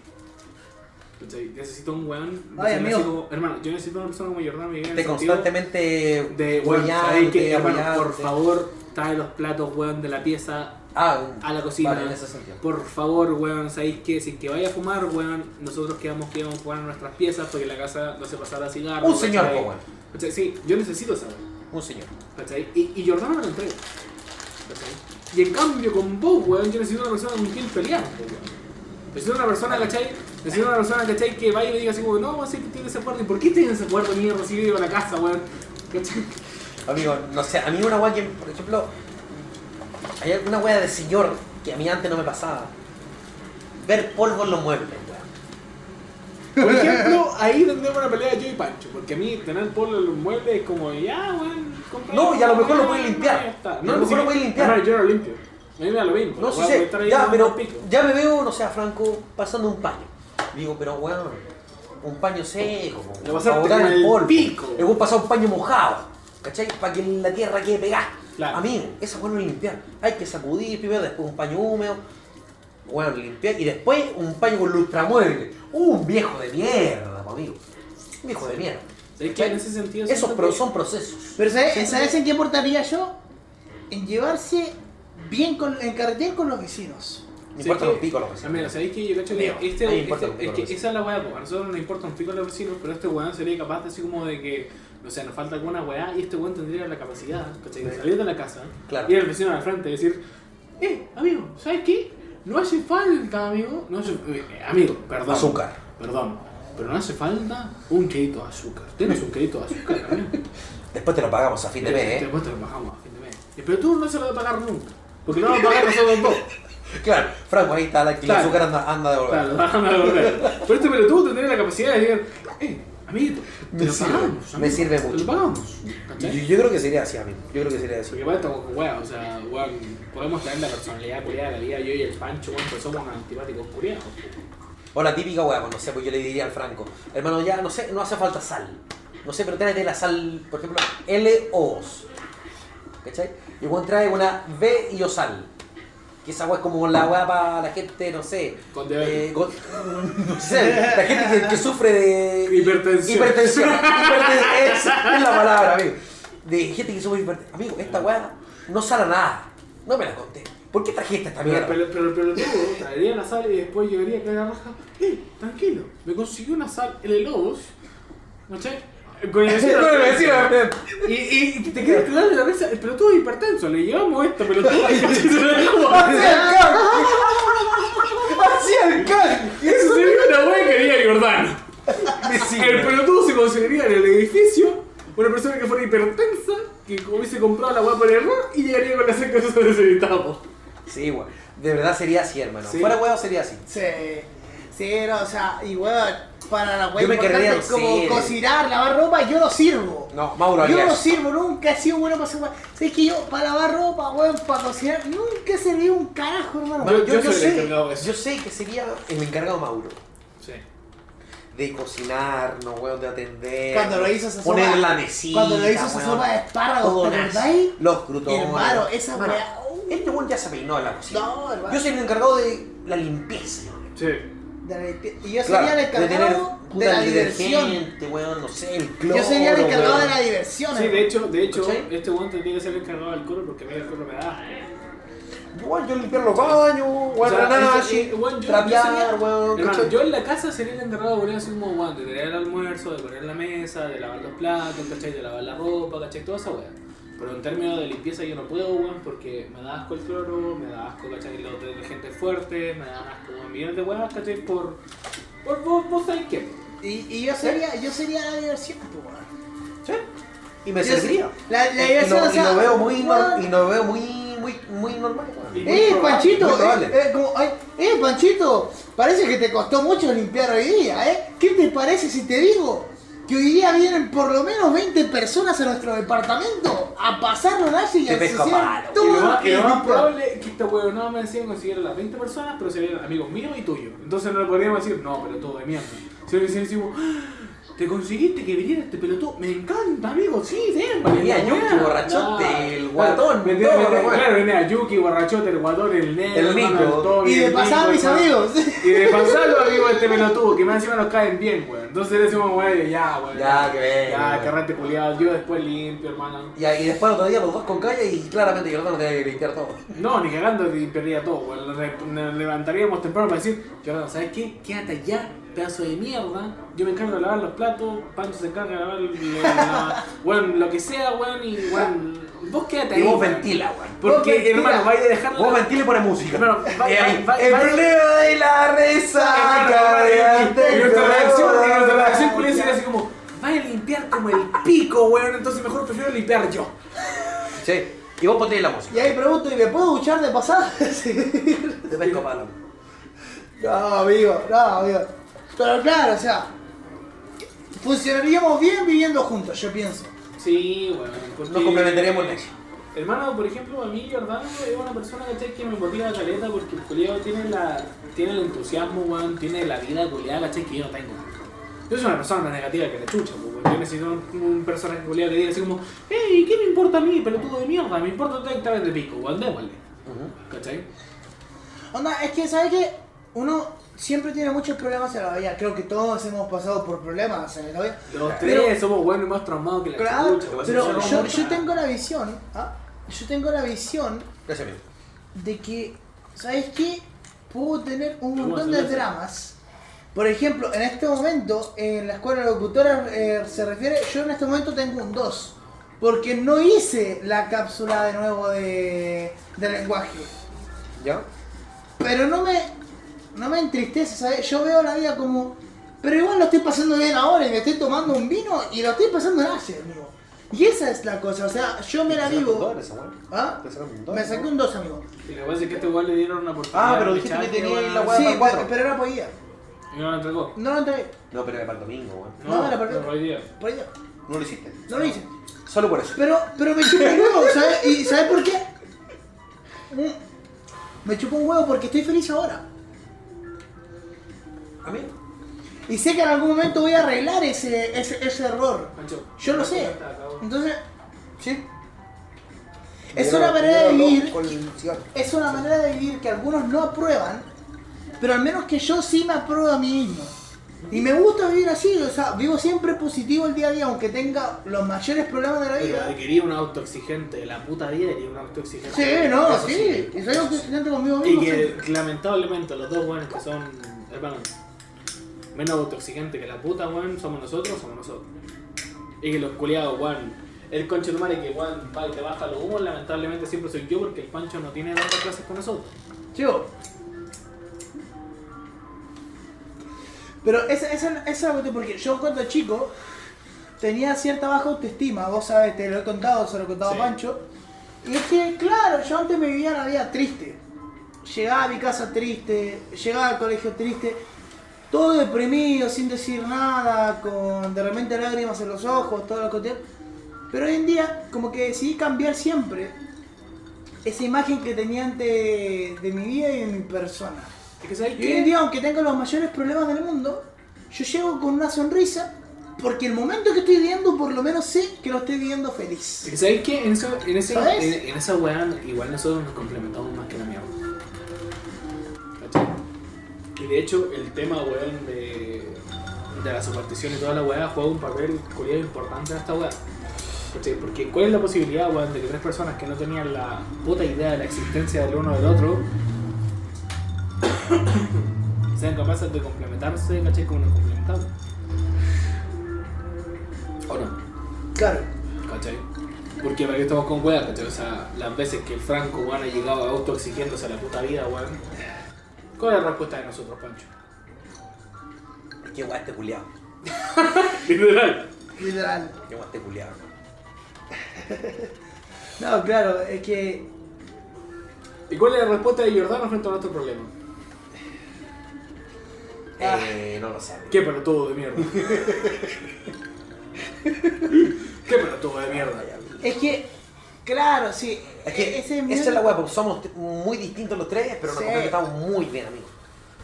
Speaker 1: ¿Cachai? Necesito un weón.
Speaker 2: Ay,
Speaker 1: decirle
Speaker 2: amigo.
Speaker 1: así como, hermano, yo necesito una persona como Jordano en mi vida. en
Speaker 3: De
Speaker 1: el sentido-
Speaker 3: constantemente
Speaker 1: De, weón,
Speaker 3: huevearte,
Speaker 1: ¿sabéis qué? Hermano,
Speaker 3: huevearte.
Speaker 1: por favor, trae los platos, weón, de la pieza
Speaker 3: Ah, un-
Speaker 1: a la cocina.
Speaker 3: Vale, en ese sentido.
Speaker 1: Por favor, weón, sabéis que sin que vaya a fumar, weón, nosotros quedamos que íbamos a jugar en nuestras piezas porque la casa no se pasara a cigarro.
Speaker 3: Un señor,
Speaker 1: ¿cachai?
Speaker 3: po, weón.
Speaker 1: ¿Cachai? Sí, yo necesito saber.
Speaker 3: Un señor.
Speaker 1: ¿Cachai? Y, y Jordano me lo entrega. ¿Cachai? Y en cambio con vos, weón, yo necesito una persona con quien pelear, po, weón. Necesito una persona, ¿cachai? Necesito una persona, ¿cachai? Que vaya y me diga así como, no, weón, sé que tiene ese acuerdo. ¿Y por qué tiene ese acuerdo mierda si yo vivo en la casa, weón? ¿Cachai?
Speaker 3: Amigo, no sé, a mí una weá que, por ejemplo, hay alguna weá de señor que a mí antes no me pasaba. Ver polvo en los muebles, weón.
Speaker 1: Por ejemplo, ahí tendremos una pelea de yo y Pancho, porque a mí tener polvo en los muebles es como, ya, weón, compra-
Speaker 3: No, y a lo mejor lo puedes
Speaker 1: ya
Speaker 3: limpiar.
Speaker 1: está.
Speaker 3: No, a lo mejor lo puedes limpiar.
Speaker 1: hermano, Yo lo limpio. A mí me da lo mismo.
Speaker 3: No
Speaker 1: la
Speaker 3: sí
Speaker 1: weá puede
Speaker 3: sé,
Speaker 1: estar ahí
Speaker 3: ya,
Speaker 1: dando
Speaker 3: pero
Speaker 1: pico.
Speaker 3: ya me veo, no sé, a Franco pasando un paño. Digo, pero weón, un paño seco, po,
Speaker 1: Lo
Speaker 3: weón,
Speaker 1: pasaste
Speaker 3: para botar
Speaker 1: con
Speaker 3: el
Speaker 1: el
Speaker 3: polvo.
Speaker 1: pico.
Speaker 3: Le voy a pasar un paño mojado, ¿cachai? Para que la tierra quede pegada.
Speaker 1: Claro.
Speaker 3: Amigo, esa weón no es limpiar. Hay que sacudir primero, después un paño húmedo. Weón, limpiar y después un paño con lustramueble. Un viejo de mierda, po, amigo. Un viejo de mierda.
Speaker 1: Es que en ese sentido...
Speaker 3: Esos
Speaker 1: siento
Speaker 3: pro-
Speaker 1: que-
Speaker 3: son procesos.
Speaker 2: Pero ¿sabes, ¿sabes en qué aportaría yo? En llevarse bien con, en carretera con los vecinos.
Speaker 3: Me importa
Speaker 1: Sí,
Speaker 3: los picos, los
Speaker 1: Ah, mira,
Speaker 3: procesos.
Speaker 1: ¿sabéis que yo cacho que
Speaker 3: Mira,
Speaker 1: este,
Speaker 3: a mí me
Speaker 1: este-
Speaker 3: importa un pico
Speaker 1: es que
Speaker 3: los vecinos.
Speaker 1: esa es la weá, po. a nosotros nos importa un pico los vecinos, pero este weón sería capaz de así como de que, no sé, nos falta alguna weá y este weón tendría la capacidad, ¿cachai? De salir de la casa,
Speaker 3: Claro.
Speaker 1: ir al vecino al frente y decir, eh, amigo, ¿sabes qué? No hace falta, amigo, no hace, eh, amigo, perdón.
Speaker 3: Azúcar.
Speaker 1: Perdón, pero no hace falta un crédito de azúcar. Tienes un crédito de azúcar, amigo.
Speaker 3: Después te lo pagamos a fin de mes,
Speaker 1: Te-
Speaker 3: ¿eh?
Speaker 1: Después te lo bajamos a fin de mes. Pero tú no se lo vas a pagar nunca, porque no lo vas a pagar nosotros dos.
Speaker 3: Claro, Franco, ahí está, la, el
Speaker 1: Claro.
Speaker 3: azúcar anda, anda de volver.
Speaker 1: Claro, déjame volver. Pero este pelotudo tendría la capacidad de decir, eh, amiguito, te
Speaker 3: Me
Speaker 1: lo
Speaker 3: sirve,
Speaker 1: pagamos.
Speaker 3: me
Speaker 1: amigo,
Speaker 3: sirve
Speaker 1: Te
Speaker 3: mucho".
Speaker 1: lo pagamos.
Speaker 3: Yo,
Speaker 1: ¿Cachai?
Speaker 3: yo creo que sería así, amigo. Yo creo que sería así.
Speaker 1: Porque para estamos con weas, o sea, weón, podemos tener la personalidad culiada de la vida, yo y el Pancho, weón, pero somos antipáticos culiados.
Speaker 3: O la típica hueá, pues, no sé, pues yo le diría al Franco, hermano, ya no sé, no hace falta sal. No sé, pero tráete la sal, por ejemplo, LOs. ¿Cachai? Y el weón trae una B y O sal. Que esa hueá es como la hueá para la gente, no sé.
Speaker 1: Con diabetes.
Speaker 3: eh, con- no sé, la gente que, que sufre de.
Speaker 1: Hipertensión.
Speaker 3: Hipertensión. Hiperten- esa es la palabra, amigo. De gente que sufre de hipertensión. Amigo, esta hueá no sala nada. No me la conté. ¿Por qué trajiste esta
Speaker 1: Pero,
Speaker 3: mierda?
Speaker 1: pero, pero el pelotudo traería la sal y después llegaría acá a la raja, eh, tranquilo, me consiguió una sal en el Lobos, ¿cachai? Con el vecino.
Speaker 3: Con el vecino.
Speaker 1: Y, y y te quedas claro en la mesa, el pelotudo es hipertenso, le llevamos esto, pelotudo, y se lo dejamos.
Speaker 3: ¡Hacía el can!
Speaker 1: Eso sería una wea que haría Jordano. El pelotudo se consideraría en el edificio una persona que fuera hipertensa, que hubiese comprado la wea por error y llegaría con las cosas que necesitamos.
Speaker 3: Sí, güey. De verdad sería así, hermano.
Speaker 1: Sí.
Speaker 3: Fuera huevo sería así.
Speaker 2: Sí, sí, no, o sea, y weón, para la
Speaker 3: Yo
Speaker 2: weón
Speaker 3: me querría
Speaker 2: importante es como
Speaker 3: lucir.
Speaker 2: cocinar, lavar ropa, yo no sirvo.
Speaker 3: No, Mauro haría
Speaker 2: Yo no
Speaker 3: eso.
Speaker 2: sirvo, nunca he sido bueno para hacer weón. Sabes que yo, para lavar ropa, weón, para cocinar, nunca serví un carajo, hermano.
Speaker 1: Yo-
Speaker 3: Yo,
Speaker 1: soy el
Speaker 3: sé,
Speaker 1: encargado de eso.
Speaker 3: yo sé que sería el encargado Mauro.
Speaker 1: Sí.
Speaker 3: De cocinarnos, weón, de atender.
Speaker 2: Cuando lo hizo esa sopa.
Speaker 3: Poner la mesita.
Speaker 2: Cuando lo hizo esa
Speaker 3: weón.
Speaker 2: sopa de espárragos, ¿te
Speaker 3: Todonas,
Speaker 2: acordáis?
Speaker 3: Los crutones.
Speaker 2: Hermano, esa
Speaker 3: Hermano,
Speaker 2: weá, uh.
Speaker 3: Este weón ya se peinó en la cocina.
Speaker 2: No, hermano.
Speaker 3: Yo soy el encargado de la limpieza.
Speaker 1: Sí.
Speaker 2: De la limpie- Y yo
Speaker 3: Claro,
Speaker 2: sería el
Speaker 3: de tener
Speaker 2: encargado de,
Speaker 3: puta
Speaker 2: la
Speaker 3: el
Speaker 2: diversión.
Speaker 3: detergente, weón, no sé, el cloro.
Speaker 2: Yo sería el encargado de
Speaker 3: weón.
Speaker 2: la diversión.
Speaker 1: Sí, de
Speaker 2: hermano.
Speaker 1: hecho, de hecho,
Speaker 3: ¿Cachai?
Speaker 1: este weón tendría que ser el encargado del coro porque a mí el coro me da.
Speaker 3: Igual yo limpiar los baños,
Speaker 1: O
Speaker 3: weón,
Speaker 1: sea,
Speaker 3: nada,
Speaker 1: este- eh, weón, yo- yo
Speaker 3: trapear,
Speaker 1: sería-
Speaker 3: weón,
Speaker 1: Hermano,
Speaker 3: ¿cachai?
Speaker 1: yo en la casa sería el encargado de así como weón, de tener el almuerzo, de poner la mesa, de lavar los platos, ¿cachai? De lavar la ropa, ¿cachai? Toda esa weá. Pero en términos de limpieza yo no puedo, weón, porque me da asco el cloro, me da asco, ¿cachai? Los detergentes fuertes, me da asco weón, millones de weas, ¿cachai? Por. por vos, vos sabés qué.
Speaker 2: Y, y yo sería, yo sería la diversión, pues, weón.
Speaker 3: Sí. Y me
Speaker 2: Yo sé-
Speaker 3: serviría. Eh,
Speaker 2: La, la
Speaker 3: Y
Speaker 2: diversión,
Speaker 3: lo,
Speaker 2: o
Speaker 3: y
Speaker 2: sea,
Speaker 3: lo veo muy, nor-
Speaker 2: weón.
Speaker 3: y lo veo muy, muy, muy normal, weón.
Speaker 1: Y-
Speaker 2: ¡Eh, Panchito!
Speaker 3: Muy probable.
Speaker 2: Eh, eh, como, ay, ¡Eh, Panchito! Parece que te costó mucho limpiar hoy día, ¿eh? ¿Qué te parece si te digo que hoy día vienen por lo menos 20 personas a nuestro departamento a pasar los nazis y
Speaker 3: Te
Speaker 2: a
Speaker 3: pesca palo.
Speaker 2: ensuciar
Speaker 1: Y
Speaker 2: todo
Speaker 1: lo más,
Speaker 2: lo
Speaker 1: y
Speaker 2: que
Speaker 1: lo más
Speaker 2: limpiaron.
Speaker 1: probable es que este esta huevonada me decían conseguir a las 20 personas, pero serían amigos míos y tuyos. Entonces no le podríamos decir, no, pelotudo de mierda. Sino que decimos, "Ah, te conseguiste que viniera este pelotudo. Me encanta, amigo, sí, ven. vale,
Speaker 3: Venía
Speaker 1: la
Speaker 3: Yuki,
Speaker 1: weá".
Speaker 3: borrachote,
Speaker 1: Claro,
Speaker 3: el guatón,
Speaker 1: Venía,
Speaker 3: todo,
Speaker 1: venía-
Speaker 3: weón.
Speaker 1: claro, venía Yuki, borrachote, el guatón, el negro,
Speaker 3: El
Speaker 1: hermano,
Speaker 3: Nico.
Speaker 1: Toby,
Speaker 2: Y de
Speaker 1: el
Speaker 2: pasada,
Speaker 1: Nico,
Speaker 2: mis
Speaker 1: hermano.
Speaker 2: amigos.
Speaker 1: Y de pasar los amigos de este pelotudo, que más encima nos caen bien, weón. Entonces le decimos, güey, ya, güey.
Speaker 3: Ya, que ven,
Speaker 1: Ya,
Speaker 3: güey.
Speaker 1: que rente culiado. Yo después limpio, hermano.
Speaker 3: Y, ahí- y después otro día los dos con calle y claramente yo no tenía que limpiar todo.
Speaker 1: No, ni cagando limpiaría todo, güey. Nos le- Nos levantaríamos temprano para decir, Jordan, ¿sabes qué? Quédate allá, pedazo de mierda. Yo me encargo de lavar los platos, Pancho se encarga de lavar el- la- bueno, lo que sea, weón, y weón, vos quédate ahí.
Speaker 3: Y vos
Speaker 1: weón.
Speaker 3: ventila, weón.
Speaker 1: Porque,
Speaker 3: Vos ventila.
Speaker 1: hermano, vais a dejar
Speaker 3: Vos ventila y pones música.
Speaker 1: Hermano, va-
Speaker 3: Y ahí,
Speaker 1: va- va-
Speaker 3: el
Speaker 1: va-
Speaker 3: problema de la
Speaker 1: Ah,
Speaker 3: resaca de
Speaker 1: Y
Speaker 3: antes.
Speaker 1: nuestra reacción, y nuestra reacción culiá sería así como, vaya a limpiar como el pico, weón, entonces mejor prefiero limpiar yo.
Speaker 3: Sí, y vos pondrías la música.
Speaker 2: Y ahí pregunto, ¿y me puedo duchar de pasada? Sí.
Speaker 3: De pesco palo.
Speaker 2: No, amigo, no, amigo. Pero claro, o sea, funcionaríamos bien viviendo juntos, yo pienso.
Speaker 1: Sí, weón. porque-
Speaker 3: Nos complementaríamos en eso.
Speaker 1: Hermano, por ejemplo, a mí Jordano es una persona ¿cachai? que me motiva a caleta porque el culiado tiene, la, tiene el entusiasmo, weón, tiene la vida culiada, ¿cachai? Que yo no tengo. Yo soy una persona más negativa que la chucha, pues, weón. Yo necesito un, un personaje culiado que diga así como, hey, ¿qué me importa a mí, pelotudo de mierda? Me importa tres hectáreas de pico, weón, démosle. ¿Cachai?
Speaker 2: Onda, es que, ¿sabes qué? Uno siempre tiene muchos problemas en la vida. Creo que todos hemos pasado por problemas en la vida.
Speaker 1: Los
Speaker 2: Pero-
Speaker 1: tres somos buenos y más traumados que la
Speaker 2: Claro,
Speaker 1: chucha, weón.
Speaker 2: pero
Speaker 1: Somos
Speaker 2: yo,
Speaker 1: mucho-
Speaker 2: yo tengo la visión, ¿ah? yo tengo la visión
Speaker 3: Gracias, amigo.
Speaker 2: de que, ¿sabes qué? Puedo tener un
Speaker 1: Vamos a
Speaker 2: montón de
Speaker 1: hacerlo.
Speaker 2: dramas. Por ejemplo, en este momento, en la escuela locutora eh, se refiere, yo en este momento tengo un 2. Porque no hice la cápsula de nuevo de, de lenguaje.
Speaker 3: ¿Ya?
Speaker 2: Pero no me, no me entristece, ¿sabes? Yo veo la vida como... Pero igual lo estoy pasando bien ahora y me estoy tomando un vino y lo estoy pasando en Asia, amigo. Y esa es la cosa, o sea, yo me la vivo... ¿Ah?
Speaker 3: Te sacaron un dos,
Speaker 2: Me saqué un 2, amigo.
Speaker 1: Y lo que pasa es que a este weón le dieron una oportunidad.
Speaker 3: Ah, pero
Speaker 1: de
Speaker 3: dijiste que
Speaker 1: chance,
Speaker 3: tenía
Speaker 1: weón,
Speaker 3: la weá. Bueno,
Speaker 2: sí,
Speaker 3: para cuatro.
Speaker 2: pero era por día.
Speaker 1: Y no la entregó.
Speaker 2: No lo entregué.
Speaker 3: No, pero era para el domingo, weón.
Speaker 2: No, me la perdí.
Speaker 1: hoy día.
Speaker 2: Por día.
Speaker 3: No lo hiciste.
Speaker 2: No lo hice.
Speaker 3: Solo por eso.
Speaker 2: Pero, pero me chupó un huevo, ¿sabes? ¿Y sabes por qué? Mm. Me chupó un huevo porque estoy feliz ahora.
Speaker 3: A mí.
Speaker 2: Y sé que en algún momento voy a arreglar ese, ese, ese error.
Speaker 1: Pancho,
Speaker 2: Yo lo sé. Entonces,
Speaker 3: Sí.
Speaker 2: es una manera de vivir.
Speaker 3: Con el cigarro.
Speaker 2: Es una manera de vivir que algunos no aprueban, pero al menos que yo sí me apruebo a mí mismo. Y me gusta vivir así, o sea, vivo siempre positivo el día a día, aunque tenga los mayores problemas de la
Speaker 1: Pero
Speaker 2: vida.
Speaker 1: adquirí un auto exigente, la puta vida adquirí un auto exigente.
Speaker 2: Sí, no,
Speaker 1: Eso
Speaker 2: sí. Y soy obsesionante conmigo
Speaker 1: Y
Speaker 2: mismo. sí.
Speaker 1: que lamentablemente los dos weones que son, hermano, menos autoexigentes que la puta weón, somos nosotros, somos nosotros. Y que los culiados weón, el concho de madre que weón va y te baja los humos, lamentablemente siempre soy yo porque el pancho no tiene tantas clases con nosotros.
Speaker 2: Chivo. Pero esa, esa, esa es la cuestión, porque yo cuando chico tenía cierta baja autoestima, vos sabes, te lo he contado, se lo he contado
Speaker 1: Sí.
Speaker 2: a Pancho. Y es que, claro, yo antes me vivía la vida triste. Llegaba a mi casa triste, llegaba al colegio triste, todo deprimido, sin decir nada, con de repente lágrimas en los ojos, todo lo que te- Pero hoy en día, como que decidí cambiar siempre esa imagen que tenía antes de mi vida y de mi persona.
Speaker 1: Es que sabes
Speaker 2: Y hoy en
Speaker 1: que
Speaker 2: día, aunque tenga los mayores problemas del mundo, yo llego con una sonrisa porque el momento que estoy viviendo, por lo menos sé que lo estoy viviendo
Speaker 1: es
Speaker 2: feliz.
Speaker 1: que Pues, sabes que en, eso- en, ese,
Speaker 2: ¿Sabes?
Speaker 1: en, en esa weá igual nosotros nos complementamos más que la mierda. ¿Cachai? Y de hecho, el tema, weón, de, de la superstición y toda la weá juega un papel culiado importante en esta weá. ¿Cachai? Porque, ¿cuál es la posibilidad, weón, de que tres personas que no tenían la puta idea de la existencia del uno del otro sean capaces de complementarse, ¿cachai? Como nos complementamos. ¿O no?
Speaker 2: Claro.
Speaker 1: ¿Cachai? Porque para qué estamos con weas, ¿cachai? O sea, las veces que el Franco, weón, ha llegado a auto exigiéndose a la puta vida, weón. ¿Cuál es la respuesta de nosotros, Pancho?
Speaker 3: Qué guaste culiado.
Speaker 1: Literal.
Speaker 2: Literal.
Speaker 3: Qué guaste culiado.
Speaker 2: No, claro, es que.
Speaker 1: ¿Y cuál es la respuesta de Giordano frente a nuestro problema?
Speaker 2: Ah.
Speaker 3: Eh, no lo sabe.
Speaker 1: ¿Qué pelotudo de mierda? ¿Qué pelotudo de mierda?
Speaker 2: Es que. Claro, sí.
Speaker 3: Es que
Speaker 2: E-, ese mi-
Speaker 3: esa es la weá, porque somos t- muy distintos los tres, pero nos
Speaker 2: Sí.
Speaker 3: complementamos muy bien, amigo.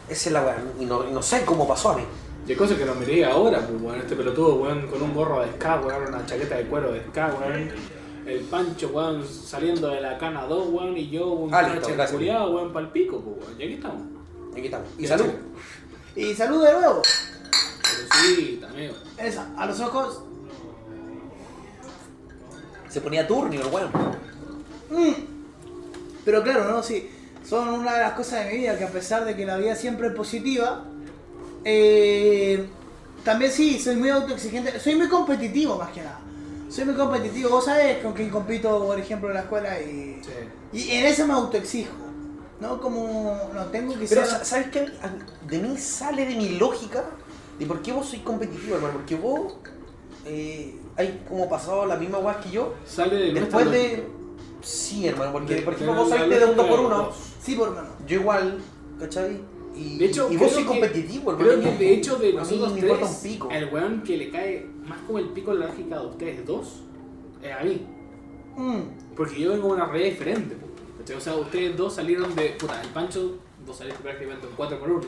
Speaker 3: Esa es la weá, y no, y no sé cómo pasó a mí.
Speaker 1: Y hay cosas que no miré ahora, pues, weón. Este pelotudo, weón, con un gorro de ska, weón, una chaqueta de cuero de ska, weón. El Pancho, weón, saliendo de la cana 2, weón, y yo, un
Speaker 3: Ah, listo,
Speaker 1: cacha
Speaker 3: gracias.
Speaker 1: culiado, weón, pa'l pico, pues, weón. Y aquí estamos.
Speaker 3: Y aquí estamos. Y
Speaker 1: Ya,
Speaker 3: salud.
Speaker 1: chico.
Speaker 2: Y saludo de nuevo.
Speaker 1: Pero sí, tan
Speaker 2: Esa, a los ojos.
Speaker 3: Se ponía turnio el weón.
Speaker 2: mm. Pero claro, ¿no? Sí, son una de las cosas de mi vida que a pesar de que la vida siempre es positiva, eh, también sí, soy muy autoexigente, soy muy competitivo más que nada. Soy muy competitivo, vos sabés con quién compito, por ejemplo, en la escuela y, y en eso me autoexijo. No como, no tengo que
Speaker 3: Pero
Speaker 2: ser-
Speaker 3: sa- ¿sabes qué? A mí- a mí- De mí sale de mi lógica de por qué vos sois competitivo, hermano. Porque vos eh, hay como pasado la misma weá que yo.
Speaker 1: Sale de
Speaker 3: Después
Speaker 1: nuestra
Speaker 3: de... Sí, hermano, porque
Speaker 1: De-
Speaker 3: por
Speaker 1: de
Speaker 3: ejemplo
Speaker 1: la-
Speaker 3: vos
Speaker 1: la
Speaker 3: saliste de un
Speaker 1: lógica
Speaker 3: 2 por
Speaker 1: de los
Speaker 3: 1
Speaker 1: dos.
Speaker 2: Sí, por menos.
Speaker 3: yo igual, ¿cachai? Y,
Speaker 1: De hecho,
Speaker 3: y vos
Speaker 1: creo
Speaker 3: sois
Speaker 1: que-
Speaker 3: competitivo,
Speaker 1: Creo
Speaker 3: hermano.
Speaker 1: que de hecho de
Speaker 3: A mí
Speaker 1: nosotros
Speaker 3: me importa un
Speaker 1: tres,
Speaker 3: pico.
Speaker 1: el weón que le cae más como el pico en la lógica de ustedes dos es a mí.
Speaker 2: Mm.
Speaker 1: Porque yo vengo de una realidad diferente. po, ¿cachai? O sea, ustedes dos salieron de. Puta, el Pancho, vos saliste prácticamente un 4x1.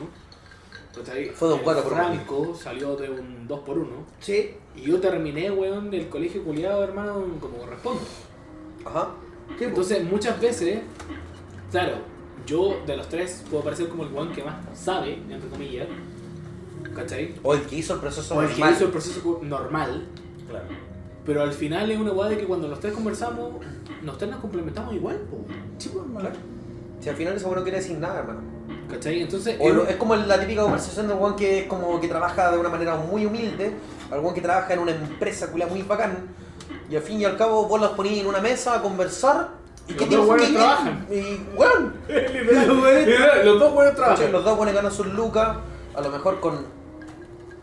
Speaker 1: ¿cachai?
Speaker 3: Fue de un
Speaker 1: El
Speaker 3: 4x1.
Speaker 1: Franco salió de un 2x1.
Speaker 2: Sí.
Speaker 1: Y yo terminé, weón, del colegio culiado, hermano, como corresponde.
Speaker 3: Ajá.
Speaker 1: Entonces, muchas veces, claro, yo de los tres puedo parecer como el weón que más sabe, entre comillas. ¿Cachai?
Speaker 3: O el que hizo el proceso
Speaker 1: O el que
Speaker 3: normal.
Speaker 1: hizo el proceso normal.
Speaker 3: Claro.
Speaker 1: Pero al final es una weá de que cuando los tres conversamos, los tres nos complementamos igual, po,
Speaker 2: Sí, por hermano.
Speaker 3: Claro. Si al final eso no quiere decir nada, hermano.
Speaker 1: ¿cachai? Entonces,
Speaker 3: O lo- es como la típica conversación del guan que es como que trabaja de una manera muy humilde, al guan que trabaja en una empresa culia muy bacán, y al fin y al cabo vos los ponís en una mesa a conversar. ¿Y
Speaker 1: Los
Speaker 3: qué
Speaker 1: dos
Speaker 3: tienen
Speaker 1: hueones
Speaker 3: qué-
Speaker 1: trabajan.
Speaker 3: Y weón,
Speaker 1: los dos buenos
Speaker 3: ¿cachai? los dos guanes ganan sus lucas, a lo mejor con.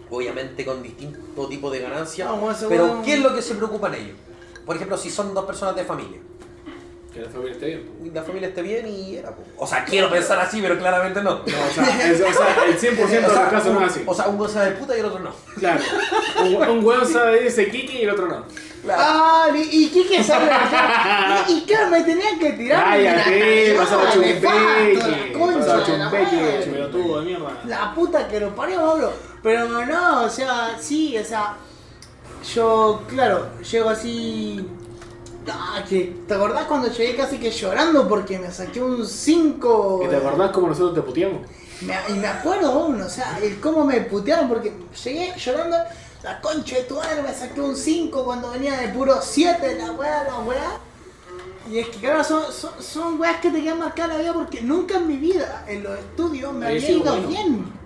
Speaker 3: Obviamente con distinto tipo de ganancia,
Speaker 2: No, ese
Speaker 3: pero
Speaker 2: hueón-
Speaker 3: ¿qué es lo que se preocupan ellos? Por ejemplo, si son dos personas de familia.
Speaker 1: Que la familia esté bien. po.
Speaker 3: y La familia esté bien y era. po. O sea, quiero pensar así, pero claramente no.
Speaker 1: O sea, es- o sea, el 100% de los casos no
Speaker 3: un,
Speaker 1: es así.
Speaker 3: o sea, uno sabe de puta y el otro no.
Speaker 1: Claro. Un, un weón sabe dice Kiki y el otro no.
Speaker 2: Ah, ¿y, y qué que sabe? y, y claro, me tenían que tirar.
Speaker 1: Cállate,
Speaker 2: Ah,
Speaker 1: pasaba
Speaker 2: nefasto,
Speaker 1: chumpeque.
Speaker 2: la concha
Speaker 1: Pasaba
Speaker 2: de la
Speaker 1: chumpeque,
Speaker 2: madre.
Speaker 1: chupelotudo de mierda.
Speaker 2: La puta que lo parió, Pablo. Pero no, o sea, sí, o sea. Yo, claro, llego así. Ah, que, ¿Te acordás cuando llegué casi que llorando porque me saqué un 5?
Speaker 1: ¿Y te acordás cómo nosotros te puteamos?
Speaker 2: Me- y me acuerdo aún, o sea, el cómo me putearon porque llegué llorando, la concha de tu madre me saqué un 5 cuando venía de puro 7, la weá, la weá. Y es que claro, son, son, son weas que te quedan marcadas la vida porque nunca en mi vida, en los estudios, me
Speaker 1: Había
Speaker 2: había
Speaker 1: sido
Speaker 2: ido
Speaker 1: bueno.
Speaker 2: bien.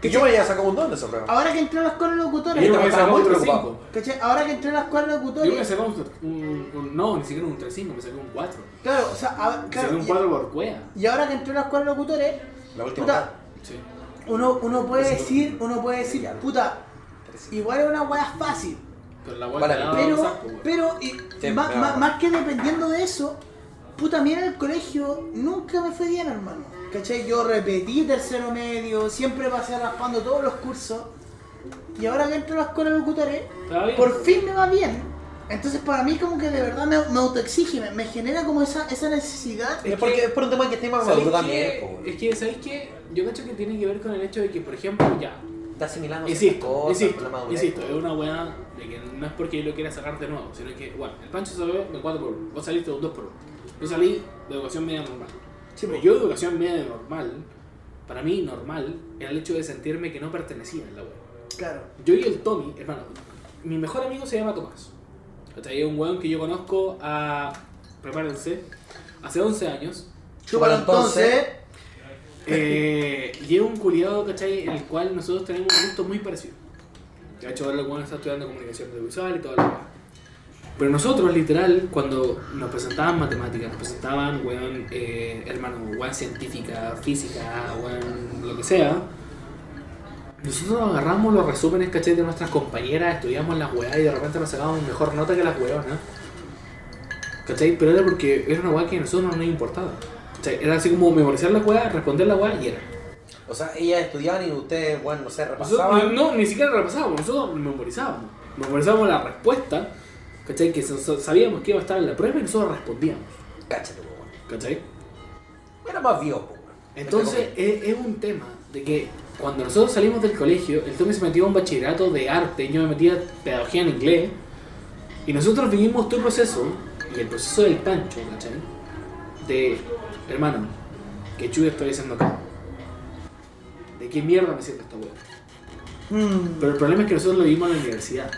Speaker 3: Que yo me había sacado un don de esa prueba.
Speaker 2: Ahora que entré a la escuela de
Speaker 1: Y
Speaker 2: locutores,
Speaker 1: yo me
Speaker 3: estaba
Speaker 1: había sacado
Speaker 3: muy
Speaker 1: un 3
Speaker 3: preocupado.
Speaker 2: ¿cachai? Ahora que entré a la escuela de
Speaker 1: Yo me
Speaker 2: locutores,
Speaker 1: sacaba un, un, un- No, ni siquiera un 3-5, me sacó un 4.
Speaker 2: claro, o sea, a-
Speaker 1: Me
Speaker 2: claro,
Speaker 1: sacó un
Speaker 2: y-
Speaker 1: 4 por cueva.
Speaker 2: y ahora que entré a la escuela de locutores,
Speaker 3: La última.
Speaker 2: puta,
Speaker 1: Sí.
Speaker 2: uno, uno puede decir, uno puede decir, puta, igual es una weá fácil.
Speaker 1: Con la guata al
Speaker 3: Para,
Speaker 1: lado de los
Speaker 2: Pero,
Speaker 1: sapos, weón.
Speaker 2: pero y
Speaker 3: Ah, Sí,
Speaker 2: ma-
Speaker 3: claro.
Speaker 2: ma- más que dependiendo de eso, puta, a mí en el colegio nunca me fue bien, hermano. ¿Cachai? Yo repetí tercero medio, siempre pasé raspando todos los cursos. Y ahora que entro a la escuela de locutores,
Speaker 1: Estaba bien.
Speaker 2: por fin me va bien. Entonces para mí como que de verdad me, me autoexige, me, me genera como esa, esa necesidad.
Speaker 3: Es, porque, es por un tema que esté más
Speaker 1: ¿Sabéis
Speaker 3: maduro
Speaker 1: qué?
Speaker 3: también. po, güey.
Speaker 1: Es que, ¿sabéis qué? Yo cacho que tiene que ver con el hecho de que, por ejemplo, ya,
Speaker 3: Está asimilando esas
Speaker 1: Insisto,
Speaker 3: cosas,
Speaker 1: insisto,
Speaker 3: la madurez.
Speaker 1: insisto, es una weá de que no es porque yo lo quiera sacar de nuevo, sino que, bueno, el Pancho salió de 4 por 1, vos saliste de 2 por 1. Yo salí de educación media normal. Pero yo, de educación media normal, para mí normal era el hecho de sentirme que no pertenecía en la weá.
Speaker 2: Claro.
Speaker 1: Yo y el Tommy, hermano, mi mejor amigo se llama Tomás. O sea, es un weón que yo conozco a. Prepárense, hace 11 años.
Speaker 2: Chúpalo entonces.
Speaker 1: Eh, y es un culiado, ¿cachai? En el cual nosotros tenemos un gusto muy parecido. De hecho, ahora el weón está estudiando comunicación audiovisual y todo lo demás. Pero nosotros, literal, cuando nos presentaban matemáticas, nos presentaban, weón, eh, hermano, weón científica, física, weón, lo que sea, nosotros agarramos los resúmenes, ¿cachai? De nuestras compañeras, estudiamos las weas y de repente nos sacábamos mejor nota que las weonas. ¿Cachai? Pero era porque era una wea que a nosotros no nos importaba. ¿Cachai? Era así como memorizar la wea, responder la wea y era.
Speaker 3: O sea, ellas estudiaban y ustedes, bueno, no sé,
Speaker 1: Nosotros,
Speaker 3: repasaban.
Speaker 1: no, ni siquiera repasábamos, nosotros memorizábamos. Memorizábamos la respuesta, ¿cachai? Que so- so- sabíamos que iba a estar en la prueba y nosotros respondíamos,
Speaker 3: Cáchate, po, güey.
Speaker 1: ¿cachai?
Speaker 3: Era más viejo, po, güey.
Speaker 1: Entonces es, es un tema de que cuando nosotros salimos del colegio, el Tommy se metió a un bachillerato de arte, yo me metía a pedagogía en inglés, y nosotros vivimos todo el proceso, y el proceso del pancho, ¿cachai? De, hermano, ¿qué chulo estoy haciendo acá? ¿De qué mierda me sirve esta hueá?
Speaker 2: Mm.
Speaker 1: Pero el problema es que nosotros lo vivimos en la universidad.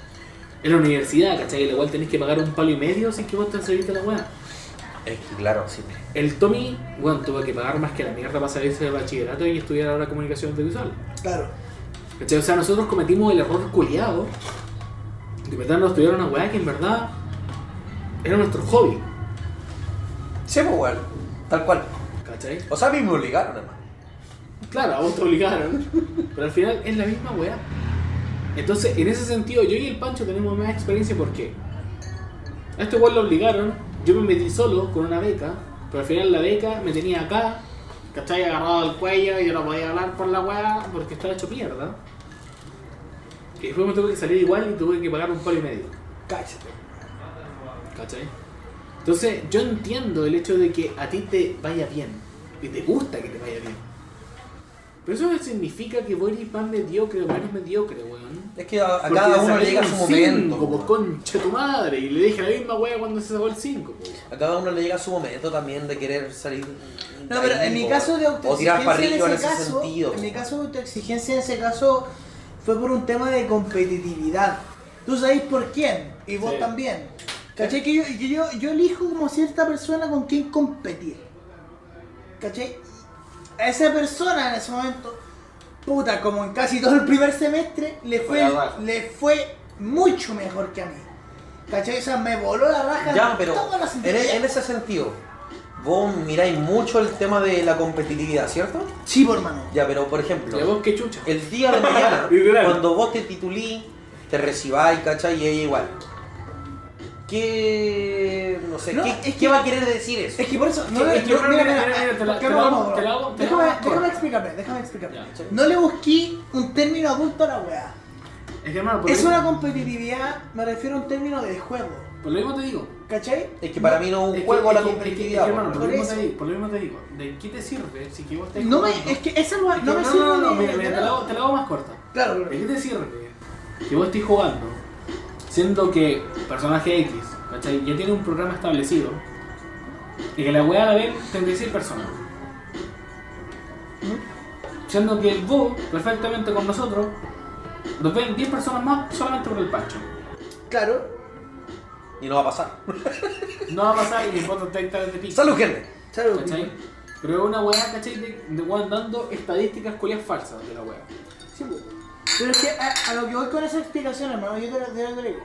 Speaker 1: En la universidad, ¿cachai? Y la cual tenés que pagar un palo y medio sin que vos te saliste la weá.
Speaker 3: Es que, claro, sí.
Speaker 1: El Tommy, weón, tuvo que pagar más que la mierda para salirse del bachillerato y estudiar ahora comunicación audiovisual.
Speaker 2: Claro.
Speaker 1: ¿Cachai? O sea, nosotros cometimos el error culiado de meternos a estudiar una weá que en verdad era nuestro hobby.
Speaker 3: Sí, pues, weón. Tal cual.
Speaker 1: ¿Cachai?
Speaker 3: O sea, a mí me obligaron, hermano.
Speaker 1: Claro, a vos te obligaron. Pero al final es la misma weá. Entonces, en ese sentido, yo y el Pancho tenemos más experiencia porque a este weón lo obligaron. Yo me metí solo con una beca. Pero al final la beca me tenía acá, ¿cachai? Agarrado al cuello y yo no podía hablar por la weá porque estaba hecho mierda. Y después me tuve que salir igual y tuve que pagar un palo y medio.
Speaker 2: Cállate.
Speaker 1: ¿Cachai? Entonces, yo entiendo el hecho de que a ti te vaya bien. Y te gusta que te vaya bien. Pero eso no significa que vos eres más mediocre o menos mediocre, weón.
Speaker 3: Es que a, a
Speaker 1: Porque
Speaker 3: cada uno
Speaker 1: saqué
Speaker 3: le llega
Speaker 1: un
Speaker 3: su
Speaker 1: cinco, pues,
Speaker 3: momento.
Speaker 1: Como
Speaker 3: weón.
Speaker 1: concha tu madre. Y le dije la misma weá cuando se sacó el 5.
Speaker 3: A cada uno le llega su momento también de querer salir.
Speaker 2: No, pero en mi caso de
Speaker 3: O tirar
Speaker 2: autoexigencia en
Speaker 3: parrillo en
Speaker 2: ese
Speaker 3: ese
Speaker 2: caso,
Speaker 3: sentido.
Speaker 2: en mi caso de autoexigencia en ese caso fue por un tema de competitividad. Tú sabéis por quién y vos
Speaker 1: Sí.
Speaker 2: también. ¿Cachai? Que yo, que yo, yo elijo como cierta persona con quien competir. ¿Cachai? A esa persona en ese momento, puta, como en casi todo el primer semestre, le
Speaker 3: Fue
Speaker 2: fue,
Speaker 3: la raja.
Speaker 2: le fue mucho mejor que a mí. ¿Cachai? O sea, me voló la raja
Speaker 3: Ya,
Speaker 2: en
Speaker 3: pero
Speaker 2: todas las
Speaker 3: en,
Speaker 2: materias.
Speaker 3: en ese sentido, vos miráis mucho el tema de la competitividad, ¿cierto?
Speaker 2: Sí, por hermano.
Speaker 3: Ya, pero por ejemplo,
Speaker 1: Y a vos qué chucha.
Speaker 3: el día de mañana,
Speaker 1: Literal.
Speaker 3: cuando vos te titulís, te recibáis, ¿cachai? Y ella igual. ¿Qué, no sé,
Speaker 2: No,
Speaker 3: ¿qué,
Speaker 2: es
Speaker 3: qué
Speaker 2: que-
Speaker 3: va a querer decir eso?
Speaker 2: Es que por eso, no
Speaker 1: Es
Speaker 2: le.
Speaker 1: que
Speaker 2: no,
Speaker 1: creo
Speaker 2: mira,
Speaker 1: que-
Speaker 2: mira,
Speaker 1: mira, mira, te la-
Speaker 2: ¿por qué
Speaker 1: te
Speaker 2: no
Speaker 1: la
Speaker 2: vamos,
Speaker 1: hago,
Speaker 2: bro?
Speaker 1: te la hago, te la
Speaker 2: Déjame,
Speaker 1: hago,
Speaker 2: déjame
Speaker 1: bro.
Speaker 2: explicarme, déjame explicarme.
Speaker 1: Ya.
Speaker 2: No le busqué un término adulto a la weá.
Speaker 1: Es que hermano, por,
Speaker 2: Es
Speaker 1: lo,
Speaker 2: una competitividad, me refiero a un término de juego.
Speaker 1: por lo mismo te digo.
Speaker 2: ¿Cachai?
Speaker 3: Es que para mí no es un juego la competitividad.
Speaker 1: Es que, hermano,
Speaker 3: weón.
Speaker 1: por lo,
Speaker 2: Por
Speaker 1: mismo te
Speaker 2: eso.
Speaker 1: digo, por lo mismo te digo. ¿De qué te sirve si que vos estás
Speaker 2: No me.
Speaker 1: jugando?
Speaker 2: Es que esa weá
Speaker 1: Es que
Speaker 2: no me
Speaker 1: no,
Speaker 2: sirve
Speaker 1: no, no,
Speaker 2: de-
Speaker 1: mira,
Speaker 2: de
Speaker 1: mira, te
Speaker 2: nada.
Speaker 1: la hago- te la hago más corta.
Speaker 2: Claro,
Speaker 1: ¿De
Speaker 2: bro.
Speaker 1: qué te sirve que vos estés jugando siendo que personaje X, ¿cachai? Ya tiene un programa establecido y que la weá la ven 36 personas. Siendo que el vos, perfectamente con nosotros, nos ven 10 personas más solamente por el pancho.
Speaker 2: Claro.
Speaker 3: Y no va a pasar.
Speaker 1: No va a pasar y le importa directamente pico.
Speaker 3: Salud, gente.
Speaker 2: Salud.
Speaker 1: ¿Cachai? Pero es una weá, ¿cachai? De, de weón dando estadísticas culias falsas de la weá.
Speaker 2: Sí, po. Pero es que a, a lo que voy con esa explicación, hermano, yo te lo, te lo agrego.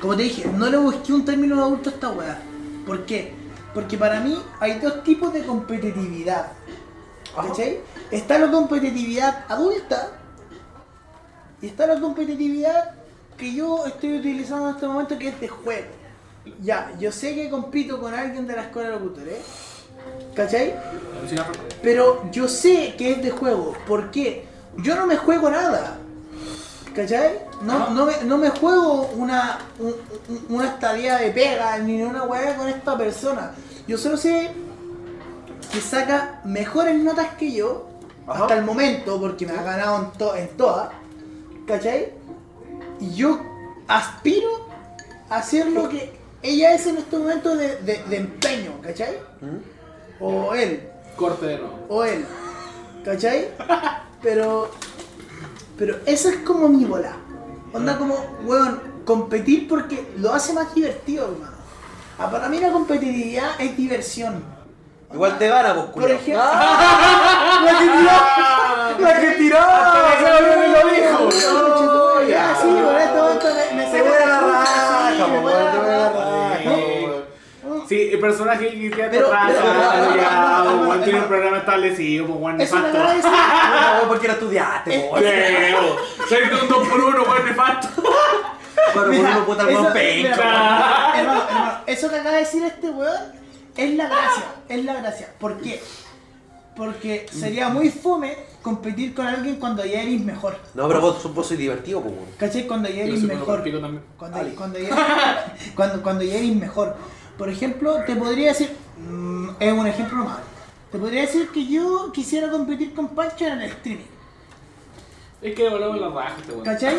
Speaker 2: Como te dije, no le busqué un término de adulto a esta weá. ¿Por qué? Porque para mí hay dos tipos de competitividad. ¿Cachai? Está la competitividad adulta y está la competitividad que yo estoy utilizando en este momento que es de juego. Ya, yo sé que compito con alguien de la escuela de locutores. ¿Cachai? Pero yo sé que es de juego. ¿Por qué? Yo no me juego nada. ¿Cachai? No, no, me, no me juego una, un- un- una estadía de pega ni una hueá con esta persona. Yo solo sé que saca mejores notas que yo
Speaker 3: Ajá.
Speaker 2: hasta el momento, porque me ha ganado en, to- en todas. ¿Cachai? Y yo aspiro a hacer lo que ella es en este momento de, de- de empeño, ¿cachai? O él,
Speaker 1: Corte de nuevo.
Speaker 2: o él. ¿Cachai? Pero. Pero esa es como mi bola. Onda como, weón, competir porque lo hace más divertido, hermano. Ah, para mí la competitividad es diversión.
Speaker 3: Igual te gana, vos,
Speaker 2: Por
Speaker 3: culiao. Ah.
Speaker 2: ejemplo. ¡La que tiró! ¡La que tiró! ¡No,
Speaker 3: Ah,
Speaker 2: Ya, Ah, sí, por esto, esto me, me
Speaker 3: Oh, Te voy a la raja,
Speaker 2: Sí, me
Speaker 3: po,
Speaker 2: voy a la
Speaker 3: te voy a la
Speaker 2: raja.
Speaker 3: raja, po.
Speaker 1: Sí, el personaje que te
Speaker 2: Pero-
Speaker 1: atrasa,
Speaker 2: pero-
Speaker 1: ya, ya,
Speaker 2: pero-
Speaker 1: Juan
Speaker 2: pero-
Speaker 1: tiene un programa establecido, pues Juan
Speaker 2: Es una
Speaker 1: nefasto.
Speaker 2: gracia.
Speaker 3: No, porque no estudiaste, po.
Speaker 1: Creo. Soy de un 2 por 1 Juan nefasto.
Speaker 3: Pero por uno puede armar
Speaker 2: eso,
Speaker 3: un pecho.
Speaker 2: mira, hermano, hermano, eso que acaba de decir este weón es la gracia, es la gracia. ¿Por qué? Porque
Speaker 1: Mm.
Speaker 2: sería muy fome competir con alguien cuando ya eres mejor.
Speaker 3: No, pero vos, vos sois divertido, po. weón.
Speaker 2: ¿Cachai? Cuando ya
Speaker 1: Yo
Speaker 2: eres
Speaker 1: soy bueno
Speaker 2: mejor.
Speaker 1: contigo también.
Speaker 2: Cuando, cuando, ya, cuando, cuando ya eres mejor. Por ejemplo, te podría decir, mm, es un ejemplo malo. Te podría decir que yo quisiera competir con Pancho en el streaming.
Speaker 1: Es que le volaron la raja este weón.
Speaker 2: ¿Cachai?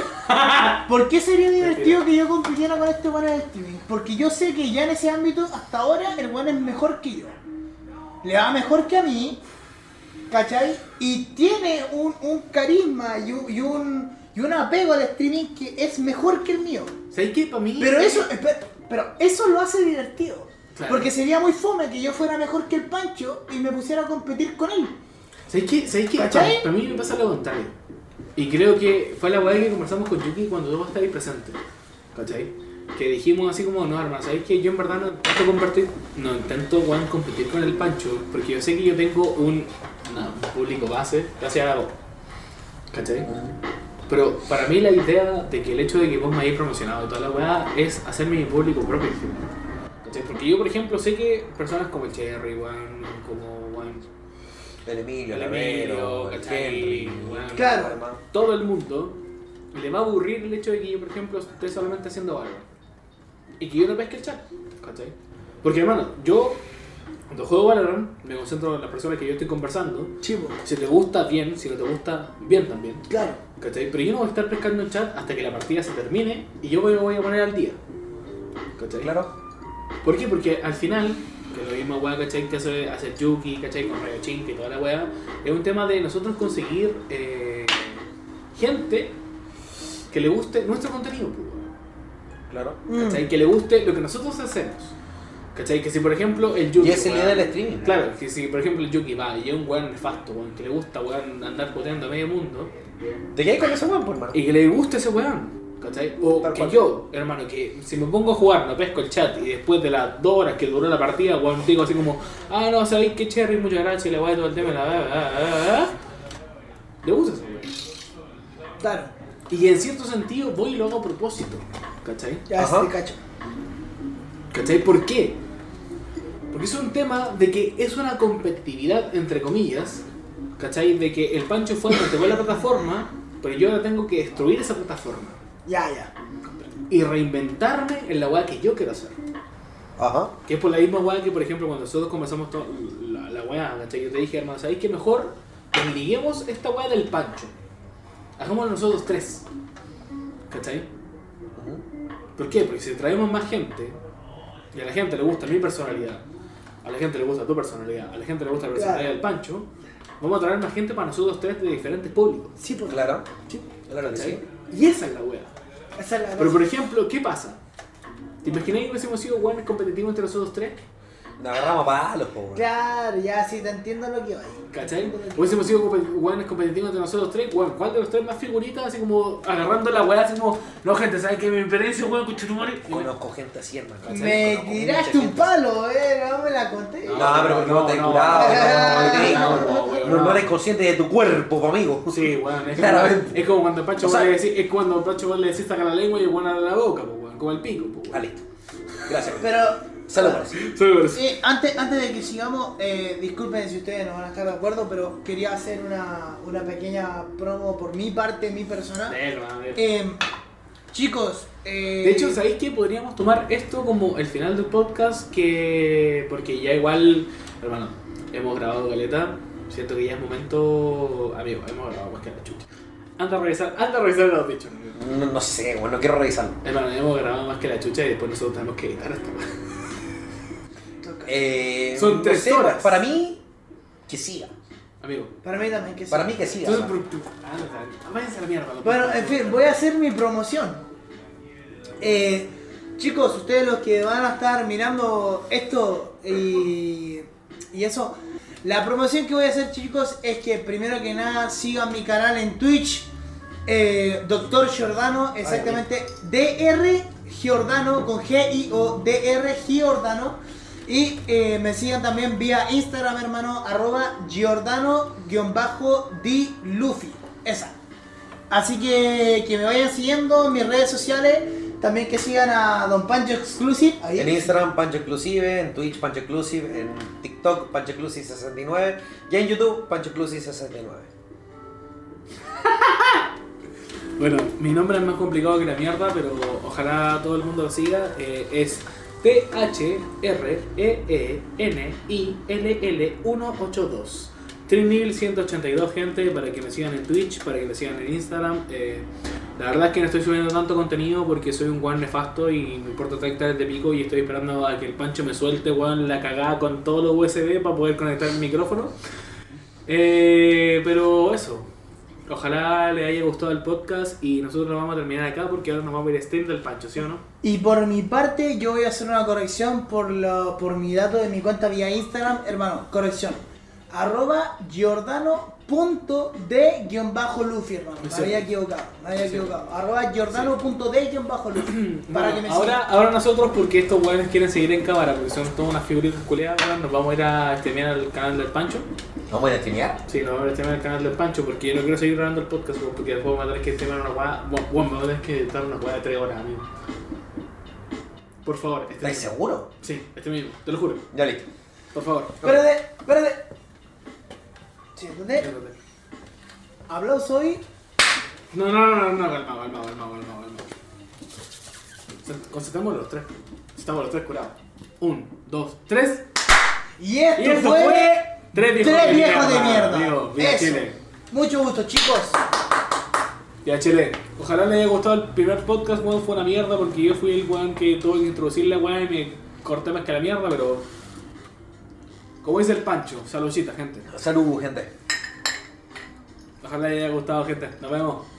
Speaker 2: ¿Por qué sería divertido que yo compitiera con este weón en el streaming? Porque yo sé que ya en ese ámbito, hasta ahora, el weón es mejor que yo. Le va mejor que a mí. ¿Cachai? Y tiene un, un carisma y un, y, un, y un apego al streaming que es mejor que el mío.
Speaker 1: ¿Sabes qué? Para mí.
Speaker 2: Pero eso, espe- pero eso lo hace divertido.
Speaker 1: Claro.
Speaker 2: Porque sería muy fome que yo fuera mejor que el Pancho y me pusiera a competir con él.
Speaker 1: ¿Sabes qué? ¿Sabes qué?
Speaker 2: ¿Cachai?
Speaker 1: Para mí me pasa lo contrario. Y creo que fue la weá que conversamos con Yuki cuando tú estabas presente. ¿Cachai? Que dijimos así como, no, hermano, ¿sabes qué? Yo en verdad no intento compartir, no intento weón, competir con el Pancho, porque yo sé que yo tengo un, no, un público base, gracias a vos. ¿Cachai? Pero para mí la idea de que el hecho de que vos me hayáis promocionado y toda la weá es hacerme mi público propio. ¿Cachai? Porque yo, por ejemplo, sé que personas como el Cherry, weón, como weón,
Speaker 3: El Emilio, el
Speaker 1: el
Speaker 3: Avero,
Speaker 1: Emilio,
Speaker 3: el
Speaker 1: ¿cachai?
Speaker 3: Henry.
Speaker 1: Weón,
Speaker 2: Claro.
Speaker 3: Además,
Speaker 1: todo el mundo le va a aburrir el hecho de que yo, por ejemplo, esté solamente haciendo algo. Y que yo no pesque el chat, ¿cachai? Porque, hermano, yo cuando juego Valorant me concentro en las personas que yo estoy conversando.
Speaker 2: Chivo.
Speaker 1: Si te gusta, bien. Si no te gusta, bien también.
Speaker 2: Claro.
Speaker 1: ¿Cachai? Pero yo no voy a estar pescando el chat hasta que la partida se termine y yo me voy a poner al día. ¿Cachai?
Speaker 3: Claro.
Speaker 1: ¿Por qué? Porque al final, que lo mismo weá, ¿cachai? Que hace, hace Yuki, ¿cachai? Con Rayo Chink y toda la weá, es un tema de nosotros conseguir eh, gente que le guste nuestro contenido, pues,
Speaker 3: Mm.
Speaker 1: weón,
Speaker 3: Claro.
Speaker 2: Mm.
Speaker 1: ¿cachai? Que le guste lo que nosotros hacemos. ¿Cachai? Que si por ejemplo el Yuki.
Speaker 3: Y es el
Speaker 1: weón,
Speaker 3: líder del streaming.
Speaker 1: Claro, que si por ejemplo el Yuki va y es un weón nefasto, weón, que le gusta weón andar puteando a medio mundo,
Speaker 3: ¿Te quedas con ese weón, por hermano?
Speaker 1: y que le guste ese weón. ¿Cachai? O
Speaker 3: Tal
Speaker 1: que
Speaker 3: cual.
Speaker 1: yo, hermano, que si me pongo a jugar, no pesco el chat y después de las dos horas que duró la partida, weón, digo así como, ah, no, sabéis que Cherry, muchas gracias, le voy a todo el tema, la verdad, ah, ah, ah". Le gusta ese weón.
Speaker 2: Claro.
Speaker 1: Y en cierto sentido voy y lo hago a propósito. ¿Cachai?
Speaker 2: Ya
Speaker 3: Ajá.
Speaker 2: sí, cacho.
Speaker 1: ¿Cachai? ¿Por qué? Porque es un tema de que es una competitividad, entre comillas, ¿cachai? De que el Pancho fue donde la plataforma, pero yo ahora tengo que destruir esa plataforma.
Speaker 2: Ya, ya.
Speaker 1: y reinventarme en la weá que yo quiero hacer.
Speaker 3: Ajá.
Speaker 1: Que es por la misma weá que, por ejemplo, cuando nosotros comenzamos to- la, la weá, ¿cachai? Yo te dije, hermano, ¿sabéis qué mejor? Desliguemos esta weá del pancho. Hagámoslo nosotros tres. ¿Cachai? ¿Por qué? Porque si traemos más gente, y a la gente le gusta mi personalidad, a la gente le gusta tu personalidad, a la gente le gusta la personalidad
Speaker 2: Claro.
Speaker 1: del pancho, vamos a traer más gente para nosotros tres de diferentes públicos.
Speaker 2: Sí, pues.
Speaker 3: Claro.
Speaker 1: Sí.
Speaker 3: Claro que sí.
Speaker 1: Y esa es la weá.
Speaker 2: Esa es la
Speaker 1: Pero por ejemplo, ¿qué pasa? ¿Te imagináis que hubiésemos sido buenos competitivos entre nosotros tres?
Speaker 3: Nos agarramos a palos, po, weón.
Speaker 2: Claro, ya sí, te entiendo lo que va.
Speaker 1: ¿Cachai? Hubiésemos sido compe- buenos competitivos entre nosotros tres. Bueno, ¿cuál de los tres más figuritas? Así como agarrando la weá, así como, no gente, ¿sabes qué? Mi experiencia, weón, con Chutumare.
Speaker 3: Conozco gente así, hermano. ¿cachai?
Speaker 2: Me
Speaker 3: Conozco
Speaker 2: tiraste
Speaker 3: mucha
Speaker 2: un
Speaker 3: gente.
Speaker 2: palo, eh, no me la conté.
Speaker 1: No,
Speaker 3: No, pero porque no te he curado.
Speaker 2: no,
Speaker 3: no,
Speaker 1: no,
Speaker 3: no,
Speaker 1: no,
Speaker 3: No
Speaker 1: no.
Speaker 3: no eres consciente de tu cuerpo, amigo.
Speaker 1: Sí, weón, es,
Speaker 3: Claramente.
Speaker 1: es como cuando Pacho
Speaker 3: O sea-
Speaker 1: vos le decís, es cuando Pacho vos le decís saca la lengua y el weón abre la boca, pues, weón, como el pico, pues,
Speaker 3: Ah,
Speaker 1: weón.
Speaker 3: listo. Gracias.
Speaker 2: Pero.
Speaker 3: Saludos.
Speaker 1: Súper.
Speaker 2: Sí, antes, antes de que sigamos, eh, disculpen si ustedes no van a estar de acuerdo, pero quería hacer una, una pequeña promo por mi parte, mi persona.
Speaker 1: Negro, a ver.
Speaker 2: Eh, chicos, eh,
Speaker 1: De hecho, ¿sabéis que podríamos tomar esto como el final del podcast? Que. Porque ya igual, hermano, hemos grabado galeta. Siento que ya es momento. Amigo, hemos grabado más que la chucha. Anda a revisar, anda a revisar los dichos. amigo.
Speaker 3: No, no sé, bueno, no quiero revisarlo.
Speaker 1: Hermano, hemos grabado más que la chucha y después nosotros tenemos que editar esta weá.
Speaker 3: Eh,
Speaker 1: Son
Speaker 3: no
Speaker 1: tres
Speaker 3: sé,
Speaker 1: horas.
Speaker 3: Para mí, que siga.
Speaker 1: Amigo.
Speaker 2: para mí también que sí.
Speaker 3: Para mí que siga.
Speaker 1: Entonces,
Speaker 3: hermano.
Speaker 1: por- por- anda, váyanse a la mierda. loco.
Speaker 2: Bueno, en fin, voy a hacer mi promoción. Eh, chicos, ustedes los que van a estar mirando esto y, y eso, la promoción que voy a hacer, chicos, es que primero que nada sigan mi canal en Twitch, eh, Doctor Giordano, exactamente, DR Giordano con G I O DR Giordano. Y eh, me sigan también vía Instagram, hermano, arroba Giordano-DLuffy. Esa. Así que que me vayan siguiendo en mis redes sociales. También que sigan a Don Pancho Exclusive. Ahí.
Speaker 3: En Instagram, Pancho Exclusive, en Twitch, Pancho Exclusive, en TikTok, Pancho Exclusive 69 y en YouTube, Pancho Exclusive 69.
Speaker 1: Bueno, mi nombre es más complicado que la mierda, pero ojalá todo el mundo lo siga. Eh, es E T-H-R-E-E-N-I-L-L-182. Trinil 182, gente, para que me sigan en Twitch, para que me sigan en Instagram. Eh, la verdad es que no estoy subiendo tanto contenido porque soy un guan nefasto y me importa 3 hectáreas de pico y estoy esperando a que el pancho me suelte, weón, la cagada con todos los USB para poder conectar el micrófono. Eh, pero eso. Ojalá le haya gustado el podcast y nosotros lo vamos a terminar acá porque ahora nos vamos a ir a stream del Pancho, ¿sí o no?
Speaker 2: Y por mi parte, yo voy a hacer una corrección por, lo- por mi dato de mi cuenta vía Instagram, hermano. Corrección. Arroba Giordano.de-Luffy, hermano. Me
Speaker 1: Sí.
Speaker 2: había equivocado. Me había equivocado. Arroba Giordano.de-Luffy. Para que me
Speaker 1: ahora,
Speaker 2: sigan.
Speaker 1: ahora nosotros, porque estos weones quieren seguir en cámara, porque son todas unas figuritas culeadas, weón, nos vamos a ir a streamear al canal del Pancho.
Speaker 3: ¿No pueden streamear?
Speaker 1: Sí, nos vamos a ir a streamear al canal del Pancho, porque yo no quiero seguir grabando el podcast, weón, porque después me voy a tener que streamear una weá, bueno, me voy a tener que editar una weá de 3 horas, amigo. Por favor, este
Speaker 3: ¿Estáis seguro?
Speaker 1: Sí, este mismo, te lo juro,
Speaker 3: Ya listo.
Speaker 1: por favor.
Speaker 2: Espérate, espérate. Siéntate. Aplauso hoy.
Speaker 1: No, no, no, no, no, calma, calma, calma, calma, calma. Se- Concentramos los tres. Estamos los tres curados. Un, dos, tres.
Speaker 2: Y esto,
Speaker 1: Y esto
Speaker 2: fue.
Speaker 1: fue Tres Viejos
Speaker 2: Tres
Speaker 1: de
Speaker 2: viejos de
Speaker 1: Mierda.
Speaker 2: mierda.
Speaker 1: Vivo, viva
Speaker 2: Eso.
Speaker 1: Chile.
Speaker 2: Mucho gusto, chicos.
Speaker 1: Ya, Chile, ojalá les haya gustado el primer podcast, weón, fue una mierda porque yo fui el weón que tuve que introducir la weón y me corté más que la mierda, pero... Como dice el Pancho, saludcita, gente.
Speaker 3: Salud, gente.
Speaker 1: Ojalá les haya gustado, gente. Nos vemos.